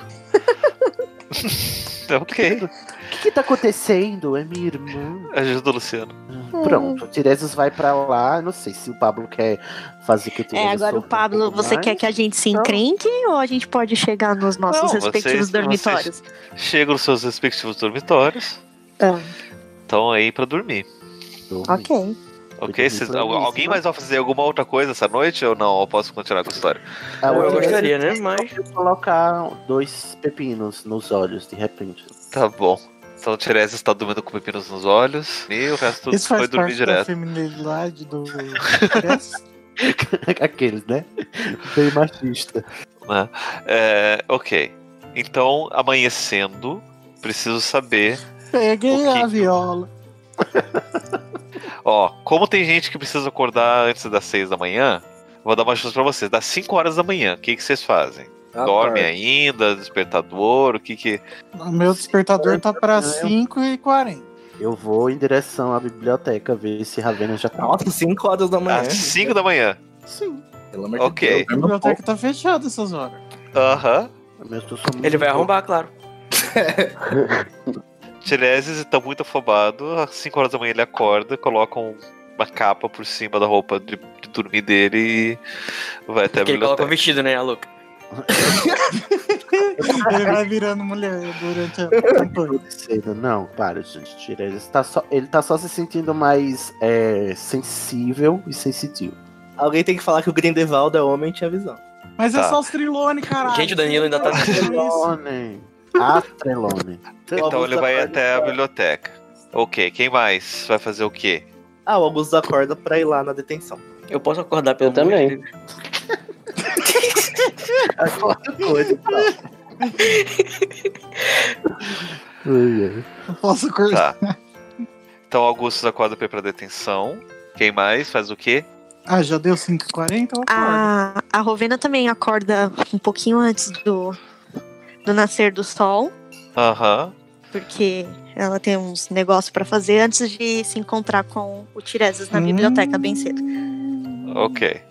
Speaker 3: Ok.
Speaker 2: O que, que tá acontecendo? É minha irmã.
Speaker 3: Ajuda o Luciano.
Speaker 1: Hum.
Speaker 2: Pronto, o Tiresias vai pra lá. Não sei se o Pablo quer fazer que o
Speaker 1: É,
Speaker 2: Tiresias
Speaker 1: agora o
Speaker 2: sofra um
Speaker 1: Pablo,
Speaker 2: pouco
Speaker 1: você
Speaker 2: mais.
Speaker 1: quer que a gente se encrenque ou a gente pode chegar nos nossos
Speaker 3: Não,
Speaker 1: respectivos
Speaker 3: vocês-
Speaker 1: dormitórios?
Speaker 3: vocês chegam nos seus respectivos dormitórios.
Speaker 1: Ah.
Speaker 3: Estão aí pra dormir.
Speaker 1: Ok.
Speaker 3: Ok? Vocês-
Speaker 2: dormir
Speaker 3: al-
Speaker 2: feliz,
Speaker 3: alguém
Speaker 2: né?
Speaker 3: mais vai fazer alguma outra coisa essa noite ou não? Eu posso continuar com a história?
Speaker 2: Ah,
Speaker 4: Eu
Speaker 2: o Tiresias
Speaker 4: gostaria, né? Mas.
Speaker 2: vai colocar dois pepinos nos olhos, de repente.
Speaker 3: Tá bom. Então o Tiresias tá dormindo com pepinos nos olhos e o resto
Speaker 7: Isso
Speaker 3: foi
Speaker 7: faz
Speaker 3: dormir
Speaker 7: parte da
Speaker 3: direto.
Speaker 7: feminilidade do.
Speaker 2: Aqueles, né? Bem machista.
Speaker 3: né? É, ok. Então, amanhecendo, preciso saber.
Speaker 7: Peguei
Speaker 3: O que-
Speaker 7: a viola.
Speaker 3: Ó, como tem gente que precisa acordar antes das 6 da manhã, vou dar uma chance pra vocês. Das 5 horas da manhã, o que, que vocês fazem? Dorme ainda? Despertador? O que que.
Speaker 7: O meu despertador tá pra 5h40.
Speaker 2: Eu vou em direção à biblioteca ver se Ravena já tá.
Speaker 6: Nossa, 5 horas da manhã.
Speaker 7: é
Speaker 3: Às 5 da manhã.
Speaker 7: Sim.
Speaker 6: Pelo amor
Speaker 3: Ok.
Speaker 6: de Deus.
Speaker 7: A
Speaker 6: dorme um
Speaker 7: biblioteca
Speaker 6: pouco.
Speaker 7: tá fechada essas horas.
Speaker 3: Aham.
Speaker 2: Mas eu sou muito-
Speaker 4: Ele vai arrombar, claro.
Speaker 3: Tireses tá muito afobado. Às 5 horas da manhã ele acorda, coloca um- uma capa por cima da roupa de, de dormir dele e vai até a
Speaker 4: Porque ele coloca o
Speaker 3: biblioteca.
Speaker 4: vestido, né, a louca?
Speaker 7: Ele vai virando mulher durante a campanha.
Speaker 2: Cedo. Não, para, gente. Tira. Ele está só, ele tá só se sentindo mais é, sensível e sensitivo.
Speaker 6: Alguém tem que falar que o Grindelwald é homem e tinha visão.
Speaker 7: Mas é
Speaker 3: Tá.
Speaker 7: só os trilone, caralho. É
Speaker 4: Gente, o Danilo ainda tá-
Speaker 7: Isso.
Speaker 2: Trelone. Astrelone.
Speaker 3: Então ele vai até a biblioteca. Ok, quem mais vai fazer o quê?
Speaker 6: Ah, o Augusto acorda pra ir lá na detenção.
Speaker 4: Eu posso acordar pelo
Speaker 10: Eu também.
Speaker 4: amor de Deus.
Speaker 6: Ah,
Speaker 2: Outra coisa, tá. Ai, ai.
Speaker 7: Não posso cortar.
Speaker 3: Tá. Então Augusto acorda pra ir pra detenção. Quem mais faz o quê?
Speaker 7: Ah, já deu 5h40? Eu acordo.
Speaker 1: A, a Rovena também acorda um pouquinho antes do, do nascer do sol,
Speaker 3: Aham.
Speaker 1: porque ela tem uns negócios pra fazer antes de se encontrar com o Tiresias na
Speaker 7: Hum.
Speaker 1: biblioteca bem cedo.
Speaker 3: Ok.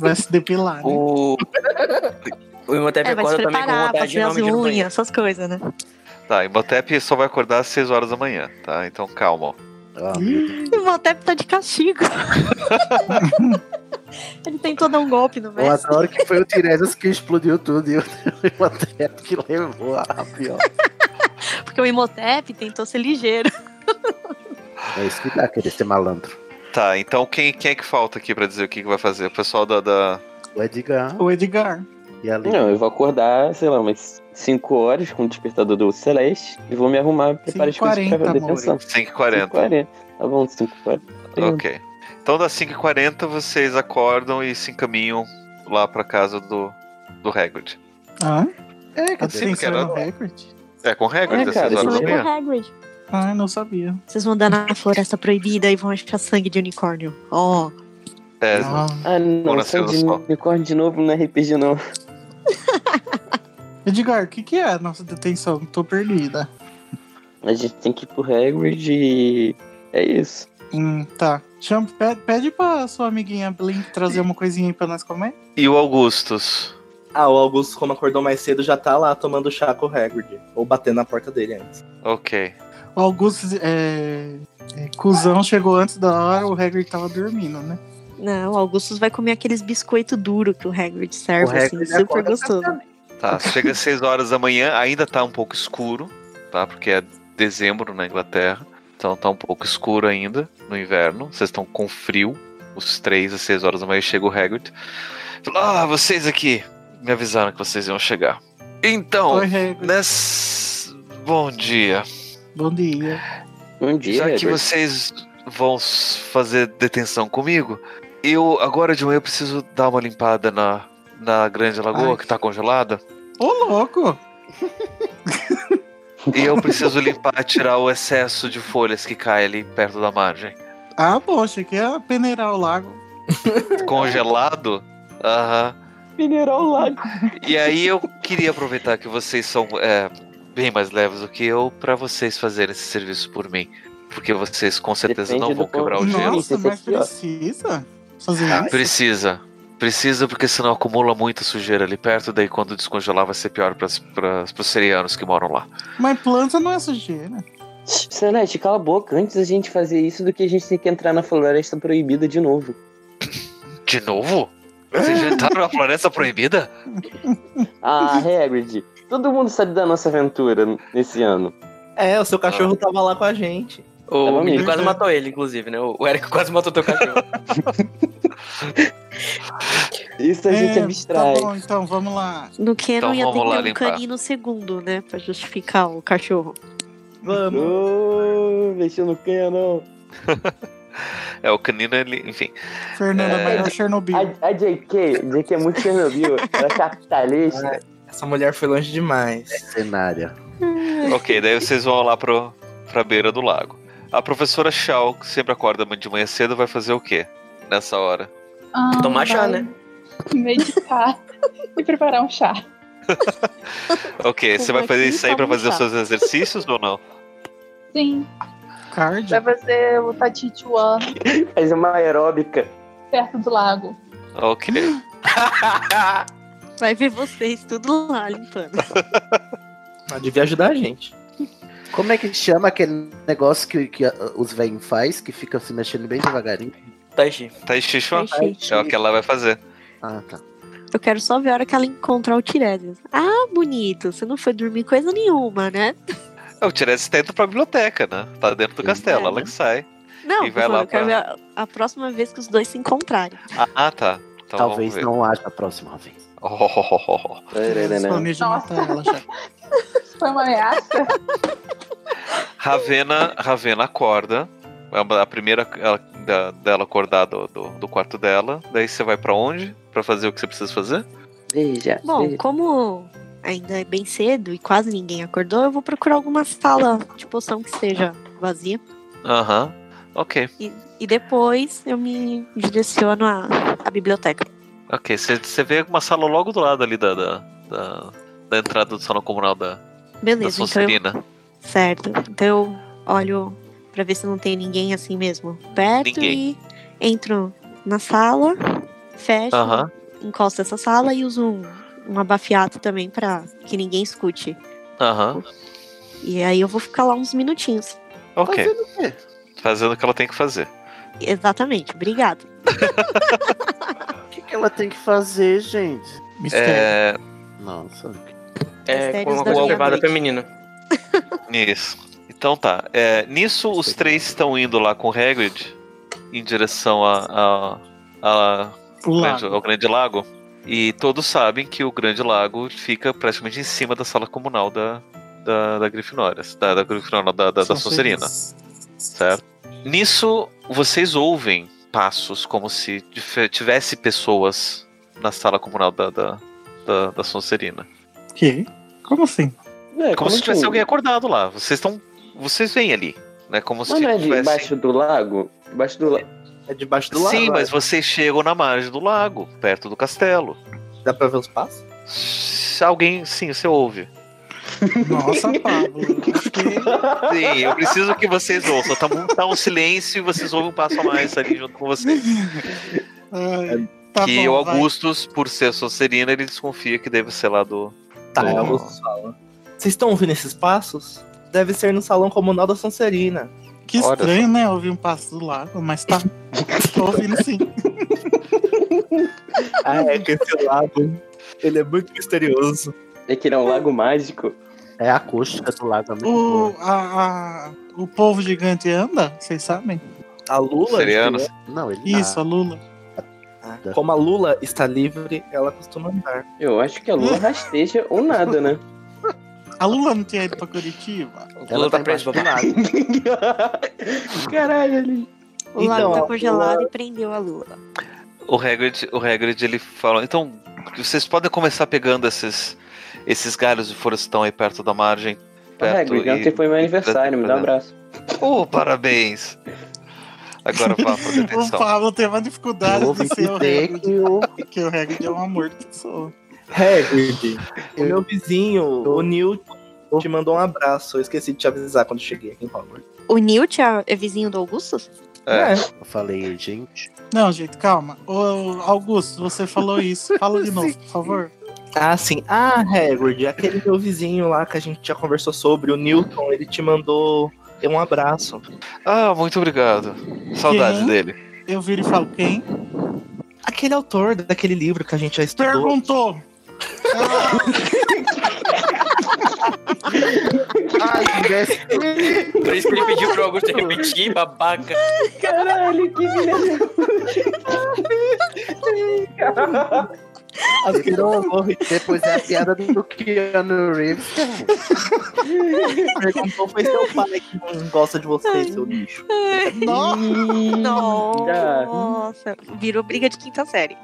Speaker 7: Vai se depilar, né?
Speaker 4: O. O Imhotep
Speaker 1: É, vai se
Speaker 4: acorda também com
Speaker 1: preparar,
Speaker 4: vontade
Speaker 1: fazer as
Speaker 4: enorme de ir no banheiro.
Speaker 1: unhas, essas coisas, né?
Speaker 3: Tá, Imhotep só vai acordar às 6 horas da manhã, tá? Então calma.
Speaker 2: Ah, meu Deus.
Speaker 1: E o Motep tá de castigo. Ele tentou dar um golpe no
Speaker 2: Eu
Speaker 1: mestre.
Speaker 2: adoro que foi o Tiresias que explodiu tudo e o o Atreus que levou a pior.
Speaker 1: Porque o Imhotep tentou ser ligeiro.
Speaker 2: É isso que dá, querer ser malandro.
Speaker 3: Tá, então quem, quem é que falta aqui pra dizer o que, que vai fazer? O pessoal da. da-
Speaker 2: O Edgar
Speaker 7: O Edgar.
Speaker 2: e a Lili.
Speaker 10: Não, eu vou acordar, sei lá, umas 5 horas com o despertador do Celeste e vou me arrumar e preparar as coisas
Speaker 7: 5h40,
Speaker 10: pra detenção.
Speaker 3: 5h40.
Speaker 10: 5h40. Tá bom, 5h40.
Speaker 3: Ok. Então das 5h40 vocês acordam e se encaminham lá pra casa do, do Hagrid.
Speaker 7: Ah? É, que
Speaker 3: Cadê?
Speaker 7: tem
Speaker 3: Porque era-
Speaker 7: no recorde.
Speaker 3: É com o Hagrid,
Speaker 10: É,
Speaker 3: às
Speaker 10: cara,
Speaker 3: 6 horas da
Speaker 10: esse
Speaker 3: manhã.
Speaker 1: Hagrid.
Speaker 7: Ah, não sabia.
Speaker 1: Vocês vão andar na floresta proibida e vão achar sangue de unicórnio. Ó.
Speaker 3: É,
Speaker 7: Ah,
Speaker 10: Ah,
Speaker 3: Bom,
Speaker 10: não,
Speaker 3: nasceu
Speaker 10: só
Speaker 3: do
Speaker 10: de
Speaker 3: sol.
Speaker 10: unicórnio de novo não é RPG, não.
Speaker 7: Edgar, o que, que é a nossa detenção? Tô perdida.
Speaker 10: A gente tem que ir pro Hagrid e. É isso.
Speaker 7: Hum, tá. Chama, pede, pede pra sua amiguinha Blink trazer uma coisinha aí pra nós comer.
Speaker 3: E o Augustus?
Speaker 6: Ah, o Augusto, como acordou mais cedo, já tá lá tomando chá com o Hagrid. Ou batendo na porta dele antes.
Speaker 3: Ok.
Speaker 7: O Augusto, é, é, cuzão, chegou antes da hora, o Hagrid tava dormindo, né?
Speaker 1: Não, o Augustus vai comer aqueles biscoito duro que o Hagrid serve,
Speaker 2: O Hagrid
Speaker 1: assim, super
Speaker 2: acorda
Speaker 1: gostoso.
Speaker 3: Tá, chega às 6 horas da manhã, ainda tá um pouco escuro, tá? Porque é dezembro na Inglaterra, então tá um pouco escuro ainda no inverno. Vocês estão com frio, os três às 6 horas da manhã chega o Hagrid. Fala, ah, vocês aqui me avisaram que vocês iam chegar. Então,
Speaker 7: Oi, Hagrid.
Speaker 3: ness... bom dia.
Speaker 7: Bom dia.
Speaker 10: Um dia.
Speaker 3: Já que
Speaker 10: Hagrid.
Speaker 3: vocês vão s- fazer detenção comigo, eu agora de manhã eu preciso dar uma limpada na, na grande lagoa
Speaker 7: Ai.
Speaker 3: que tá congelada.
Speaker 7: Ô, louco!
Speaker 3: E eu preciso limpar, tirar o excesso de folhas que cai ali perto da margem.
Speaker 7: Ah, bom, achei que ia peneirar o lago.
Speaker 3: Congelado? Aham.
Speaker 8: Mineral Lago.
Speaker 3: E aí eu queria aproveitar que vocês são é, bem mais leves do que eu pra vocês fazerem esse serviço por mim. Porque vocês com certeza
Speaker 10: Depende
Speaker 3: não vão
Speaker 10: do ponto
Speaker 3: quebrar É o
Speaker 10: de
Speaker 3: gelo.
Speaker 10: vista.
Speaker 7: Nossa, mas
Speaker 10: esse aqui, ó.
Speaker 3: Ah,
Speaker 7: precisa fazer isso?
Speaker 3: Precisa. Precisa porque senão acumula muita sujeira ali perto, daí quando descongelar vai ser pior para os serianos que moram lá.
Speaker 7: Mas planta não é sujeira.
Speaker 10: Celeste, cala a boca. Antes da gente fazer isso do que a gente tem que entrar na floresta proibida de novo.
Speaker 3: De novo? Vocês já entraram na floresta proibida?
Speaker 10: Ah, Hagrid, todo mundo sabe da nossa aventura nesse ano.
Speaker 6: É, o seu cachorro tava lá com a gente.
Speaker 4: O
Speaker 10: Tá bom,
Speaker 4: menino
Speaker 10: amigo.
Speaker 4: quase matou ele, inclusive, né? O o Eric quase matou teu cachorro.
Speaker 10: Isso a gente
Speaker 7: É,
Speaker 10: abstrai.
Speaker 7: Tá bom, então vamos lá.
Speaker 1: No que
Speaker 3: Então
Speaker 1: não ia ter
Speaker 3: vamos lá
Speaker 1: que ter um
Speaker 3: limpar.
Speaker 1: canino segundo, né? Pra justificar o cachorro.
Speaker 7: Vamos.
Speaker 10: Ô, mexendo no canhão.
Speaker 3: É, o canino, ele, enfim.
Speaker 7: Fernanda,
Speaker 3: É.
Speaker 7: vai ao Chernobyl.
Speaker 10: A, a JK, JK é muito Chernobyl, ela é capitalista.
Speaker 6: Essa mulher foi longe demais.
Speaker 2: Cenária.
Speaker 3: Ok, daí vocês vão lá pro, pra beira do lago. A professora Shaw, que sempre acorda de manhã cedo, vai fazer o quê nessa hora?
Speaker 9: Ah,
Speaker 4: Tomar chá,
Speaker 9: vai
Speaker 4: né?
Speaker 9: Meditar e preparar um chá.
Speaker 3: Ok, você vai fazer isso aí pra fazer os seus exercícios ou não?
Speaker 9: Sim,
Speaker 7: Card?
Speaker 9: vai fazer o Tatichuan
Speaker 7: É.
Speaker 10: Faz uma aeróbica.
Speaker 9: perto do lago.
Speaker 3: Ok.
Speaker 1: Vai ver vocês tudo lá limpando.
Speaker 3: Tá
Speaker 6: Ela devia ajudar a gente.
Speaker 2: Como é que chama aquele negócio que, que ah, os velhos faz, que fica se mexendo bem devagarinho?
Speaker 4: Taishi.
Speaker 3: Tá aí, Xixua?
Speaker 1: Achei.
Speaker 3: É o que ela vai fazer.
Speaker 2: Ah, tá.
Speaker 1: Eu quero só ver a hora que ela encontrar o Tiresias. Ah, bonito. Você não foi dormir coisa nenhuma, né?
Speaker 3: É, o Tiresias tá indo pra biblioteca, né? Tá dentro do castelo, ela que sai.
Speaker 1: Não,
Speaker 3: E vai
Speaker 1: eu
Speaker 3: lá
Speaker 1: quero ver a, a próxima vez que os dois se encontrarem.
Speaker 3: Ah, tá. Então
Speaker 2: Talvez
Speaker 3: vamos ver.
Speaker 2: não haja a próxima vez.
Speaker 3: Oh, oh, oh, oh, oh.
Speaker 7: Eles planejam
Speaker 9: Nossa.
Speaker 7: matar ela
Speaker 3: É,
Speaker 7: já.
Speaker 9: Foi uma ameaça?
Speaker 3: Ravena, Ravena acorda. É uma- A primeira ela- da- dela acordar do, do, do quarto dela. Daí você vai pra onde? Pra fazer o que você precisa fazer?
Speaker 10: Veja.
Speaker 1: Bom,
Speaker 10: veja.
Speaker 1: como ainda é bem cedo e quase ninguém acordou, eu vou procurar alguma sala de poção que esteja vazia.
Speaker 3: Aham. Ok,
Speaker 1: E, e depois eu me direciono à, à biblioteca.
Speaker 3: ok. Você- Você vê uma sala logo do lado ali da, da, da, da entrada do salão comunal da, da
Speaker 1: Beleza, então eu
Speaker 3: Sonserina.
Speaker 1: Certo. Então eu olho pra ver se não tem ninguém assim mesmo perto
Speaker 3: Ninguém.
Speaker 1: e entro na sala, fecho,
Speaker 3: Aham.
Speaker 1: encosto essa sala e uso um, um abafiato também pra que ninguém escute.
Speaker 3: Aham.
Speaker 1: E aí eu vou ficar lá uns minutinhos.
Speaker 3: Ok.
Speaker 2: Fazendo o quê?
Speaker 3: Fazendo o que ela tem que fazer.
Speaker 1: Exatamente, obrigado.
Speaker 2: O que, que ela tem que fazer, gente?
Speaker 7: Mistério.
Speaker 3: É.
Speaker 2: Nossa.
Speaker 4: É,
Speaker 1: Mistérios
Speaker 4: com uma
Speaker 1: da
Speaker 4: coisa
Speaker 1: Meia
Speaker 4: privada
Speaker 1: Noite.
Speaker 4: feminina.
Speaker 3: Isso. É, Então tá. É, nisso, os três estão indo lá com o Hagrid em direção a, a- a-
Speaker 7: O
Speaker 3: grande-
Speaker 7: lago.
Speaker 3: ao Grande Lago. E todos sabem que o Grande Lago fica praticamente em cima da sala comunal da, da, da Grifinória. Da, da Grifinória, não, da, da, da Sonserina, certo? Nisso, vocês ouvem passos como se tife- tivesse pessoas na sala comunal da, da, da, da Sonserina.
Speaker 7: Que? Como assim?
Speaker 10: É,
Speaker 3: Como se
Speaker 10: que-
Speaker 3: tivesse alguém acordado lá. Vocês estão. Vocês vêm ali. Né? Como se
Speaker 10: Mas não é
Speaker 3: tivesse.
Speaker 10: debaixo do lago? Debaixo do lago.
Speaker 6: É debaixo do lago.
Speaker 3: Sim, mas
Speaker 6: é.
Speaker 3: vocês chegam na margem do lago, perto do castelo.
Speaker 6: Dá pra ver os passos?
Speaker 3: Se alguém. Sim, você ouve.
Speaker 7: Nossa, Pablo. Acho que
Speaker 3: Sim, eu preciso que vocês ouçam. Tá, um- tá um silêncio e vocês ouvem um passo a mais ali junto com vocês.
Speaker 7: Ai, tá
Speaker 3: que
Speaker 7: bom,
Speaker 3: o
Speaker 7: vai.
Speaker 3: Augustus, por ser Sonserina, ele desconfia que deve ser lá do.
Speaker 6: Tá,
Speaker 3: do-
Speaker 6: é o fala. Vocês estão ouvindo esses passos? Deve ser no salão comunal da Sonserina.
Speaker 7: Que
Speaker 3: Olha
Speaker 7: estranho, né? Ouvir um passo do lago, mas tá. Tô ouvindo sim.
Speaker 6: Ah, é que esse lago. Ele é muito misterioso.
Speaker 10: É que ele é um lago mágico.
Speaker 2: É a acústica do lago. é muito
Speaker 7: O,
Speaker 2: boa.
Speaker 7: a, a- o povo gigante anda, vocês sabem?
Speaker 6: A Lula.
Speaker 3: Serianos.
Speaker 2: Não, ele tá.
Speaker 7: Isso, a Lula.
Speaker 6: Ah, Como a Lula está livre, ela costuma andar.
Speaker 10: Eu acho que a lua rasteja ou nada, né?
Speaker 7: A Lula não tinha ido pra Curitiba?
Speaker 4: O
Speaker 2: Ela
Speaker 4: Lula
Speaker 2: tá
Speaker 4: tá preso,
Speaker 2: embaixo do
Speaker 4: babá.
Speaker 10: Ah, Caralho, ele.
Speaker 1: O lago
Speaker 6: Então,
Speaker 1: tá
Speaker 6: ó,
Speaker 1: congelado e prendeu a lula.
Speaker 3: O Hagrid, o Hagrid ele fala, então vocês podem começar pegando esses esses galhos de forestão aí perto da margem. Perto
Speaker 10: Hagrid, ontem foi meu aniversário, me dá um abraço.
Speaker 3: Oh, parabéns. Agora vá pra
Speaker 7: O
Speaker 3: detenção.
Speaker 7: Pablo teve uma dificuldade
Speaker 2: Eu ouvi
Speaker 7: de ser o
Speaker 2: dizer
Speaker 7: Hagrid,
Speaker 2: que o,
Speaker 7: porque o Hagrid é um amor de pessoa.
Speaker 6: É, Hagrid, o
Speaker 2: Eu-
Speaker 6: meu vizinho, o Newton, te mandou um abraço. Eu esqueci de te avisar quando cheguei aqui em Hogwarts.
Speaker 1: O Newt é, é vizinho do Augustus?
Speaker 3: É.
Speaker 2: Eu falei, gente.
Speaker 7: Não, gente, calma. Ô, Augusto, você falou isso. Fala de novo, por favor.
Speaker 6: Ah, sim. Ah, Hagrid, aquele meu vizinho lá que a gente já conversou sobre, o Newton, ele te mandou um abraço.
Speaker 3: Ah, muito obrigado. Saudade
Speaker 7: Quem?
Speaker 3: dele.
Speaker 7: Eu viro e falo, quem?
Speaker 6: Aquele autor daquele livro que a gente já estudou.
Speaker 7: Perguntou.
Speaker 2: Ai, desce.
Speaker 4: Por isso que ele pediu pro Augusto repetir, babaca.
Speaker 8: Caralho, que filha da
Speaker 2: Depois é a piada do Keanu Reeves.
Speaker 6: Perguntou foi seu pai que não gosta de você, seu lixo.
Speaker 7: Nossa,
Speaker 1: Nossa,
Speaker 3: Hum.
Speaker 1: virou briga de quinta série.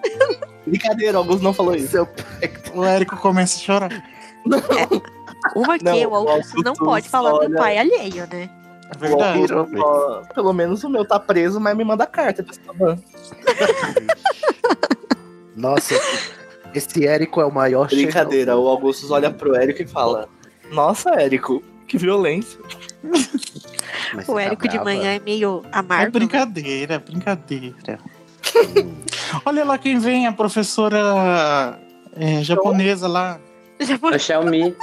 Speaker 6: Brincadeira, Augusto não falou isso.
Speaker 2: Seu
Speaker 7: o Érico começa a chorar.
Speaker 1: Uma que
Speaker 6: Não,
Speaker 1: o Augusto não
Speaker 6: Augusto
Speaker 1: pode falar do
Speaker 6: olha-
Speaker 1: pai alheio, né?
Speaker 7: É verdade.
Speaker 6: Ó, ó, pelo menos o meu tá preso, mas me manda carta. tá pra essa van.
Speaker 2: Nossa, esse Érico é o maior
Speaker 6: Brincadeira, o Augustus olha pro Érico e fala: Nossa, Érico, que violência.
Speaker 2: xenófobo, mas
Speaker 1: O
Speaker 2: você tá
Speaker 1: Érico de
Speaker 2: brava.
Speaker 1: manhã é meio
Speaker 7: É
Speaker 1: amargo. né?
Speaker 7: brincadeira, é brincadeira. Olha lá quem vem, a professora é, japonesa lá.
Speaker 1: Já foi-
Speaker 10: A É Xiaomi.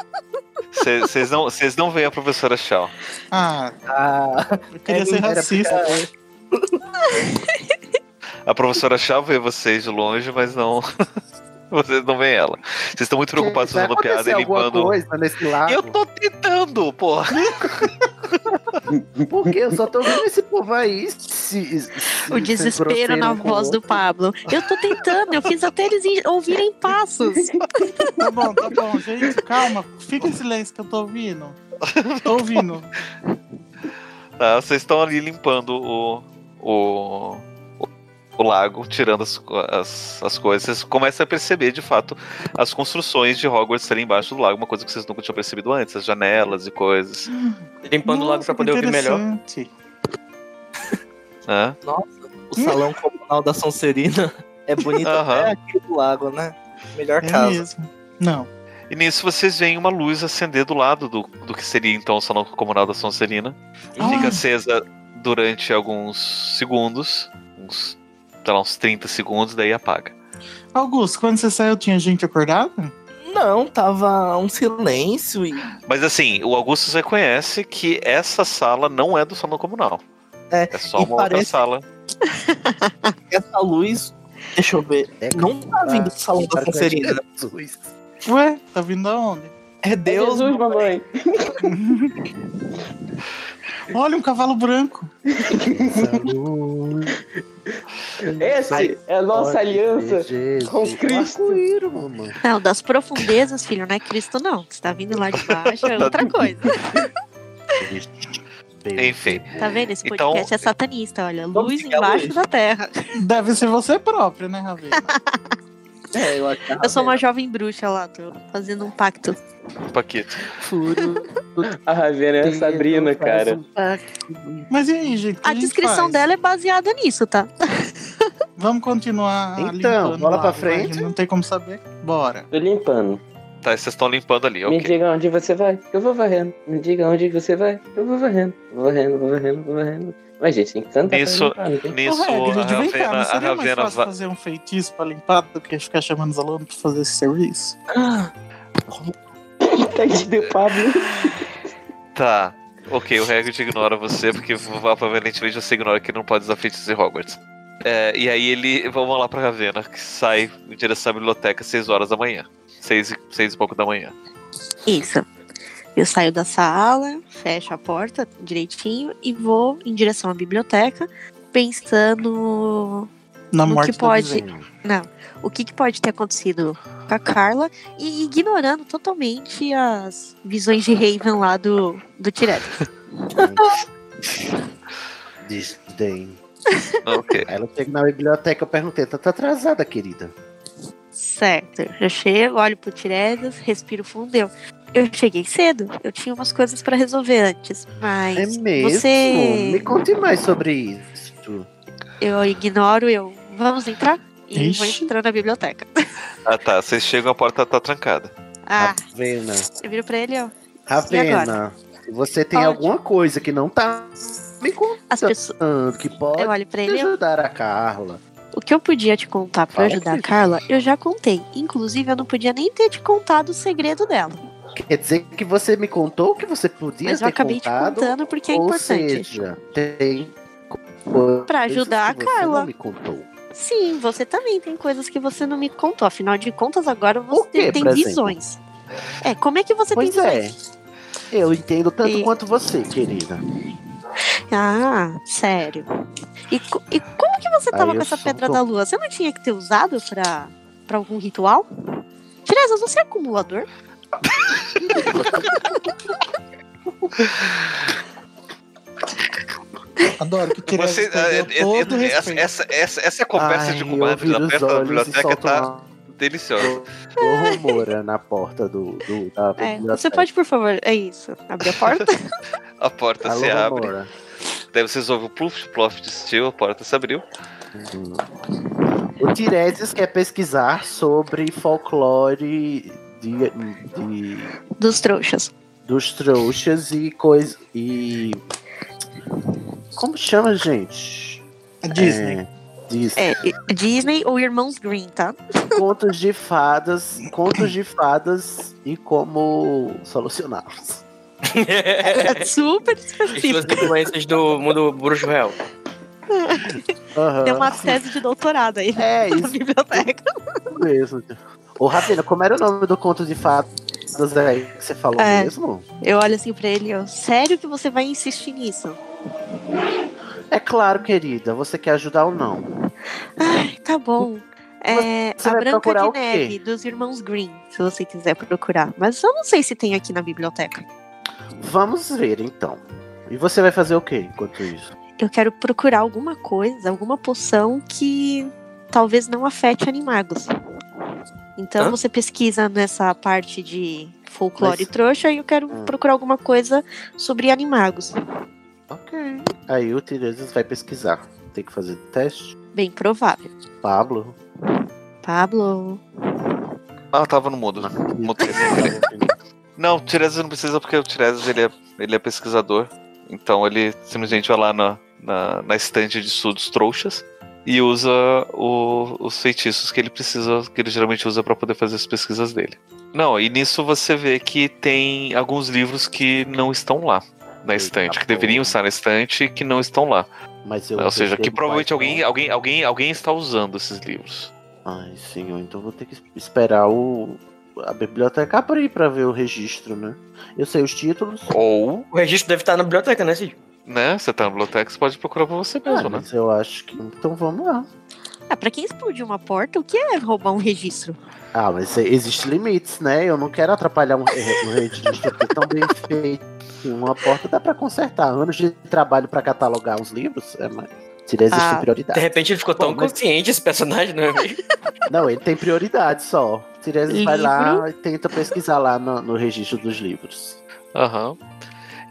Speaker 3: Vocês não, vocês não veem a professora Shaw.
Speaker 7: Ah,
Speaker 6: Ah,
Speaker 7: eu queria ser
Speaker 2: era-
Speaker 7: racista.
Speaker 3: A professora Shaw vê vocês de longe, mas não. vocês não veem ela. Vocês estão muito preocupados
Speaker 2: Vai
Speaker 3: fazendo piada
Speaker 2: acontecer
Speaker 3: e
Speaker 2: alguma
Speaker 3: limpando.
Speaker 2: coisa nesse lado.
Speaker 3: Eu tô tentando, porra.
Speaker 2: Por quê? Eu só tô vendo esse povo aí. se- se-
Speaker 1: O
Speaker 2: se
Speaker 1: desespero
Speaker 2: grosseiro
Speaker 1: na
Speaker 2: um com
Speaker 1: voz
Speaker 2: o
Speaker 1: do Pablo. Eu tô tentando, eu fiz até eles in- ouvirem passos.
Speaker 7: Tá bom, tá bom, gente, calma. Fica em silêncio que eu tô ouvindo. Tô ouvindo.
Speaker 3: Tá? Vocês estão ali limpando o, o, o- o lago, tirando as, co- as, as coisas. Vocês começam a perceber, de fato, as construções de Hogwarts ali embaixo do lago, uma coisa que vocês nunca tinham percebido antes, as janelas e coisas.
Speaker 4: Limpando o lago pra poder ouvir melhor.
Speaker 7: Interessante.
Speaker 3: Né?
Speaker 6: o salão comunal da Sonserina é bonito
Speaker 3: Aham.
Speaker 6: até aqui do lago, né? Melhor
Speaker 7: É
Speaker 6: casa.
Speaker 7: mesmo. Não.
Speaker 3: E nisso vocês veem uma luz acender do lado do, do que seria então o salão comunal da Sonserina.
Speaker 7: Ah.
Speaker 3: Fica acesa durante alguns segundos, uns, sei lá, uns 30 segundos, daí apaga.
Speaker 7: Augusto, quando você saiu, tinha gente acordada?
Speaker 6: Não, tava um silêncio e.
Speaker 3: Mas assim, o Augusto reconhece que essa sala não é do salão comunal.
Speaker 6: É,
Speaker 3: só
Speaker 6: e
Speaker 3: uma outra
Speaker 6: parece-
Speaker 3: sala.
Speaker 6: Essa luz. Deixa eu ver.
Speaker 2: É
Speaker 6: Não tá vindo do salão da
Speaker 2: Garganta
Speaker 6: Sonserina.
Speaker 2: de Jesus.
Speaker 7: Ué, tá vindo da onde?
Speaker 6: É
Speaker 8: É
Speaker 6: Deus.
Speaker 8: Jesus,
Speaker 10: né?
Speaker 8: mamãe.
Speaker 7: Olha, um cavalo branco.
Speaker 2: Saúde,
Speaker 8: Essa é a nossa aliança.
Speaker 2: Jesus.
Speaker 8: com Cristo.
Speaker 2: Arco-íris, mamãe.
Speaker 1: Não, das profundezas, filho, não é Cristo, não. Você tá vindo lá de baixo, é outra coisa.
Speaker 3: Enfim.
Speaker 1: Tá vendo? Esse
Speaker 3: Então-
Speaker 1: podcast é satanista, olha.
Speaker 6: Vamos
Speaker 1: Luz
Speaker 6: ligar a
Speaker 1: embaixo
Speaker 6: luz.
Speaker 1: da terra.
Speaker 7: Deve ser você próprio, né, Ravena?
Speaker 6: É, eu acho.
Speaker 1: Eu sou uma jovem bruxa lá, tô fazendo um pacto.
Speaker 3: Paquito.
Speaker 2: Furo.
Speaker 10: A Ravena é a Sabrina, cara.
Speaker 3: um-
Speaker 7: Mas e aí, gente? o que
Speaker 1: A
Speaker 7: gente
Speaker 1: descrição
Speaker 7: faz?
Speaker 1: dela é baseada nisso, tá?
Speaker 7: Vamos continuar.
Speaker 2: Então,
Speaker 7: limpando
Speaker 2: bola
Speaker 7: lá,
Speaker 2: pra
Speaker 7: vai,
Speaker 2: frente.
Speaker 7: Não tem como saber. Bora.
Speaker 10: Tô limpando.
Speaker 3: Tá, vocês estão limpando ali,
Speaker 10: Me
Speaker 3: ok.
Speaker 10: diga onde você vai, que eu vou varrendo. Me diga onde você vai, que eu vou varrendo. Vou varrendo, vou varrendo, vou varrendo. Mas, gente, tem tanta
Speaker 3: Isso-
Speaker 10: coisa pra limpar, não tem?
Speaker 3: Nisso,
Speaker 7: Ô,
Speaker 3: a
Speaker 7: Hagrid, vem cá,
Speaker 3: Ravena,
Speaker 7: é, não
Speaker 3: a
Speaker 7: seria mais
Speaker 3: Ravena
Speaker 7: fácil
Speaker 3: vai.
Speaker 7: fazer um feitiço pra limpar do que ficar chamando os alunos pra fazer esse serviço?
Speaker 8: Tente de Pablo.
Speaker 3: Tá. Ok, o Hagrid ignora você, porque provavelmente você ignora que não pode usar feitiços em Hogwarts. É, e aí ele. Vamos lá pra Ravena, que sai em direção à biblioteca às 6 horas da manhã. 6 e, seis e pouco da manhã.
Speaker 1: Isso. Eu saio da sala, fecho a porta direitinho e vou em direção à biblioteca, pensando
Speaker 7: Na
Speaker 1: O que
Speaker 7: morte da
Speaker 1: pode-
Speaker 7: Bizarra.
Speaker 1: o que, que pode ter acontecido com a Carla e ignorando totalmente as visões de Raven lá do, do Tirex.
Speaker 2: Desdém.
Speaker 3: Ok.
Speaker 2: Aí Ela chega na biblioteca, eu perguntei, tá, tá atrasada, querida?
Speaker 1: Certo. Eu chego, olho pro Tirex, respiro fundo. Eu, eu cheguei cedo, eu tinha umas coisas pra resolver antes,
Speaker 2: É
Speaker 1: mas
Speaker 2: mesmo?
Speaker 1: Você-
Speaker 2: Me conte mais sobre isso.
Speaker 1: eu ignoro, eu. Vamos entrar? E vou
Speaker 7: Ixi.
Speaker 1: entrar na biblioteca.
Speaker 3: Ah tá, vocês chegam, a porta tá trancada.
Speaker 1: Ah,
Speaker 2: Ravena.
Speaker 1: eu viro pra ele, ó.
Speaker 2: Ravena, você tem
Speaker 1: Pode.
Speaker 2: alguma coisa que não tá Me conta
Speaker 1: As pessoas.
Speaker 2: tanto que pode
Speaker 1: Eu olho pra ele. eu-
Speaker 2: ajudar a Carla.
Speaker 1: O que eu podia te contar pra
Speaker 2: Fala
Speaker 1: ajudar a
Speaker 2: comigo.
Speaker 1: Carla, eu já contei. Inclusive, eu não podia nem ter te contado o segredo dela.
Speaker 2: Quer dizer que você me contou que você podia
Speaker 1: Mas
Speaker 2: ter
Speaker 1: eu acabei te
Speaker 2: contado,
Speaker 1: contando porque é
Speaker 2: ou
Speaker 1: importante.
Speaker 2: seja, tem coisas
Speaker 1: Pra ajudar
Speaker 2: que
Speaker 1: a
Speaker 2: você
Speaker 1: Carla.
Speaker 2: não me contou.
Speaker 1: Sim, você também tem coisas que você não me contou. Afinal de contas, agora você
Speaker 2: quê,
Speaker 1: tem
Speaker 2: por exemplo?
Speaker 1: visões. É, como é que você
Speaker 2: pois
Speaker 1: tem
Speaker 2: é.
Speaker 1: visões?
Speaker 2: Eu entendo tanto
Speaker 1: E-
Speaker 2: quanto você, querida.
Speaker 1: Ah, sério. E, co- e como que você
Speaker 2: Aí
Speaker 1: tava
Speaker 2: eu
Speaker 1: com essa
Speaker 2: sou
Speaker 1: pedra
Speaker 2: um
Speaker 1: da
Speaker 2: tonto.
Speaker 1: lua? Você não tinha que ter usado pra, pra algum ritual? Tirezas, você é acumulador?
Speaker 7: Adoro que Tiresias
Speaker 3: Você,
Speaker 7: perdeu
Speaker 3: é, é,
Speaker 7: todo o
Speaker 3: é, essa,
Speaker 7: respeito.
Speaker 3: essa, essa, essa conversa
Speaker 2: Ai,
Speaker 3: de
Speaker 2: eu
Speaker 3: comandos
Speaker 2: viro
Speaker 3: da
Speaker 2: os
Speaker 3: perto da
Speaker 2: olhos e
Speaker 3: biblioteca
Speaker 2: solto
Speaker 3: tá
Speaker 2: uma-
Speaker 3: deliciosa.
Speaker 2: O Romora na porta do, do da
Speaker 1: É,
Speaker 2: biblioteca.
Speaker 1: você pode, por favor, é isso. Abrir a porta.
Speaker 3: A porta
Speaker 2: Alô,
Speaker 3: se Tá, abre.
Speaker 2: Romora.
Speaker 3: Daí vocês ouvem o pluf, plof de steel, a porta se abriu.
Speaker 2: O Tiresias quer pesquisar sobre folclore de, de-
Speaker 1: Dos trouxas.
Speaker 2: dos trouxas e coisa e como chama gente?
Speaker 3: é.
Speaker 7: A Disney.
Speaker 2: É, Disney.
Speaker 1: É, e- Disney ou Irmãos Green, tá?
Speaker 2: Contos de fadas, contos de fadas e como solucioná-los.
Speaker 1: É super
Speaker 4: E suas
Speaker 1: específico.
Speaker 4: influências do mundo bruxo real.
Speaker 2: Aham.
Speaker 1: Deu uma tese de doutorado aí né,
Speaker 2: É
Speaker 1: na
Speaker 2: ah. isso
Speaker 1: biblioteca.
Speaker 2: mesmo. Ô, Ravena, como era o nome do conto de fadas aí que você falou
Speaker 1: É.
Speaker 2: mesmo?
Speaker 1: Eu olho assim pra ele, eu, sério que você vai insistir nisso?
Speaker 2: É claro, querida. Você quer ajudar ou não?
Speaker 1: Ai, tá bom. É,
Speaker 2: Você
Speaker 1: a
Speaker 2: vai
Speaker 1: Branca
Speaker 2: procurar
Speaker 1: de
Speaker 2: o quê?
Speaker 1: Neve, dos Irmãos Green, se você quiser procurar. Mas eu não sei se tem aqui na biblioteca.
Speaker 2: Vamos ver, então. E você vai fazer o quê enquanto isso?
Speaker 1: Eu quero procurar alguma coisa, alguma poção que talvez não afete animagos. Então
Speaker 4: Hã?
Speaker 1: você pesquisa nessa parte de folclore
Speaker 2: Mas-
Speaker 1: trouxa e eu quero
Speaker 2: Hum.
Speaker 1: procurar alguma coisa sobre animagos.
Speaker 2: Ok. Aí o Tiresias vai pesquisar. Tem que fazer teste.
Speaker 1: Bem provável.
Speaker 2: Pablo.
Speaker 1: Pablo,
Speaker 3: Ah, tava no mudo. Muito Não, o Tiresias não precisa porque o Tiresias ele é, ele é pesquisador. Então ele simplesmente vai lá na, na, na estante de estudos trouxas e usa o- os feitiços que ele precisa, que ele geralmente usa para poder fazer as pesquisas dele. Não, e nisso você vê que tem alguns livros que não estão lá na
Speaker 2: Eita
Speaker 3: estante, que
Speaker 2: porra.
Speaker 3: deveriam estar na estante e que não estão lá.
Speaker 2: Mas eu
Speaker 3: Ou seja,
Speaker 2: percebo um.
Speaker 3: que provavelmente
Speaker 2: quais
Speaker 3: alguém,
Speaker 2: são.
Speaker 3: alguém, alguém, alguém está usando esses livros.
Speaker 2: Ai, senhor. Então vou ter que esperar o... a biblioteca abrir pra ver o registro, né? Eu sei os títulos.
Speaker 3: Ou,
Speaker 4: O registro deve estar na biblioteca, né, Cid?
Speaker 3: né, você tá na biblioteca, você pode procurar pra você
Speaker 2: Ah,
Speaker 3: mesmo, né?
Speaker 2: mas eu acho que. Então vamos lá.
Speaker 1: ah, pra quem explodiu uma porta, o que é roubar um registro?
Speaker 2: Ah, mas existem limites, né? Eu não quero atrapalhar um, re- um registro que é tão bem feito. Uma porta dá pra consertar. Anos de trabalho pra catalogar uns livros, é, mas Tiresias
Speaker 1: Ah,
Speaker 2: tem
Speaker 4: De
Speaker 2: prioridade.
Speaker 4: repente ele ficou tão
Speaker 2: Bom, mas-
Speaker 4: consciente, esse personagem, não é mesmo?
Speaker 2: Não, ele tem prioridade só. Tiresias vai lá
Speaker 1: Livro.
Speaker 2: e tenta pesquisar lá no, no registro dos livros.
Speaker 3: Aham.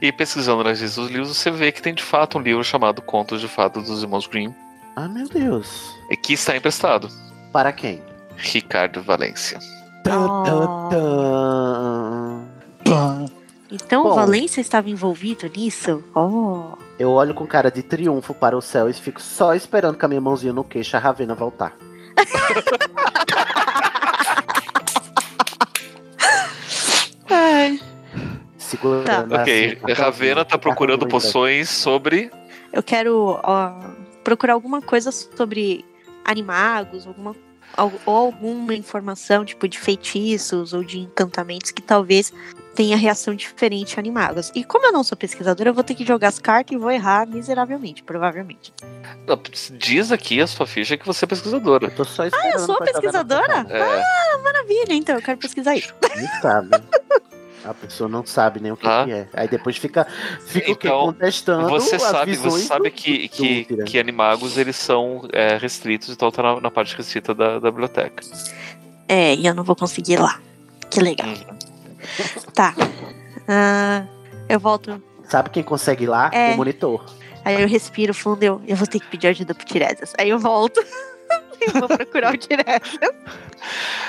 Speaker 3: E pesquisando nas listas dos livros, você vê que tem de fato um livro chamado Contos de Fato dos Irmãos Grimm,
Speaker 2: Ah, meu Deus.
Speaker 3: e que está emprestado.
Speaker 2: Para quem?
Speaker 3: Ricardo Valência.
Speaker 2: Tã,
Speaker 9: Ah.
Speaker 2: tã, tã.
Speaker 7: Pã.
Speaker 1: Então
Speaker 2: Bom.
Speaker 1: o Valência estava envolvido nisso? Oh.
Speaker 2: Eu olho com cara de triunfo para o céu e fico só esperando com a minha mãozinha no queixo a Ravena voltar. É, Segurando
Speaker 3: ok,
Speaker 2: assim,
Speaker 3: Ravena tá procurando
Speaker 2: então.
Speaker 3: poções sobre.
Speaker 1: Eu quero ó, procurar alguma coisa sobre animagos, alguma al- ou alguma informação tipo de feitiços ou de encantamentos que talvez tenha reação diferente a animagos. E como eu não sou pesquisadora, eu vou ter que jogar as cartas e vou errar miseravelmente, provavelmente.
Speaker 3: Ah, Diz aqui a sua ficha que você é pesquisadora.
Speaker 2: Eu tô só esperando.
Speaker 1: Ah, eu sou
Speaker 2: pra Ravena
Speaker 1: pesquisadora?
Speaker 2: voltar.
Speaker 3: É,
Speaker 1: Maravilha, então eu quero pesquisar isso.
Speaker 2: Não sabe. A pessoa não sabe nem o que,
Speaker 3: Ah.
Speaker 2: que é. Aí depois fica, fica o quê?
Speaker 3: Então,
Speaker 2: contestando.
Speaker 3: você
Speaker 2: as
Speaker 3: sabe,
Speaker 2: visões
Speaker 3: você sabe
Speaker 2: do-
Speaker 3: que,
Speaker 2: do né?
Speaker 3: que,
Speaker 2: tirano.
Speaker 3: que animagos eles são é, restritos, então tá na, na parte restrita da, da biblioteca.
Speaker 1: É, e eu não vou conseguir ir lá. Que legal. Tá. Ah, eu volto.
Speaker 2: Sabe quem consegue ir lá?
Speaker 1: É.
Speaker 2: O monitor.
Speaker 1: Aí eu respiro fundo, eu, eu vou ter que pedir ajuda pro Tiresias. Aí eu volto. eu vou procurar o Tiresias.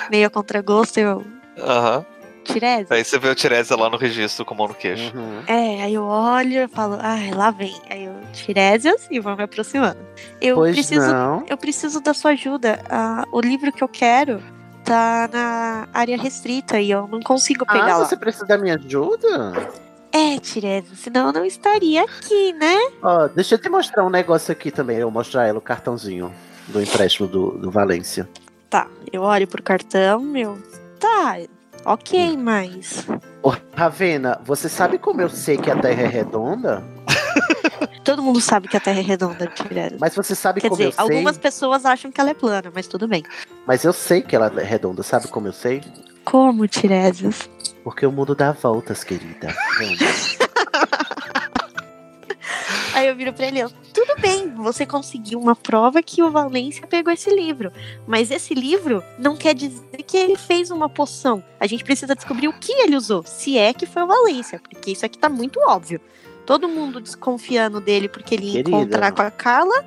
Speaker 1: Meio a contragosto, eu.
Speaker 3: Aham.
Speaker 1: Tirese?
Speaker 3: Aí você vê o Tirese lá no registro com a mão no queixo.
Speaker 2: Uhum.
Speaker 1: É, aí eu olho e falo, ai, lá vem. Aí eu Tiresias e vou me aproximando. Eu
Speaker 2: Pois
Speaker 1: preciso,
Speaker 2: não.
Speaker 1: eu preciso da sua ajuda. Ah, o livro que eu quero tá na área restrita e eu não consigo pegar
Speaker 2: Ah,
Speaker 1: lá.
Speaker 2: você precisa da minha ajuda?
Speaker 1: É, Tiresias, senão eu não estaria aqui, né?
Speaker 2: Ó, deixa eu te mostrar um negócio aqui também. Eu vou mostrar a ela o cartãozinho do empréstimo do, do Valência.
Speaker 1: Tá, eu olho pro cartão, meu. Tá,
Speaker 2: Hum.
Speaker 1: ok, mas.
Speaker 2: Ô, Ravena, você sabe como eu sei que a Terra é redonda?
Speaker 1: Todo mundo sabe que a Terra é redonda, Tiresias.
Speaker 2: Mas você sabe
Speaker 1: Quer
Speaker 2: como eu
Speaker 1: dizer,
Speaker 2: sei?
Speaker 1: algumas pessoas acham que ela é plana, mas tudo bem.
Speaker 2: Mas eu sei que ela é redonda. Sabe como eu sei?
Speaker 1: Como, Tiresias?
Speaker 2: Porque o mundo dá voltas, querida. Vamos.
Speaker 1: Aí eu viro pra ele, eu, tudo bem, você conseguiu uma prova que o Valência pegou esse livro. Mas esse livro não quer dizer que ele fez uma poção. A gente precisa descobrir o que ele usou, se é que foi o Valência, porque isso aqui tá muito óbvio. Todo mundo desconfiando dele porque ele ia
Speaker 2: Querida.
Speaker 1: encontrar com a Carla.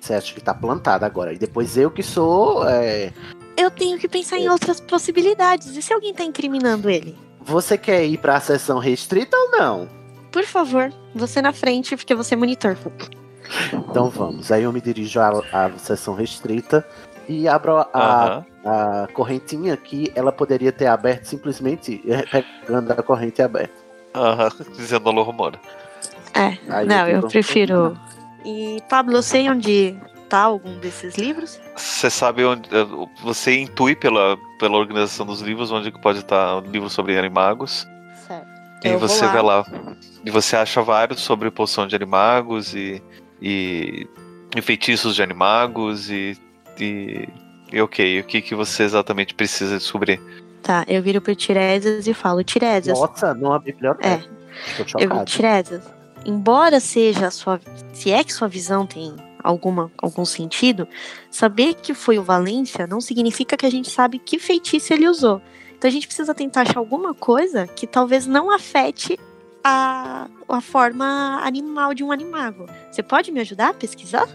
Speaker 2: Você acha que tá plantada agora. E depois eu que sou. é,
Speaker 1: Eu tenho que pensar em outras possibilidades. E se alguém tá incriminando ele?
Speaker 2: Você quer ir pra sessão restrita ou não?
Speaker 1: Por favor, você na frente, porque você é monitor.
Speaker 2: Então vamos. Aí eu me dirijo à, à sessão restrita e abro a, a correntinha que ela poderia ter aberto simplesmente eh, pegando a corrente aberta.
Speaker 3: Aham, dizendo alô, Romana.
Speaker 1: É,
Speaker 2: Aí
Speaker 1: não,
Speaker 2: eu
Speaker 1: eu,
Speaker 2: tô-
Speaker 1: prefiro. E, Pablo, eu sei onde tá algum desses livros?
Speaker 3: Você sabe onde. eh, Você intui pela, pela organização dos livros onde que pode estar um livro sobre animagos.
Speaker 1: Certo.
Speaker 3: E você vai lá. E você acha vários sobre poção de animagos e. e, e feitiços de animagos e. e, e ok, o que, que você exatamente precisa descobrir?
Speaker 1: Tá, eu viro pro Tiresias e falo, Tiresias,
Speaker 2: Nossa, numa biblioteca. Tô
Speaker 1: eu,
Speaker 2: chocado.
Speaker 1: Tiresias, embora seja a sua. Se é que sua visão tem alguma, algum sentido, saber que foi o Valência não significa que a gente sabe que feitiço ele usou. Então a gente precisa tentar achar alguma coisa que talvez não afete a, a forma animal de um animago. Você pode me ajudar a pesquisar?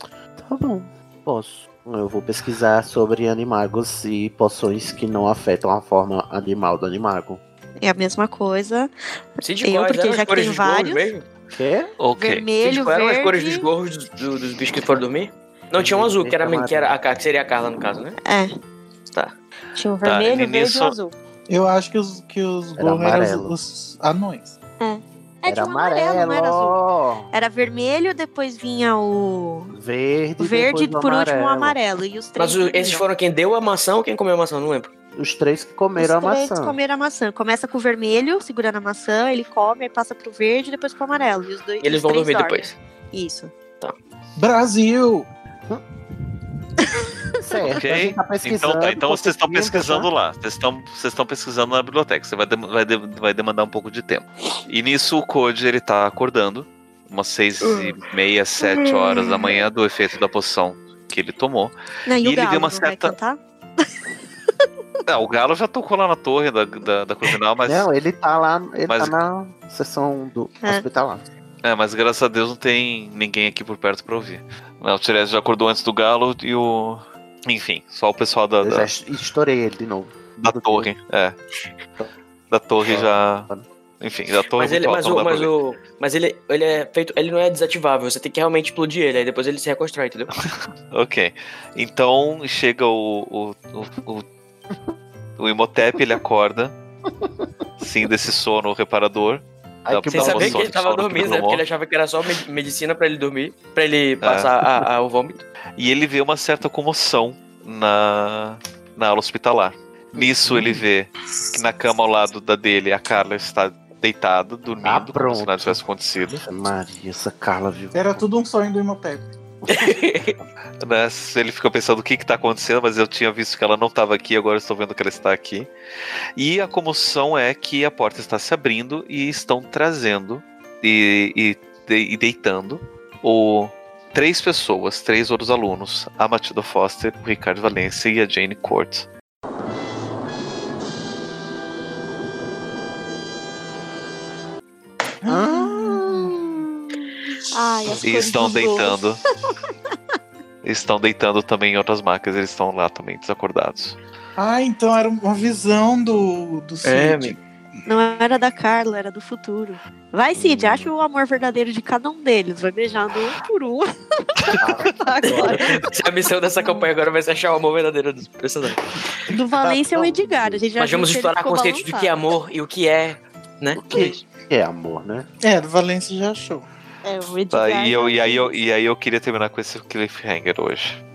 Speaker 2: Tá bom, posso. Eu vou pesquisar sobre animagos e poções que não afetam a forma animal do animago.
Speaker 1: É a mesma coisa.
Speaker 4: Cid,
Speaker 1: eu,
Speaker 4: quais
Speaker 1: porque
Speaker 4: eram
Speaker 1: já que
Speaker 4: as cores
Speaker 1: tem
Speaker 4: dos gorros
Speaker 1: vários.
Speaker 4: mesmo?
Speaker 2: Quê?
Speaker 3: Ok.
Speaker 4: Cid,
Speaker 1: Vermelho,
Speaker 4: quais eram as cores dos
Speaker 1: verde.
Speaker 4: gorros dos, do- dos bichos que foram dormir? Não, tinha um azul, que era, a men- que era a Ca- que seria a Carla, no caso, né?
Speaker 1: É.
Speaker 4: Tá.
Speaker 1: Tinha o
Speaker 3: Tá, e
Speaker 1: vermelho, verde e
Speaker 3: nisso-
Speaker 1: o azul.
Speaker 7: Eu acho que os, que os
Speaker 2: Era
Speaker 7: gorros eram
Speaker 2: amarelo.
Speaker 7: os, os anões.
Speaker 1: É,
Speaker 2: era
Speaker 1: tinha um amarelo, não era azul.
Speaker 2: ó.
Speaker 1: Era vermelho, depois vinha o
Speaker 2: Verde,
Speaker 1: verde e
Speaker 2: depois o
Speaker 1: por último o amarelo. E os três.
Speaker 4: Mas o- esses foram quem deu a maçã ou quem comeu a maçã? Não lembro.
Speaker 2: Os três que
Speaker 1: os
Speaker 2: comeram a
Speaker 1: três
Speaker 2: maçã.
Speaker 1: comeram a maçã. Começa com o vermelho, segurando a maçã, ele come, aí passa pro verde, depois pro amarelo. E os dois,
Speaker 4: Eles
Speaker 1: os
Speaker 4: vão
Speaker 1: três
Speaker 4: dormir
Speaker 1: dormem.
Speaker 4: depois.
Speaker 1: Isso.
Speaker 7: Brasil!
Speaker 2: Certo, a gente tá pesquisando.
Speaker 3: Então tá, então vocês estão
Speaker 2: conseguindo,
Speaker 3: pesquisando
Speaker 2: tá?
Speaker 3: lá. Vocês estão, vocês estão pesquisando na biblioteca. Você vai, dem- vai, de- vai demandar um pouco de tempo. E nisso o Code ele tá acordando. Umas seis e meia, sete horas da manhã do efeito da poção que ele tomou.
Speaker 1: Não, e,
Speaker 3: E
Speaker 1: o
Speaker 3: ele
Speaker 1: galo
Speaker 3: deu uma
Speaker 1: não vai
Speaker 3: certa-
Speaker 1: cantar?
Speaker 3: Ah, o Galo já tocou lá na torre da, da, da Corvinal, mas,
Speaker 2: Não, ele tá lá, ele
Speaker 3: mas-
Speaker 2: tá na sessão do
Speaker 1: É.
Speaker 2: hospitalar.
Speaker 3: é, mas graças a Deus não tem ninguém aqui por perto pra ouvir. Não, O Tiresias já acordou antes do Galo e o. Enfim, só o pessoal da,
Speaker 2: Eu já
Speaker 3: da,
Speaker 2: es- estourei ele de novo.
Speaker 3: da torre. É. Da torre já. Enfim, da torre
Speaker 4: Mas ele,
Speaker 3: muito
Speaker 4: mas
Speaker 3: alta, não
Speaker 4: o,
Speaker 3: dá pra
Speaker 4: mas
Speaker 3: ver.
Speaker 4: o, mas ele, ele é feito, ele não é desativável. Você tem que realmente explodir ele, aí depois ele se reconstrói, entendeu?
Speaker 3: Ok. Então chega o. O, o, o, o Imhotep, ele acorda. Sim, desse sono reparador.
Speaker 2: Ai,
Speaker 3: Dá-
Speaker 2: que
Speaker 4: Sem
Speaker 3: dá uma
Speaker 4: saber que
Speaker 3: sono-
Speaker 4: ele tava
Speaker 3: sono
Speaker 4: dormindo, né?
Speaker 3: pegou.
Speaker 4: Porque ele achava que era só me- medicina pra ele dormir, pra ele passar a- a- o vômito.
Speaker 3: E ele vê uma certa comoção na, na aula hospitalar. Nisso ele vê que na cama ao lado da dele a Carla está deitada, dormindo,
Speaker 2: Ah,
Speaker 3: como se nada
Speaker 2: pronto.
Speaker 3: tivesse acontecido.
Speaker 2: Maria, essa Carla, viu?
Speaker 7: Era tudo um sonho do Imhotep.
Speaker 3: né? Ele ficou pensando o que está acontecendo, mas eu tinha visto que ela não estava aqui, agora eu estou vendo que ela está aqui. E a comoção é que a porta está se abrindo e estão trazendo e, e, de- e deitando o três pessoas, três outros alunos, a Matilda Foster, o Ricardo Valencia e a Jane Court.
Speaker 7: Ah.
Speaker 1: Ai, as
Speaker 3: E
Speaker 1: cores
Speaker 3: estão
Speaker 1: dos gols.
Speaker 3: deitando. estão deitando também em outras marcas, eles estão lá também desacordados.
Speaker 7: Ah, então era uma visão do, do Cid.
Speaker 4: É, amigo.
Speaker 1: Não era da Carla, era do futuro. Vai, Cid, acha o amor verdadeiro de cada um deles. Vai beijando um por um. Agora.
Speaker 4: é A missão dessa campanha agora vai ser achar o amor verdadeiro dos personagens.
Speaker 1: Do Valência é o Edgar. A gente já
Speaker 4: Mas
Speaker 1: viu
Speaker 4: vamos
Speaker 1: que ele
Speaker 4: explorar o
Speaker 1: ficou
Speaker 4: conceito de que é
Speaker 1: balançado.
Speaker 4: amor e o que é, né?
Speaker 2: É amor, né?
Speaker 7: É, do Valência já achou.
Speaker 1: É, o Edgar.
Speaker 3: Tá, e, eu, e, aí eu, e aí eu queria terminar com esse cliffhanger hoje.